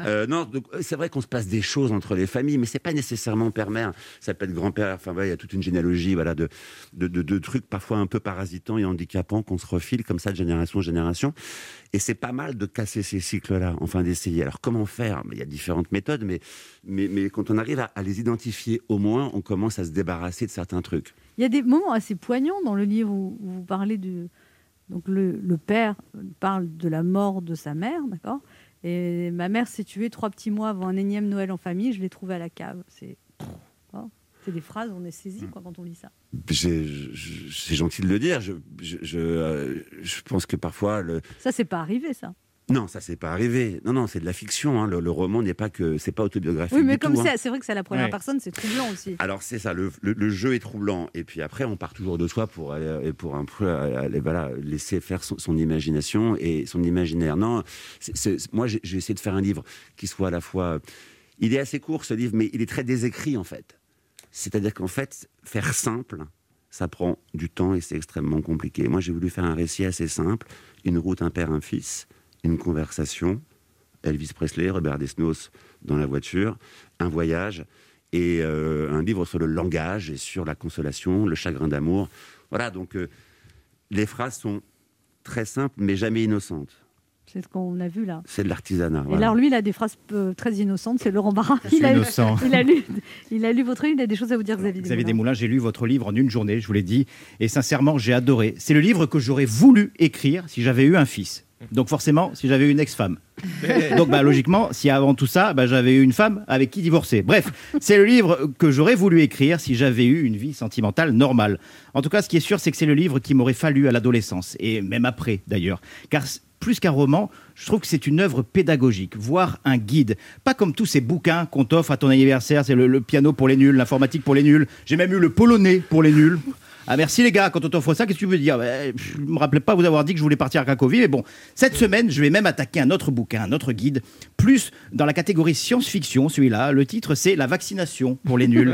[SPEAKER 10] Euh, non, donc, euh, c'est vrai qu'on se passe des choses entre les familles, mais c'est pas nécessairement père-mère. Ça peut être grand-père. Enfin, voilà, il y a toute une généalogie voilà, de, de, de- de trucs parfois un peu parasitants et handicapants qu'on se refile comme ça de génération en génération. Et c'est pas mal de casser ces cycles-là, enfin d'essayer. Alors comment faire Mais Il y a différentes méthodes, mais, mais, mais quand on arrive à, à les identifier, au moins, on commence à se débarrasser de certains trucs.
[SPEAKER 3] Il y a des moments assez poignants dans le livre où où vous parlez du. Donc le, le père parle de la mort de sa mère, d'accord Et ma mère s'est tuée trois petits mois avant un énième Noël en famille, je l'ai trouvée à la cave. C'est. Oh, C'est des phrases, on est saisi
[SPEAKER 10] Mm.
[SPEAKER 3] quoi, quand on lit ça.
[SPEAKER 10] J'ai- je- C'est gentil de le dire. Je, je, je, euh, je pense que parfois, le,
[SPEAKER 3] Ça, c'est pas arrivé, ça.
[SPEAKER 10] non, ça c'est pas arrivé. Non, non, c'est de la fiction. hein. Le, le roman n'est pas que, c'est pas autobiographique.
[SPEAKER 3] Oui, mais
[SPEAKER 10] du
[SPEAKER 3] comme
[SPEAKER 10] tout,
[SPEAKER 3] c'est
[SPEAKER 10] hein.
[SPEAKER 3] c'est vrai que c'est à la première
[SPEAKER 10] Ouais.
[SPEAKER 3] personne, c'est troublant aussi.
[SPEAKER 10] Alors c'est ça, le, le- le jeu est troublant. Et puis après, on part toujours de soi pour aller- et pour un peu euh, aller, voilà, laisser faire son, son imagination et son imaginaire. Non, c'est- c'est- moi j'ai j'ai essayé de faire un livre qui soit à la fois. Il est assez court ce livre, mais il est très désécrit en fait. C'est-à-dire qu'en fait, faire simple, ça prend du temps et c'est extrêmement compliqué. Moi, j'ai voulu faire un récit assez simple une route, un père, un fils, une conversation, Elvis Presley, Robert Desnos dans la voiture, un voyage et euh, un livre sur le langage et sur la consolation, le chagrin d'amour. Voilà, donc euh, les phrases sont très simples mais jamais innocentes.
[SPEAKER 3] C'est ce qu'on a vu là.
[SPEAKER 10] C'est de l'artisanat.
[SPEAKER 3] Et
[SPEAKER 10] voilà.
[SPEAKER 3] là, lui, il a des phrases euh, très innocentes. C'est Laurent Barra.
[SPEAKER 1] Je suis
[SPEAKER 3] a,
[SPEAKER 1] innocent.
[SPEAKER 3] (laughs) il, a lu, il a lu votre livre, il a des choses à vous dire, Xavier
[SPEAKER 1] Xavier
[SPEAKER 3] Desmoulins.
[SPEAKER 1] Desmoulins, j'ai lu votre livre en une journée, je vous l'ai dit, et sincèrement, j'ai adoré. C'est le livre que j'aurais voulu écrire si j'avais eu un fils. Donc forcément, si j'avais eu une ex-femme. (laughs) Donc bah, logiquement, si avant tout ça, bah, j'avais eu une femme avec qui divorcer. Bref, c'est le livre que j'aurais voulu écrire si j'avais eu une vie sentimentale normale. En tout cas, ce qui est sûr, c'est que c'est le livre qui m'aurait fallu à l'adolescence, et même après d'ailleurs. Car c- plus qu'un roman, je trouve que c'est une œuvre pédagogique, voire un guide. Pas comme tous ces bouquins qu'on t'offre à ton anniversaire, c'est le, le piano pour les nuls, l'informatique pour les nuls. J'ai même eu le polonais pour les nuls. Ah merci les gars, quand on t'offre ça, qu'est-ce que tu veux dire Bah, Je ne me rappelais pas vous avoir dit que je voulais partir à Cracovie, mais bon, cette semaine, je vais même attaquer un autre bouquin, un autre guide, plus dans la catégorie science-fiction, celui-là. Le titre, c'est La vaccination pour les nuls.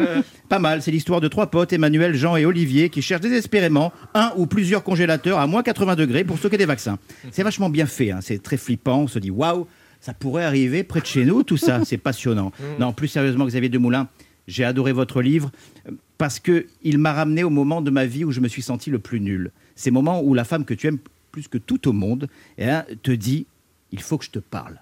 [SPEAKER 1] pas mal, c'est l'histoire de trois potes, Emmanuel, Jean et Olivier, qui cherchent désespérément un ou plusieurs congélateurs à moins 80 degrés pour stocker des vaccins. C'est vachement bien fait, hein, c'est très flippant, on se dit waouh, ça pourrait arriver près de chez nous, tout ça, c'est passionnant. Non, plus sérieusement, Xavier Demoulin, j'ai adoré votre livre euh, parce que il m'a ramené au moment de ma vie où je me suis senti le plus nul. Ces moments où la femme que tu aimes plus que tout au monde eh hein, te dit il faut que je te parle.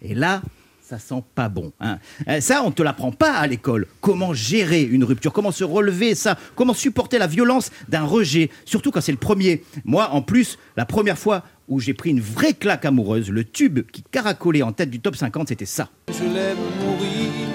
[SPEAKER 1] Et là, ça sent pas bon. hein. Euh, Ça, on te l'apprend pas à l'école. Comment gérer une rupture Comment se relever ça Comment supporter la violence d'un rejet Surtout quand c'est le premier. Moi, en plus, la première fois où j'ai pris une vraie claque amoureuse, le tube qui caracolait en tête du top 50, c'était ça.
[SPEAKER 11] Je l'aime mourir.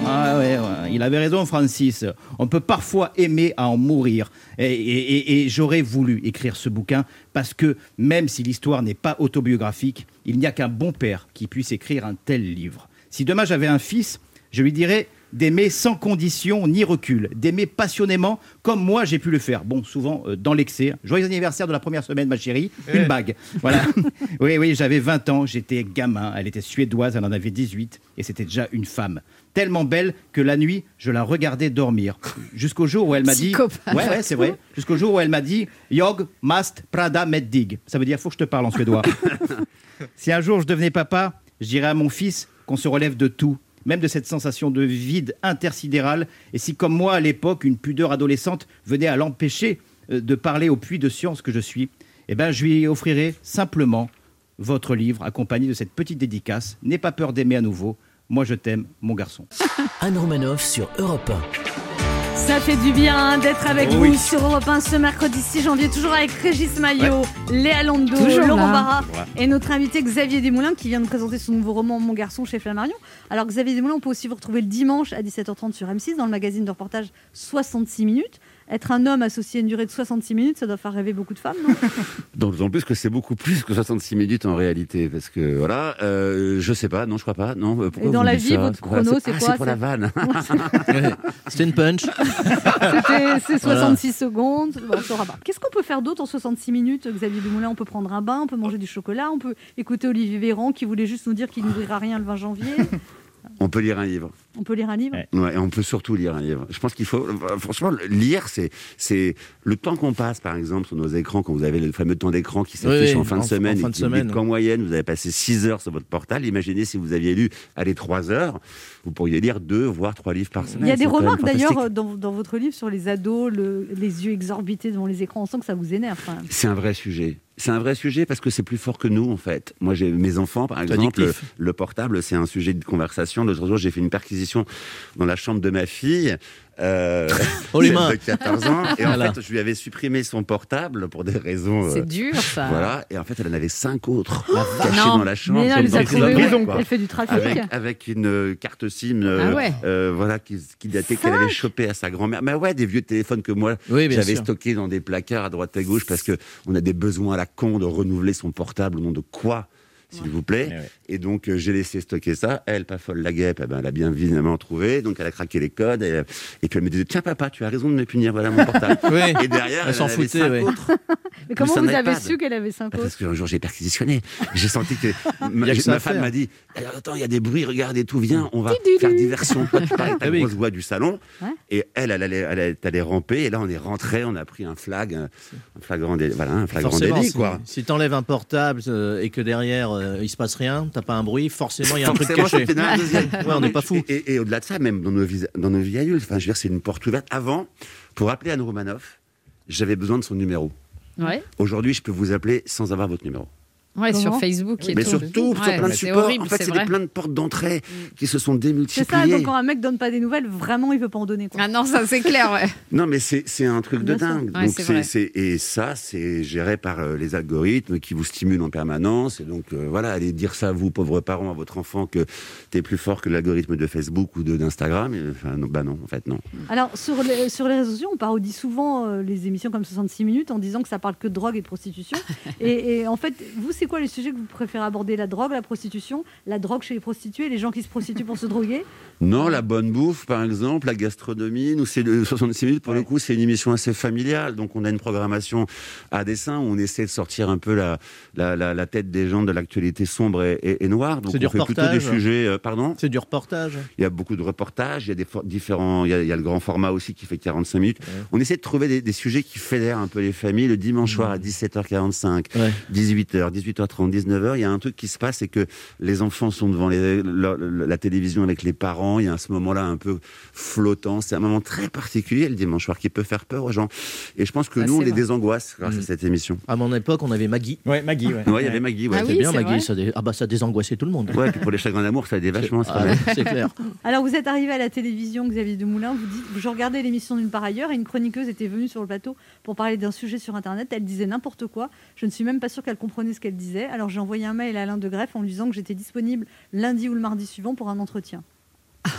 [SPEAKER 1] Ah ouais, ouais, il avait raison, Francis. On peut parfois aimer à en mourir. Et, et- et- et j'aurais voulu écrire ce bouquin parce que même si l'histoire n'est pas autobiographique, il n'y a qu'un bon père qui puisse écrire un tel livre. Si demain j'avais un fils, je lui dirais d'aimer sans condition ni recul, d'aimer passionnément comme moi j'ai pu le faire. Bon, souvent euh, dans l'excès. Joyeux anniversaire de la première semaine, ma chérie.
[SPEAKER 14] Eh.
[SPEAKER 1] Une bague. Voilà. oui, oui, j'avais 20 ans, j'étais gamin. Elle était suédoise, elle en avait 18 et c'était déjà une femme. Tellement belle que la nuit, je la regardais dormir. Jusqu'au jour où elle m'a dit.
[SPEAKER 5] Psychopathe.
[SPEAKER 1] Ouais, ouais, c'est vrai. Jusqu'au jour où elle m'a dit Yog mast prada med dig. Ça veut dire faut que je te parle en suédois. Si un jour je devenais papa, je dirais à mon fils qu'on se relève de tout, même de cette sensation de vide intersidéral. Et si, comme moi à l'époque, une pudeur adolescente venait à l'empêcher euh, de parler au puits de science que je suis, eh ben, je lui offrirais simplement votre livre accompagné de cette petite dédicace. N'aie pas peur d'aimer à nouveau. Moi, je t'aime, mon garçon.
[SPEAKER 2] (laughs) Anne Romanoff sur Europe
[SPEAKER 3] Ça fait du bien hein, d'être avec
[SPEAKER 2] Oh
[SPEAKER 3] vous
[SPEAKER 2] oui.
[SPEAKER 3] sur Europe 1 ce mercredi 6 janvier, toujours avec Régis Maillot, Léa Lando,
[SPEAKER 5] Toujours
[SPEAKER 3] Laurent
[SPEAKER 5] là.
[SPEAKER 3] Barra
[SPEAKER 5] Ouais.
[SPEAKER 3] et notre invité Xavier Desmoulins qui vient de présenter son nouveau roman Mon garçon chez Flammarion. Alors Xavier Desmoulins, on peut aussi vous retrouver le dimanche à 17h30 sur M6 dans le magazine de reportage 66 minutes. Être un homme associé à une durée de 66 minutes, ça doit faire rêver beaucoup de femmes,
[SPEAKER 10] (laughs)
[SPEAKER 3] non
[SPEAKER 10] D'autant plus que c'est beaucoup plus que 66 minutes en réalité, parce que voilà, euh, je sais pas, non, je crois pas, non. euh, Pourquoi
[SPEAKER 3] Et dans
[SPEAKER 10] vous me
[SPEAKER 3] la
[SPEAKER 10] dites
[SPEAKER 3] vie,
[SPEAKER 10] ça
[SPEAKER 3] votre
[SPEAKER 10] Pourquoi-
[SPEAKER 3] chrono,
[SPEAKER 10] ah,
[SPEAKER 3] c'est quoi,
[SPEAKER 10] pour
[SPEAKER 3] c'est-
[SPEAKER 10] la vanne.
[SPEAKER 3] (laughs)
[SPEAKER 10] (laughs)
[SPEAKER 7] C'était une punch.
[SPEAKER 3] C'était- C'est
[SPEAKER 7] Voilà.
[SPEAKER 3] 66 secondes, Bon, on saura pas. Qu'est-ce qu'on peut faire d'autre en 66 minutes, Xavier Desmoulins On peut prendre
[SPEAKER 10] (laughs)
[SPEAKER 3] un bain, on peut manger du chocolat, on peut écouter Olivier Véran qui voulait juste nous dire qu'il n'ouvrira rien le 20 janvier.
[SPEAKER 10] On peut lire un livre.
[SPEAKER 3] On peut lire un livre
[SPEAKER 10] Ouais, et on peut surtout lire un livre. Je pense qu'il faut. euh, Franchement, le- lire, c'est c'est le temps qu'on passe, par exemple, sur nos écrans, quand vous avez le fameux temps d'écran qui s'affiche
[SPEAKER 11] Oui,
[SPEAKER 10] en fin
[SPEAKER 11] en-
[SPEAKER 10] de semaine,
[SPEAKER 11] en fin
[SPEAKER 10] et
[SPEAKER 11] de
[SPEAKER 10] qui vous dit
[SPEAKER 11] semaine.
[SPEAKER 10] qu'en moyenne, vous avez passé 6 heures sur votre portal. Imaginez si vous aviez lu, allez, 3 heures, vous pourriez lire 2, voire 3 livres par semaine.
[SPEAKER 3] Il y a des
[SPEAKER 10] C'est quand même
[SPEAKER 3] remarques
[SPEAKER 10] fantastique.
[SPEAKER 3] d'ailleurs dans, dans votre livre sur les ados, le- les yeux exorbités devant les écrans. On sent que ça vous énerve. quand même.
[SPEAKER 10] C'est un vrai sujet. C'est un vrai sujet parce que c'est plus fort que nous, en fait. Moi, j'ai mes enfants, par
[SPEAKER 11] C'est
[SPEAKER 10] exemple, le,
[SPEAKER 11] addictif.
[SPEAKER 10] le portable, c'est un sujet de conversation. L'autre jour, j'ai fait une perquisition dans la chambre de ma fille. Euh,
[SPEAKER 11] Oh, les
[SPEAKER 10] celle
[SPEAKER 11] mains.
[SPEAKER 10] (laughs) de 14 ans. Et en
[SPEAKER 11] Voilà.
[SPEAKER 10] fait, je lui avais supprimé son portable pour des raisons.
[SPEAKER 5] C'est
[SPEAKER 10] euh,
[SPEAKER 5] dur, ça. Oh,
[SPEAKER 10] Voilà. Et en fait, elle en avait cinq autres cachés
[SPEAKER 5] Non.
[SPEAKER 10] dans la chambre.
[SPEAKER 5] Mais non, elle les a
[SPEAKER 10] Donc,
[SPEAKER 5] trouvés
[SPEAKER 10] c'est
[SPEAKER 5] où
[SPEAKER 10] vrai, quoi.
[SPEAKER 5] Elle fait du trafic.
[SPEAKER 10] Avec, avec une euh, carte SIM, euh,
[SPEAKER 5] Ah ouais.
[SPEAKER 10] euh, voilà, qui, qui datait qu'elle avait chopé à sa grand-mère. Mais ouais, des vieux téléphones que moi
[SPEAKER 11] Oui, bien
[SPEAKER 10] j'avais
[SPEAKER 11] sûr.
[SPEAKER 10] stockés dans des placards à droite à gauche parce que on a des besoins à la con de renouveler son portable au nom de quoi. S'il vous plaît. Et donc, euh, j'ai laissé stocker ça. Elle, pas folle la guêpe, eh ben, elle a bien évidemment trouvé. Donc, elle a craqué les codes. Et, euh, et puis, elle me disait Tiens, papa, tu as raison de me punir. Voilà mon portable.
[SPEAKER 11] (laughs) Oui.
[SPEAKER 10] Et derrière,
[SPEAKER 11] Elle
[SPEAKER 10] elle,
[SPEAKER 11] s'en
[SPEAKER 10] en avait
[SPEAKER 11] foutait,
[SPEAKER 10] cinq
[SPEAKER 11] ouais.
[SPEAKER 10] autres.
[SPEAKER 3] Mais comment
[SPEAKER 10] Plus un
[SPEAKER 3] vous avez
[SPEAKER 10] iPad.
[SPEAKER 3] su qu'elle avait 5
[SPEAKER 10] Bah,
[SPEAKER 3] ans
[SPEAKER 10] Parce qu'un jour,
[SPEAKER 11] (laughs)
[SPEAKER 10] j'ai perquisitionné. J'ai senti que
[SPEAKER 11] Ah,
[SPEAKER 10] ma,
[SPEAKER 11] Y a que ça
[SPEAKER 10] ma
[SPEAKER 11] à
[SPEAKER 10] femme
[SPEAKER 11] faire.
[SPEAKER 10] m'a dit Alors, Attends, il y a des bruits, regarde et tout, viens, on va
[SPEAKER 11] Di-di-di.
[SPEAKER 10] faire diversion. Toi, tu parles avec
[SPEAKER 11] Ah
[SPEAKER 10] ta
[SPEAKER 11] oui.
[SPEAKER 10] grosse voix du salon.
[SPEAKER 11] Ouais.
[SPEAKER 10] Et elle, elle allait, elle est allée ramper. Et là, on est rentré, on a pris un flag, un un flagrant, dé- voilà, un flagrant
[SPEAKER 11] Forcément,
[SPEAKER 10] délit,
[SPEAKER 11] si-
[SPEAKER 10] quoi.
[SPEAKER 11] Si t'enlèves un portable euh, et que derrière euh, il se passe rien, t'as pas un bruit, forcément il y a un truc
[SPEAKER 10] Forcément,
[SPEAKER 11] caché.
[SPEAKER 10] ça
[SPEAKER 11] (laughs)
[SPEAKER 10] fait un deuxième.
[SPEAKER 11] Ouais, on n'est pas fou.
[SPEAKER 10] Et, et- et au-delà de ça, même dans nos, vis- dans nos vies adultes, enfin, je veux dire, c'est une porte ouverte. Avant, pour appeler Anne Romanoff, j'avais besoin de son numéro.
[SPEAKER 5] Ouais.
[SPEAKER 10] Aujourd'hui, je peux vous appeler sans avoir votre numéro.
[SPEAKER 5] Ouais,
[SPEAKER 3] Comment
[SPEAKER 5] sur Facebook et
[SPEAKER 10] Mais
[SPEAKER 5] tout.
[SPEAKER 10] surtout, sur
[SPEAKER 5] Ouais,
[SPEAKER 10] plein de
[SPEAKER 5] c'est
[SPEAKER 10] supports.
[SPEAKER 5] horrible,
[SPEAKER 10] en fait,
[SPEAKER 5] c'est
[SPEAKER 10] c'est
[SPEAKER 5] vrai. Mm.
[SPEAKER 10] des- plein de portes d'entrée qui se sont
[SPEAKER 3] C'est
[SPEAKER 10] démultipliées.
[SPEAKER 3] ça, donc quand un mec donne pas des nouvelles, vraiment il veut pas en donner. Ah
[SPEAKER 5] non, ça c'est clair, ouais.
[SPEAKER 10] Non, mais c'est c'est un truc de
[SPEAKER 3] Bien sûr.
[SPEAKER 10] dingue.
[SPEAKER 5] Ouais,
[SPEAKER 10] donc
[SPEAKER 5] c'est
[SPEAKER 10] c'est-
[SPEAKER 5] vrai.
[SPEAKER 10] c'est- et ça, c'est géré par euh, les algorithmes qui vous stimulent en permanence. Et donc, euh, voilà, allez dire ça à vous, pauvres parents, à votre enfant, que t'es plus fort que l'algorithme de Facebook ou de- d'Instagram. Et, Enfin, non, bah non, en fait, non.
[SPEAKER 3] Alors, sur les, sur les réseaux sociaux, on parodie souvent euh, les émissions comme 66 minutes en disant que ça parle que de drogue et de prostitution. et, et en fait, vous, c'est quoi les sujets que vous préférez aborder La drogue, la prostitution, la drogue chez les prostituées, les gens qui se prostituent pour se droguer
[SPEAKER 10] Non, la bonne bouffe, par exemple, la gastronomie, nous, c'est le (laughs) 66 minutes, pour le coup, c'est une émission assez familiale. Donc, on a une programmation à dessin où on essaie de sortir un peu la, la, la- la tête des gens de l'actualité sombre et, et- et noire. Donc,
[SPEAKER 11] C'est
[SPEAKER 10] on
[SPEAKER 11] du
[SPEAKER 10] fait plutôt des
[SPEAKER 11] reportage.
[SPEAKER 10] sujets. euh, pardon
[SPEAKER 11] C'est du reportage.
[SPEAKER 10] Il y a beaucoup de reportages, il y a des for- différents, il y a, il y a le grand format aussi qui fait 45 minutes. On essaie de trouver des, des sujets qui fédèrent un peu les familles. Le dimanche soir à 17h45, 18h, 18h30, 19h, il y a un truc qui se passe, c'est que les enfants sont devant les- la, la- la télévision avec les parents. Il y a ce moment-là un peu flottant. C'est un moment très particulier le dimanche soir qui peut faire peur aux gens. Et je pense que
[SPEAKER 11] Ah,
[SPEAKER 10] nous, on
[SPEAKER 11] c'est
[SPEAKER 10] les
[SPEAKER 11] vrai.
[SPEAKER 10] désangoisse grâce à cette émission.
[SPEAKER 11] À mon époque, on avait Maggie. Ouais, Maggie.
[SPEAKER 10] ouais. Ouais, il y avait Maggie, ouais. Ah oui,
[SPEAKER 11] bien,
[SPEAKER 10] c'est vrai.
[SPEAKER 11] Maggie. Ça dé- Ah bah ça désangoissait tout le monde.
[SPEAKER 10] Ouais, puis pour les chagrins d'amour, ça aidait vachement.
[SPEAKER 11] Ah
[SPEAKER 10] vrai.
[SPEAKER 3] (laughs)
[SPEAKER 11] ouais, c'est clair.
[SPEAKER 3] Alors, vous êtes arrivé à la télévision, Xavier Demoulin, vous dites Je regardais l'émission d'une part ailleurs et une chroniqueuse était venue sur le plateau pour parler d'un sujet sur Internet. Elle disait n'importe quoi. Je ne suis même pas sûre qu'elle comprenait ce qu'elle disait. Alors, j'ai envoyé un mail à Alain de Greff en lui disant que j'étais disponible lundi ou le mardi suivant pour un entretien.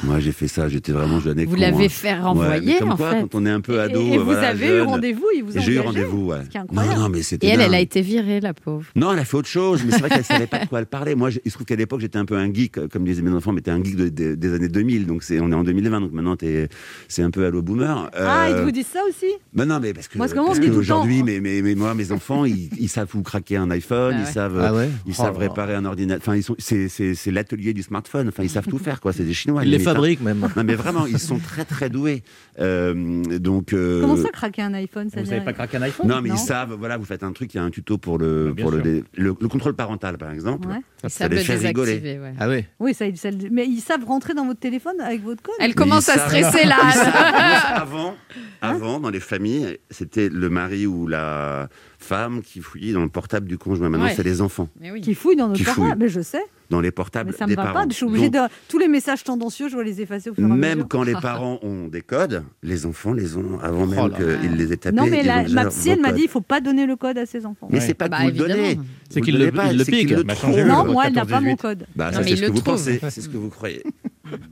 [SPEAKER 10] Moi, j'ai fait ça, j'étais vraiment jeune et
[SPEAKER 5] Vous
[SPEAKER 10] con,
[SPEAKER 5] l'avez
[SPEAKER 10] hein.
[SPEAKER 5] fait
[SPEAKER 10] Ouais,
[SPEAKER 5] renvoyer,
[SPEAKER 10] mais comme
[SPEAKER 5] en
[SPEAKER 10] quoi,
[SPEAKER 5] fait.
[SPEAKER 10] quand on est un peu
[SPEAKER 5] Et-
[SPEAKER 10] ado,
[SPEAKER 5] et vous
[SPEAKER 10] voilà,
[SPEAKER 5] avez eu
[SPEAKER 10] jeune.
[SPEAKER 5] rendez-vous, il vous a
[SPEAKER 10] Et J'ai eu
[SPEAKER 5] engagé,
[SPEAKER 10] rendez-vous, ouais.
[SPEAKER 5] ce qui est
[SPEAKER 10] non,
[SPEAKER 5] incroyable.
[SPEAKER 10] non, mais c'était
[SPEAKER 5] Et elle, elle
[SPEAKER 10] dingue.
[SPEAKER 5] a été virée, la pauvre.
[SPEAKER 10] Non, elle a fait autre chose, mais c'est vrai qu'elle savait pas de quoi elle parlait. Moi, je- il se trouve qu'à l'époque, j'étais un peu un geek, euh, comme disaient mes enfants, mais t'es un geek de- de- des années 2000, donc c'est, on est en 2020, donc maintenant t'es, c'est un peu allo boomer.
[SPEAKER 3] Ah, ils
[SPEAKER 10] Euh,
[SPEAKER 3] vous disent ça aussi
[SPEAKER 10] bah non, mais parce que,
[SPEAKER 3] Moi, ce qu'on me
[SPEAKER 10] parce
[SPEAKER 3] dit tout le
[SPEAKER 10] qu'aujourd'hui,
[SPEAKER 3] temps.
[SPEAKER 10] mais, mais, mais moi, mes enfants, ils, ils savent vous craquer un iPhone,
[SPEAKER 11] Ah ouais.
[SPEAKER 10] ils savent,
[SPEAKER 11] Ah ouais
[SPEAKER 10] ils
[SPEAKER 11] Oh
[SPEAKER 10] savent
[SPEAKER 11] là là.
[SPEAKER 10] réparer un ordinateur. Enfin, ils sont, c'est, c'est, c'est l'atelier du smartphone. Enfin, ils savent tout faire, quoi. C'est des Chinois.
[SPEAKER 11] Ils les
[SPEAKER 10] limite, hein.
[SPEAKER 11] fabriquent, même.
[SPEAKER 10] Non, mais vraiment, ils sont très, très doués. Euh, donc. euh,
[SPEAKER 3] Comment ça, craquer un iPhone ça dirait-
[SPEAKER 10] craquer un iPhone Non, mais ils savent, voilà, vous faites un truc, il y a un tuto pour le, pour le, dé- le, le contrôle parental, par exemple.
[SPEAKER 3] Ouais.
[SPEAKER 5] Et ça peut désactiver, ouais.
[SPEAKER 10] Ah oui
[SPEAKER 3] Oui, ça, ils- ça- mais ils savent rentrer dans votre téléphone avec votre code.
[SPEAKER 5] Elle commence à stresser, là.
[SPEAKER 10] Ils savent,
[SPEAKER 3] Ah
[SPEAKER 5] Anne. (laughs)
[SPEAKER 10] avant, avant, dans les familles, c'était le mari ou la femme qui fouillait dans le portable du conjoint. Maintenant,
[SPEAKER 3] Ouais.
[SPEAKER 10] c'est les enfants.
[SPEAKER 3] Qui fouillent dans nos
[SPEAKER 10] Qui
[SPEAKER 3] portables,
[SPEAKER 10] fouillent.
[SPEAKER 3] mais je sais.
[SPEAKER 10] Dans les portables
[SPEAKER 3] Mais ça me
[SPEAKER 10] des
[SPEAKER 3] va
[SPEAKER 10] parents.
[SPEAKER 3] pas. Je suis obligée
[SPEAKER 10] Donc,
[SPEAKER 3] de tous les messages tendancieux, je dois les effacer au fur et à
[SPEAKER 10] Même
[SPEAKER 3] mesure.
[SPEAKER 10] quand les
[SPEAKER 3] (laughs)
[SPEAKER 10] parents ont des codes, les enfants les ont avant
[SPEAKER 11] Oh
[SPEAKER 10] même qu'ils les aient tapés.
[SPEAKER 3] Non, mais
[SPEAKER 10] ils ont
[SPEAKER 3] la,
[SPEAKER 10] déjà
[SPEAKER 3] ma psy,
[SPEAKER 10] vos
[SPEAKER 3] elle m'a
[SPEAKER 10] codes.
[SPEAKER 3] dit il faut pas donner le code à ses enfants.
[SPEAKER 10] Mais c'est pas
[SPEAKER 5] Bah,
[SPEAKER 10] que vous le donnez.
[SPEAKER 11] C'est
[SPEAKER 10] Vous
[SPEAKER 11] qu'il
[SPEAKER 10] donnez
[SPEAKER 11] le-
[SPEAKER 10] pas,
[SPEAKER 11] il le
[SPEAKER 10] c'est qu'il
[SPEAKER 11] pique. Bah, changez
[SPEAKER 3] Non,
[SPEAKER 10] trouve.
[SPEAKER 3] moi, elle n'a pas mon code.
[SPEAKER 10] Bah,
[SPEAKER 3] Non,
[SPEAKER 10] ça,
[SPEAKER 3] mais
[SPEAKER 10] c'est
[SPEAKER 3] il
[SPEAKER 10] ce
[SPEAKER 3] le
[SPEAKER 10] que vous
[SPEAKER 3] trouve.
[SPEAKER 10] pensez, c'est ce que vous croyez.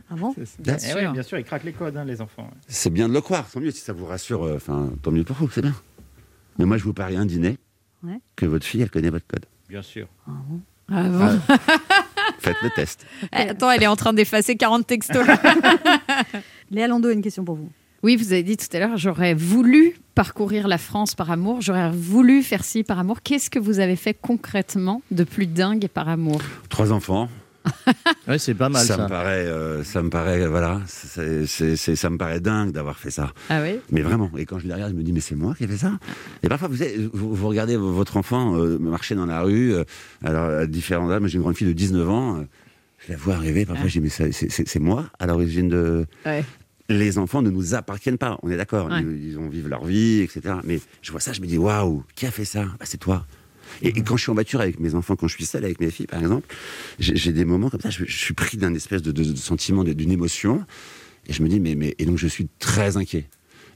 [SPEAKER 3] Ah bon
[SPEAKER 10] Bien Ah
[SPEAKER 4] Eh oui, bien sûr, ils craquent les codes, hein, les enfants.
[SPEAKER 10] C'est bien de le croire, tant mieux si ça vous rassure, euh, enfin, tant mieux pour vous, c'est bien. Mais moi, je vous parie un dîner
[SPEAKER 3] Ouais.
[SPEAKER 10] que votre fille, elle connaît votre code.
[SPEAKER 4] Bien sûr.
[SPEAKER 5] Ah bon
[SPEAKER 10] Faites le test.
[SPEAKER 5] Eh, Attends, elle est en train d'effacer 40 textos.
[SPEAKER 3] (laughs) Léa Lando a une question pour vous.
[SPEAKER 5] Oui, vous avez dit tout à l'heure, j'aurais voulu parcourir la France par amour, j'aurais voulu faire ci par amour. Qu'est-ce que vous avez fait concrètement de plus dingue par amour
[SPEAKER 10] Trois enfants,
[SPEAKER 11] (laughs) Ouais, c'est pas mal ça.
[SPEAKER 10] me paraît, euh, ça me paraît, voilà, c'est- c'est- c'est- ça me paraît dingue d'avoir fait ça.
[SPEAKER 5] Ah oui
[SPEAKER 10] Mais vraiment, et quand je les regarde, je me dis, mais c'est moi qui ai fait ça Et parfois, vous, êtes- vous, vous regardez v- votre enfant euh, marcher dans la rue, euh, alors à différents âges, moi j'ai une grande fille de 19 ans, euh, je la vois arriver, parfois je dis, mais ça, c'est- c'est c'est moi à l'origine de... Les enfants ne nous appartiennent pas, on est d'accord,
[SPEAKER 14] Ouais.
[SPEAKER 10] ils, ils ont vivent leur vie, etc. Mais je vois ça, je me dis, waouh, qui a fait ça Bah, C'est toi. Et, et quand je suis en voiture avec mes enfants, quand je suis seul avec mes filles, par exemple, j'ai j'ai des moments comme ça, je, je suis pris d'un espèce de, de- de sentiment, de- d'une émotion, et je me dis, mais, mais, et donc je suis très inquiet.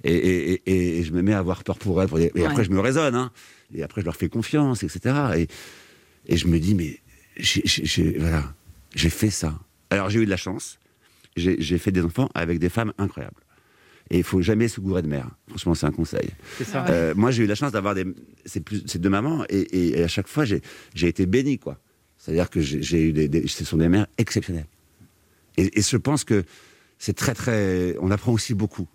[SPEAKER 10] Et, et- et- et- et je me mets à avoir peur pour elles. pour des- et
[SPEAKER 14] Ouais.
[SPEAKER 10] après, je me raisonne, hein. et après, je leur fais confiance, etc. Et, et je me dis, mais j'ai- j'ai- j'ai- voilà, j'ai fait ça. Alors, j'ai eu de la chance, j'ai j'ai fait des enfants avec des femmes incroyables. Et il faut jamais se gourer de mère. Franchement, c'est un conseil.
[SPEAKER 14] C'est ça.
[SPEAKER 10] Euh, moi, j'ai eu la chance d'avoir des, c'est plus, c'est deux mamans, et, et- et à chaque fois, j'ai, j'ai été béni, quoi. C'est-à-dire que j'ai, j'ai eu des, des- ce sont des mères exceptionnelles. Et, et je pense que c'est très, très, on apprend aussi beaucoup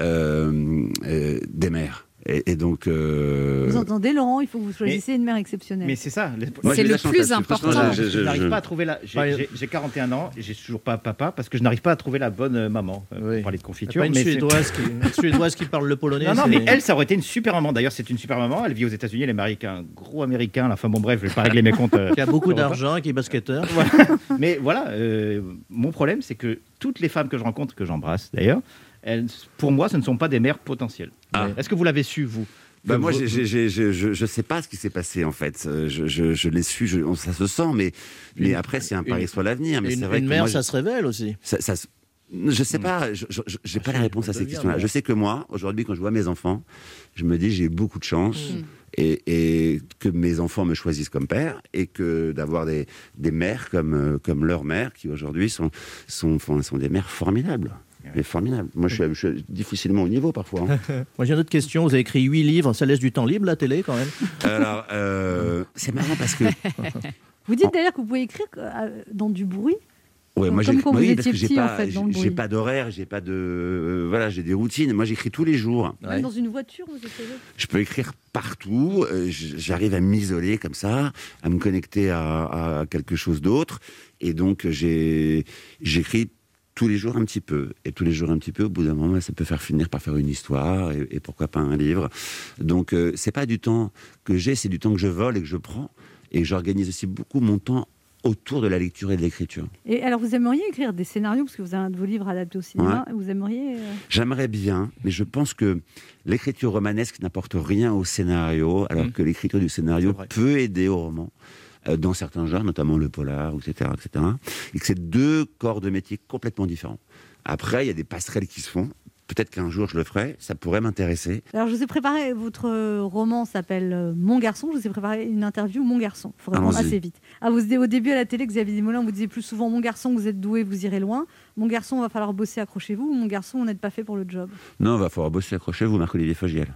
[SPEAKER 10] euh, euh, des mères. Et, et donc, euh,
[SPEAKER 3] Vous entendez, Laurent, il faut que vous choisissiez une mère exceptionnelle.
[SPEAKER 1] Mais c'est ça. les-
[SPEAKER 10] Moi, j'ai de la chance là-dessus. Franchement, je- je-
[SPEAKER 1] Je
[SPEAKER 10] je-
[SPEAKER 1] n'arrive pas à trouver la.
[SPEAKER 11] Bah,
[SPEAKER 1] j'ai- J'ai j'ai 41 ans, et j'ai toujours pas papa parce que je n'arrive pas à trouver la bonne euh, maman. euh, Pour parler de confiture.
[SPEAKER 11] Pas une
[SPEAKER 1] mais c'est-
[SPEAKER 11] Suédoise qui- une
[SPEAKER 1] (laughs)
[SPEAKER 11] Suédoise qui parle le polonais.
[SPEAKER 1] Non, non,
[SPEAKER 11] c'est-
[SPEAKER 1] mais elle, ça aurait été une super maman. D'ailleurs, c'est une super maman. Elle vit aux États-Unis, elle est mariée avec un gros américain. là. Enfin bon, bref, je vais pas régler mes comptes. euh,
[SPEAKER 11] (laughs) Qui a beaucoup
[SPEAKER 1] sur le
[SPEAKER 11] d'argent, qui est basketteur.
[SPEAKER 1] repas. Mais voilà, euh, mon problème, c'est que toutes les femmes que je rencontre, que j'embrasse d'ailleurs, elles, pour moi, ce ne sont pas des mères potentielles. Est-ce que vous l'avez su, vous
[SPEAKER 10] Ah. Bah
[SPEAKER 1] Que
[SPEAKER 10] moi,
[SPEAKER 1] vous-
[SPEAKER 10] j'ai- j'ai- j'ai- je- je je sais pas ce qui s'est passé en fait. Euh, Je, je, je l'ai su, je- on- ça se sent, mais, mais après c'est un pari
[SPEAKER 11] une-
[SPEAKER 10] sur l'avenir. Mais
[SPEAKER 11] une-
[SPEAKER 10] c'est vrai
[SPEAKER 11] une
[SPEAKER 10] que
[SPEAKER 11] mère,
[SPEAKER 10] moi,
[SPEAKER 11] ça Hmm.
[SPEAKER 10] je-
[SPEAKER 11] se révèle aussi.
[SPEAKER 10] Ça, ça se- je sais pas, Ah, je- je- je- j'ai pas la réponse à
[SPEAKER 11] devient,
[SPEAKER 10] cette question-là.
[SPEAKER 11] mais-
[SPEAKER 10] Je sais que moi, aujourd'hui, quand je vois mes enfants, je me dis j'ai eu beaucoup de chance
[SPEAKER 11] Hmm.
[SPEAKER 10] et, et que mes enfants me choisissent comme père et que d'avoir des, des mères comme, euh, comme leur mère qui aujourd'hui sont, sont, font- sont des mères formidables. Mais formidables. Moi, je suis, je suis difficilement au niveau
[SPEAKER 11] (laughs)
[SPEAKER 10] parfois. hein.
[SPEAKER 11] Moi, j'ai une autre question. Vous avez écrit 8 livres, ça laisse du temps libre, la télé, quand même.
[SPEAKER 10] (laughs) Alors, euh, c'est marrant parce que
[SPEAKER 3] Vous dites d'ailleurs que vous pouvez écrire euh, dans du bruit.
[SPEAKER 10] Ouais,
[SPEAKER 3] Donc,
[SPEAKER 10] moi,
[SPEAKER 3] comme
[SPEAKER 10] j'écris-
[SPEAKER 3] quand vous
[SPEAKER 10] oui,
[SPEAKER 3] étiez
[SPEAKER 10] parce que j'ai
[SPEAKER 3] petit, en
[SPEAKER 10] pas,
[SPEAKER 3] fait, dans le
[SPEAKER 10] j'ai- j'ai
[SPEAKER 3] bruit.
[SPEAKER 10] pas d'horaire, j'ai pas de, euh, voilà, j'ai des routines. Moi, j'écris tous les jours.
[SPEAKER 3] Même dans une voiture, vous essayez.
[SPEAKER 10] Je peux écrire partout. euh, j- J'arrive à m'isoler comme ça, à me connecter à, à quelque chose d'autre. Et donc, j'ai, j'écris tous les jours un petit peu. Et tous les jours un petit peu, au bout d'un moment, ça peut faire finir par faire une histoire et, et pourquoi pas un livre. Donc, euh, c'est pas du temps que j'ai, c'est du temps que je vole et que je prends. Et j'organise aussi beaucoup mon temps autour de la lecture et de l'écriture.
[SPEAKER 3] Et alors, vous aimeriez écrire des scénarios, parce que vous avez un de vos livres adapté au cinéma. Vous aimeriez. euh,
[SPEAKER 10] J'aimerais bien, mais je pense que l'écriture romanesque n'apporte rien au scénario, alors que l'écriture du scénario peut aider au roman, euh, dans certains genres, notamment le polar, etc., etc. Et que c'est deux corps de métier complètement différents. Après, il y a des passerelles qui se font. Peut-être qu'un jour je le ferai, ça pourrait m'intéresser.
[SPEAKER 3] Alors, je vous ai préparé, votre euh, roman s'appelle euh, Mon garçon. Je vous ai préparé une interview Mon garçon. Il faut répondre
[SPEAKER 10] Allons-y.
[SPEAKER 3] assez vite. Ah, vous, au début, à la télé, Xavier Desmoulins, on vous disait plus souvent Mon garçon, vous êtes doué, vous irez loin. Mon garçon, va falloir bosser, accrochez-vous. Ou Mon garçon, on n'est pas fait pour le job.
[SPEAKER 10] Non, va falloir bosser, accrochez-vous, Marc-Olivier Fogiel.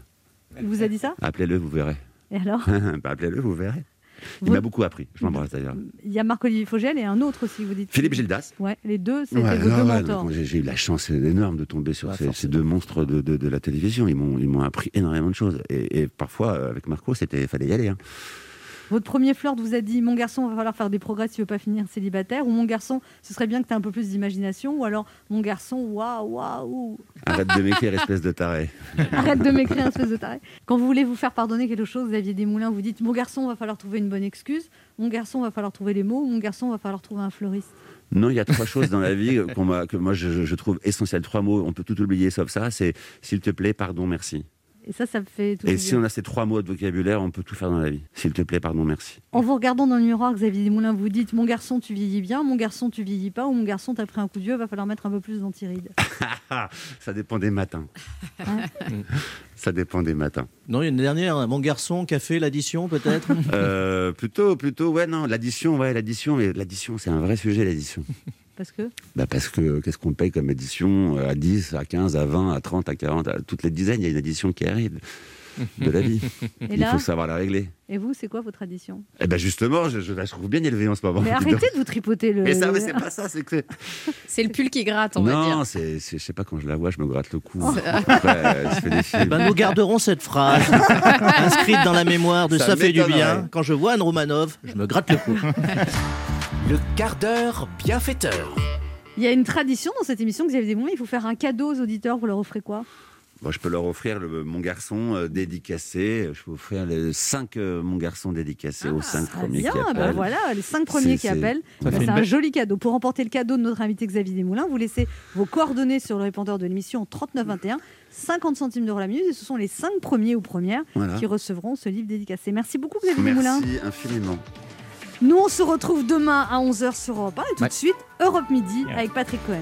[SPEAKER 3] Il vous a dit ça
[SPEAKER 10] Appelez-le, vous verrez.
[SPEAKER 3] Et alors
[SPEAKER 10] (laughs) Bah, Appelez-le, vous verrez. Il
[SPEAKER 3] Vous- Hmm.
[SPEAKER 10] m'a beaucoup appris, je m'embrasse d'ailleurs.
[SPEAKER 3] Il y a Marc-Olivier Fogel et un autre aussi, vous dites.
[SPEAKER 10] Philippe Gildas.
[SPEAKER 3] Ouais, les deux, c'était
[SPEAKER 10] Ouais,
[SPEAKER 3] vos
[SPEAKER 10] non,
[SPEAKER 3] deux
[SPEAKER 10] ouais,
[SPEAKER 3] mentors.
[SPEAKER 10] non, j'ai j'ai eu la chance énorme de tomber sur ces, ces deux monstres de, de- de la télévision. Ils m'ont ils m'ont appris énormément de choses. Et, et parfois, euh, avec Marco, c'était fallait y aller. hein.
[SPEAKER 3] Votre premier flirt vous a dit Mon garçon, va falloir faire des progrès si tu veux pas finir célibataire. Ou Mon garçon, ce serait bien que tu aies un peu plus d'imagination. Ou alors Mon garçon, waouh, waouh.
[SPEAKER 10] Arrête de m'écrire, espèce de taré.
[SPEAKER 3] (laughs) Arrête de m'écrire, espèce de taré. Quand vous voulez vous faire pardonner quelque chose, Xavier Desmoulins, vous dites Mon garçon, va falloir trouver une bonne excuse. Mon garçon, va falloir trouver les mots. Mon garçon, va falloir trouver un fleuriste.
[SPEAKER 10] Non, il y a trois choses dans la vie qu'on m'a- que moi je, je- je trouve essentielles. Trois mots, on peut tout oublier sauf ça. C'est s'il te plaît, pardon, merci.
[SPEAKER 3] Et ça, ça me fait tout.
[SPEAKER 10] Et
[SPEAKER 3] du
[SPEAKER 10] si
[SPEAKER 3] bien.
[SPEAKER 10] on a ces trois mots de vocabulaire, on peut tout faire dans la vie. S'il te plaît, pardon, merci. (laughs)
[SPEAKER 3] En vous regardant dans le miroir, Xavier Desmoulins, vous dites Mon garçon, tu vieillis bien. Mon garçon, tu vieillis pas. Ou Mon garçon, t'as pris un coup de vieux, va falloir mettre un peu
[SPEAKER 10] (laughs)
[SPEAKER 3] plus d'antirides.
[SPEAKER 10] ça dépend des matins.
[SPEAKER 3] Hein
[SPEAKER 10] Ça dépend des matins.
[SPEAKER 11] Non, il y en a une dernière. Mon garçon, café, l'addition, peut-être
[SPEAKER 10] (laughs) Euh, plutôt, plutôt, ouais, non, l'addition, ouais, l'addition, mais l'addition, c'est un vrai sujet, l'addition.
[SPEAKER 3] Parce que
[SPEAKER 10] Bah parce que qu'est-ce qu'on paye comme édition euh, à 10, à 15, à 20, à 30, à 40, à toutes les dizaines, il y a une édition qui arrive de la vie.
[SPEAKER 3] (laughs) Et
[SPEAKER 10] il
[SPEAKER 3] là
[SPEAKER 10] faut savoir la régler.
[SPEAKER 3] Et vous, c'est quoi votre addition
[SPEAKER 10] Eh ben justement, je, je la trouve bien élevée en ce moment.
[SPEAKER 3] Mais
[SPEAKER 10] dis donc.
[SPEAKER 3] arrêtez de vous tripoter le.
[SPEAKER 10] Mais ça, mais c'est pas ça, c'est que.
[SPEAKER 5] C'est le pull qui gratte, on va
[SPEAKER 10] Non,
[SPEAKER 5] dire.
[SPEAKER 10] c'est, c'est- je sais pas, quand je la vois, je me gratte le cou.
[SPEAKER 5] Oh.
[SPEAKER 10] Après, elle se fait des
[SPEAKER 7] (laughs)
[SPEAKER 10] films.
[SPEAKER 11] Eh ben, nous garderons cette
[SPEAKER 10] (laughs)
[SPEAKER 11] phrase inscrite dans la mémoire de
[SPEAKER 10] Ça
[SPEAKER 11] Ça, fait du
[SPEAKER 10] m'étonnerait.
[SPEAKER 11] bien. Quand je vois Anne Romanov, je me gratte le cou.
[SPEAKER 2] (laughs) Le quart d'heure bienfaiteur.
[SPEAKER 3] Il y a une tradition dans cette émission, Xavier Desmond, il faut faire un cadeau aux auditeurs, vous leur offrez quoi
[SPEAKER 10] Bon, je peux leur offrir le- mon garçon euh, dédicacé. Je peux offrir les 5 mon garçon dédicacé
[SPEAKER 3] Ah,
[SPEAKER 10] aux 5 premiers
[SPEAKER 3] Bien,
[SPEAKER 10] qui
[SPEAKER 3] bah
[SPEAKER 10] appellent.
[SPEAKER 3] voilà, les cinq
[SPEAKER 10] C'est-
[SPEAKER 3] premiers qui
[SPEAKER 10] c'est-
[SPEAKER 3] appellent.
[SPEAKER 10] Ça
[SPEAKER 3] Bah,
[SPEAKER 10] fait
[SPEAKER 3] c'est
[SPEAKER 10] une
[SPEAKER 3] un
[SPEAKER 10] belle-
[SPEAKER 3] joli cadeau. Pour remporter le cadeau de notre invité Xavier Desmoulins, vous laissez vos coordonnées sur le répondeur de l'émission 3921, 50 centimes d'euros la minute, et ce sont les cinq premiers ou premières
[SPEAKER 10] Voilà.
[SPEAKER 3] qui recevront ce livre dédicacé. Merci beaucoup Xavier Desmoulins.
[SPEAKER 10] Merci infiniment.
[SPEAKER 3] Nous, on se retrouve demain à 11h sur Europe 1 et tout
[SPEAKER 10] Ouais.
[SPEAKER 3] de suite, Europe Midi avec Patrick Cohen.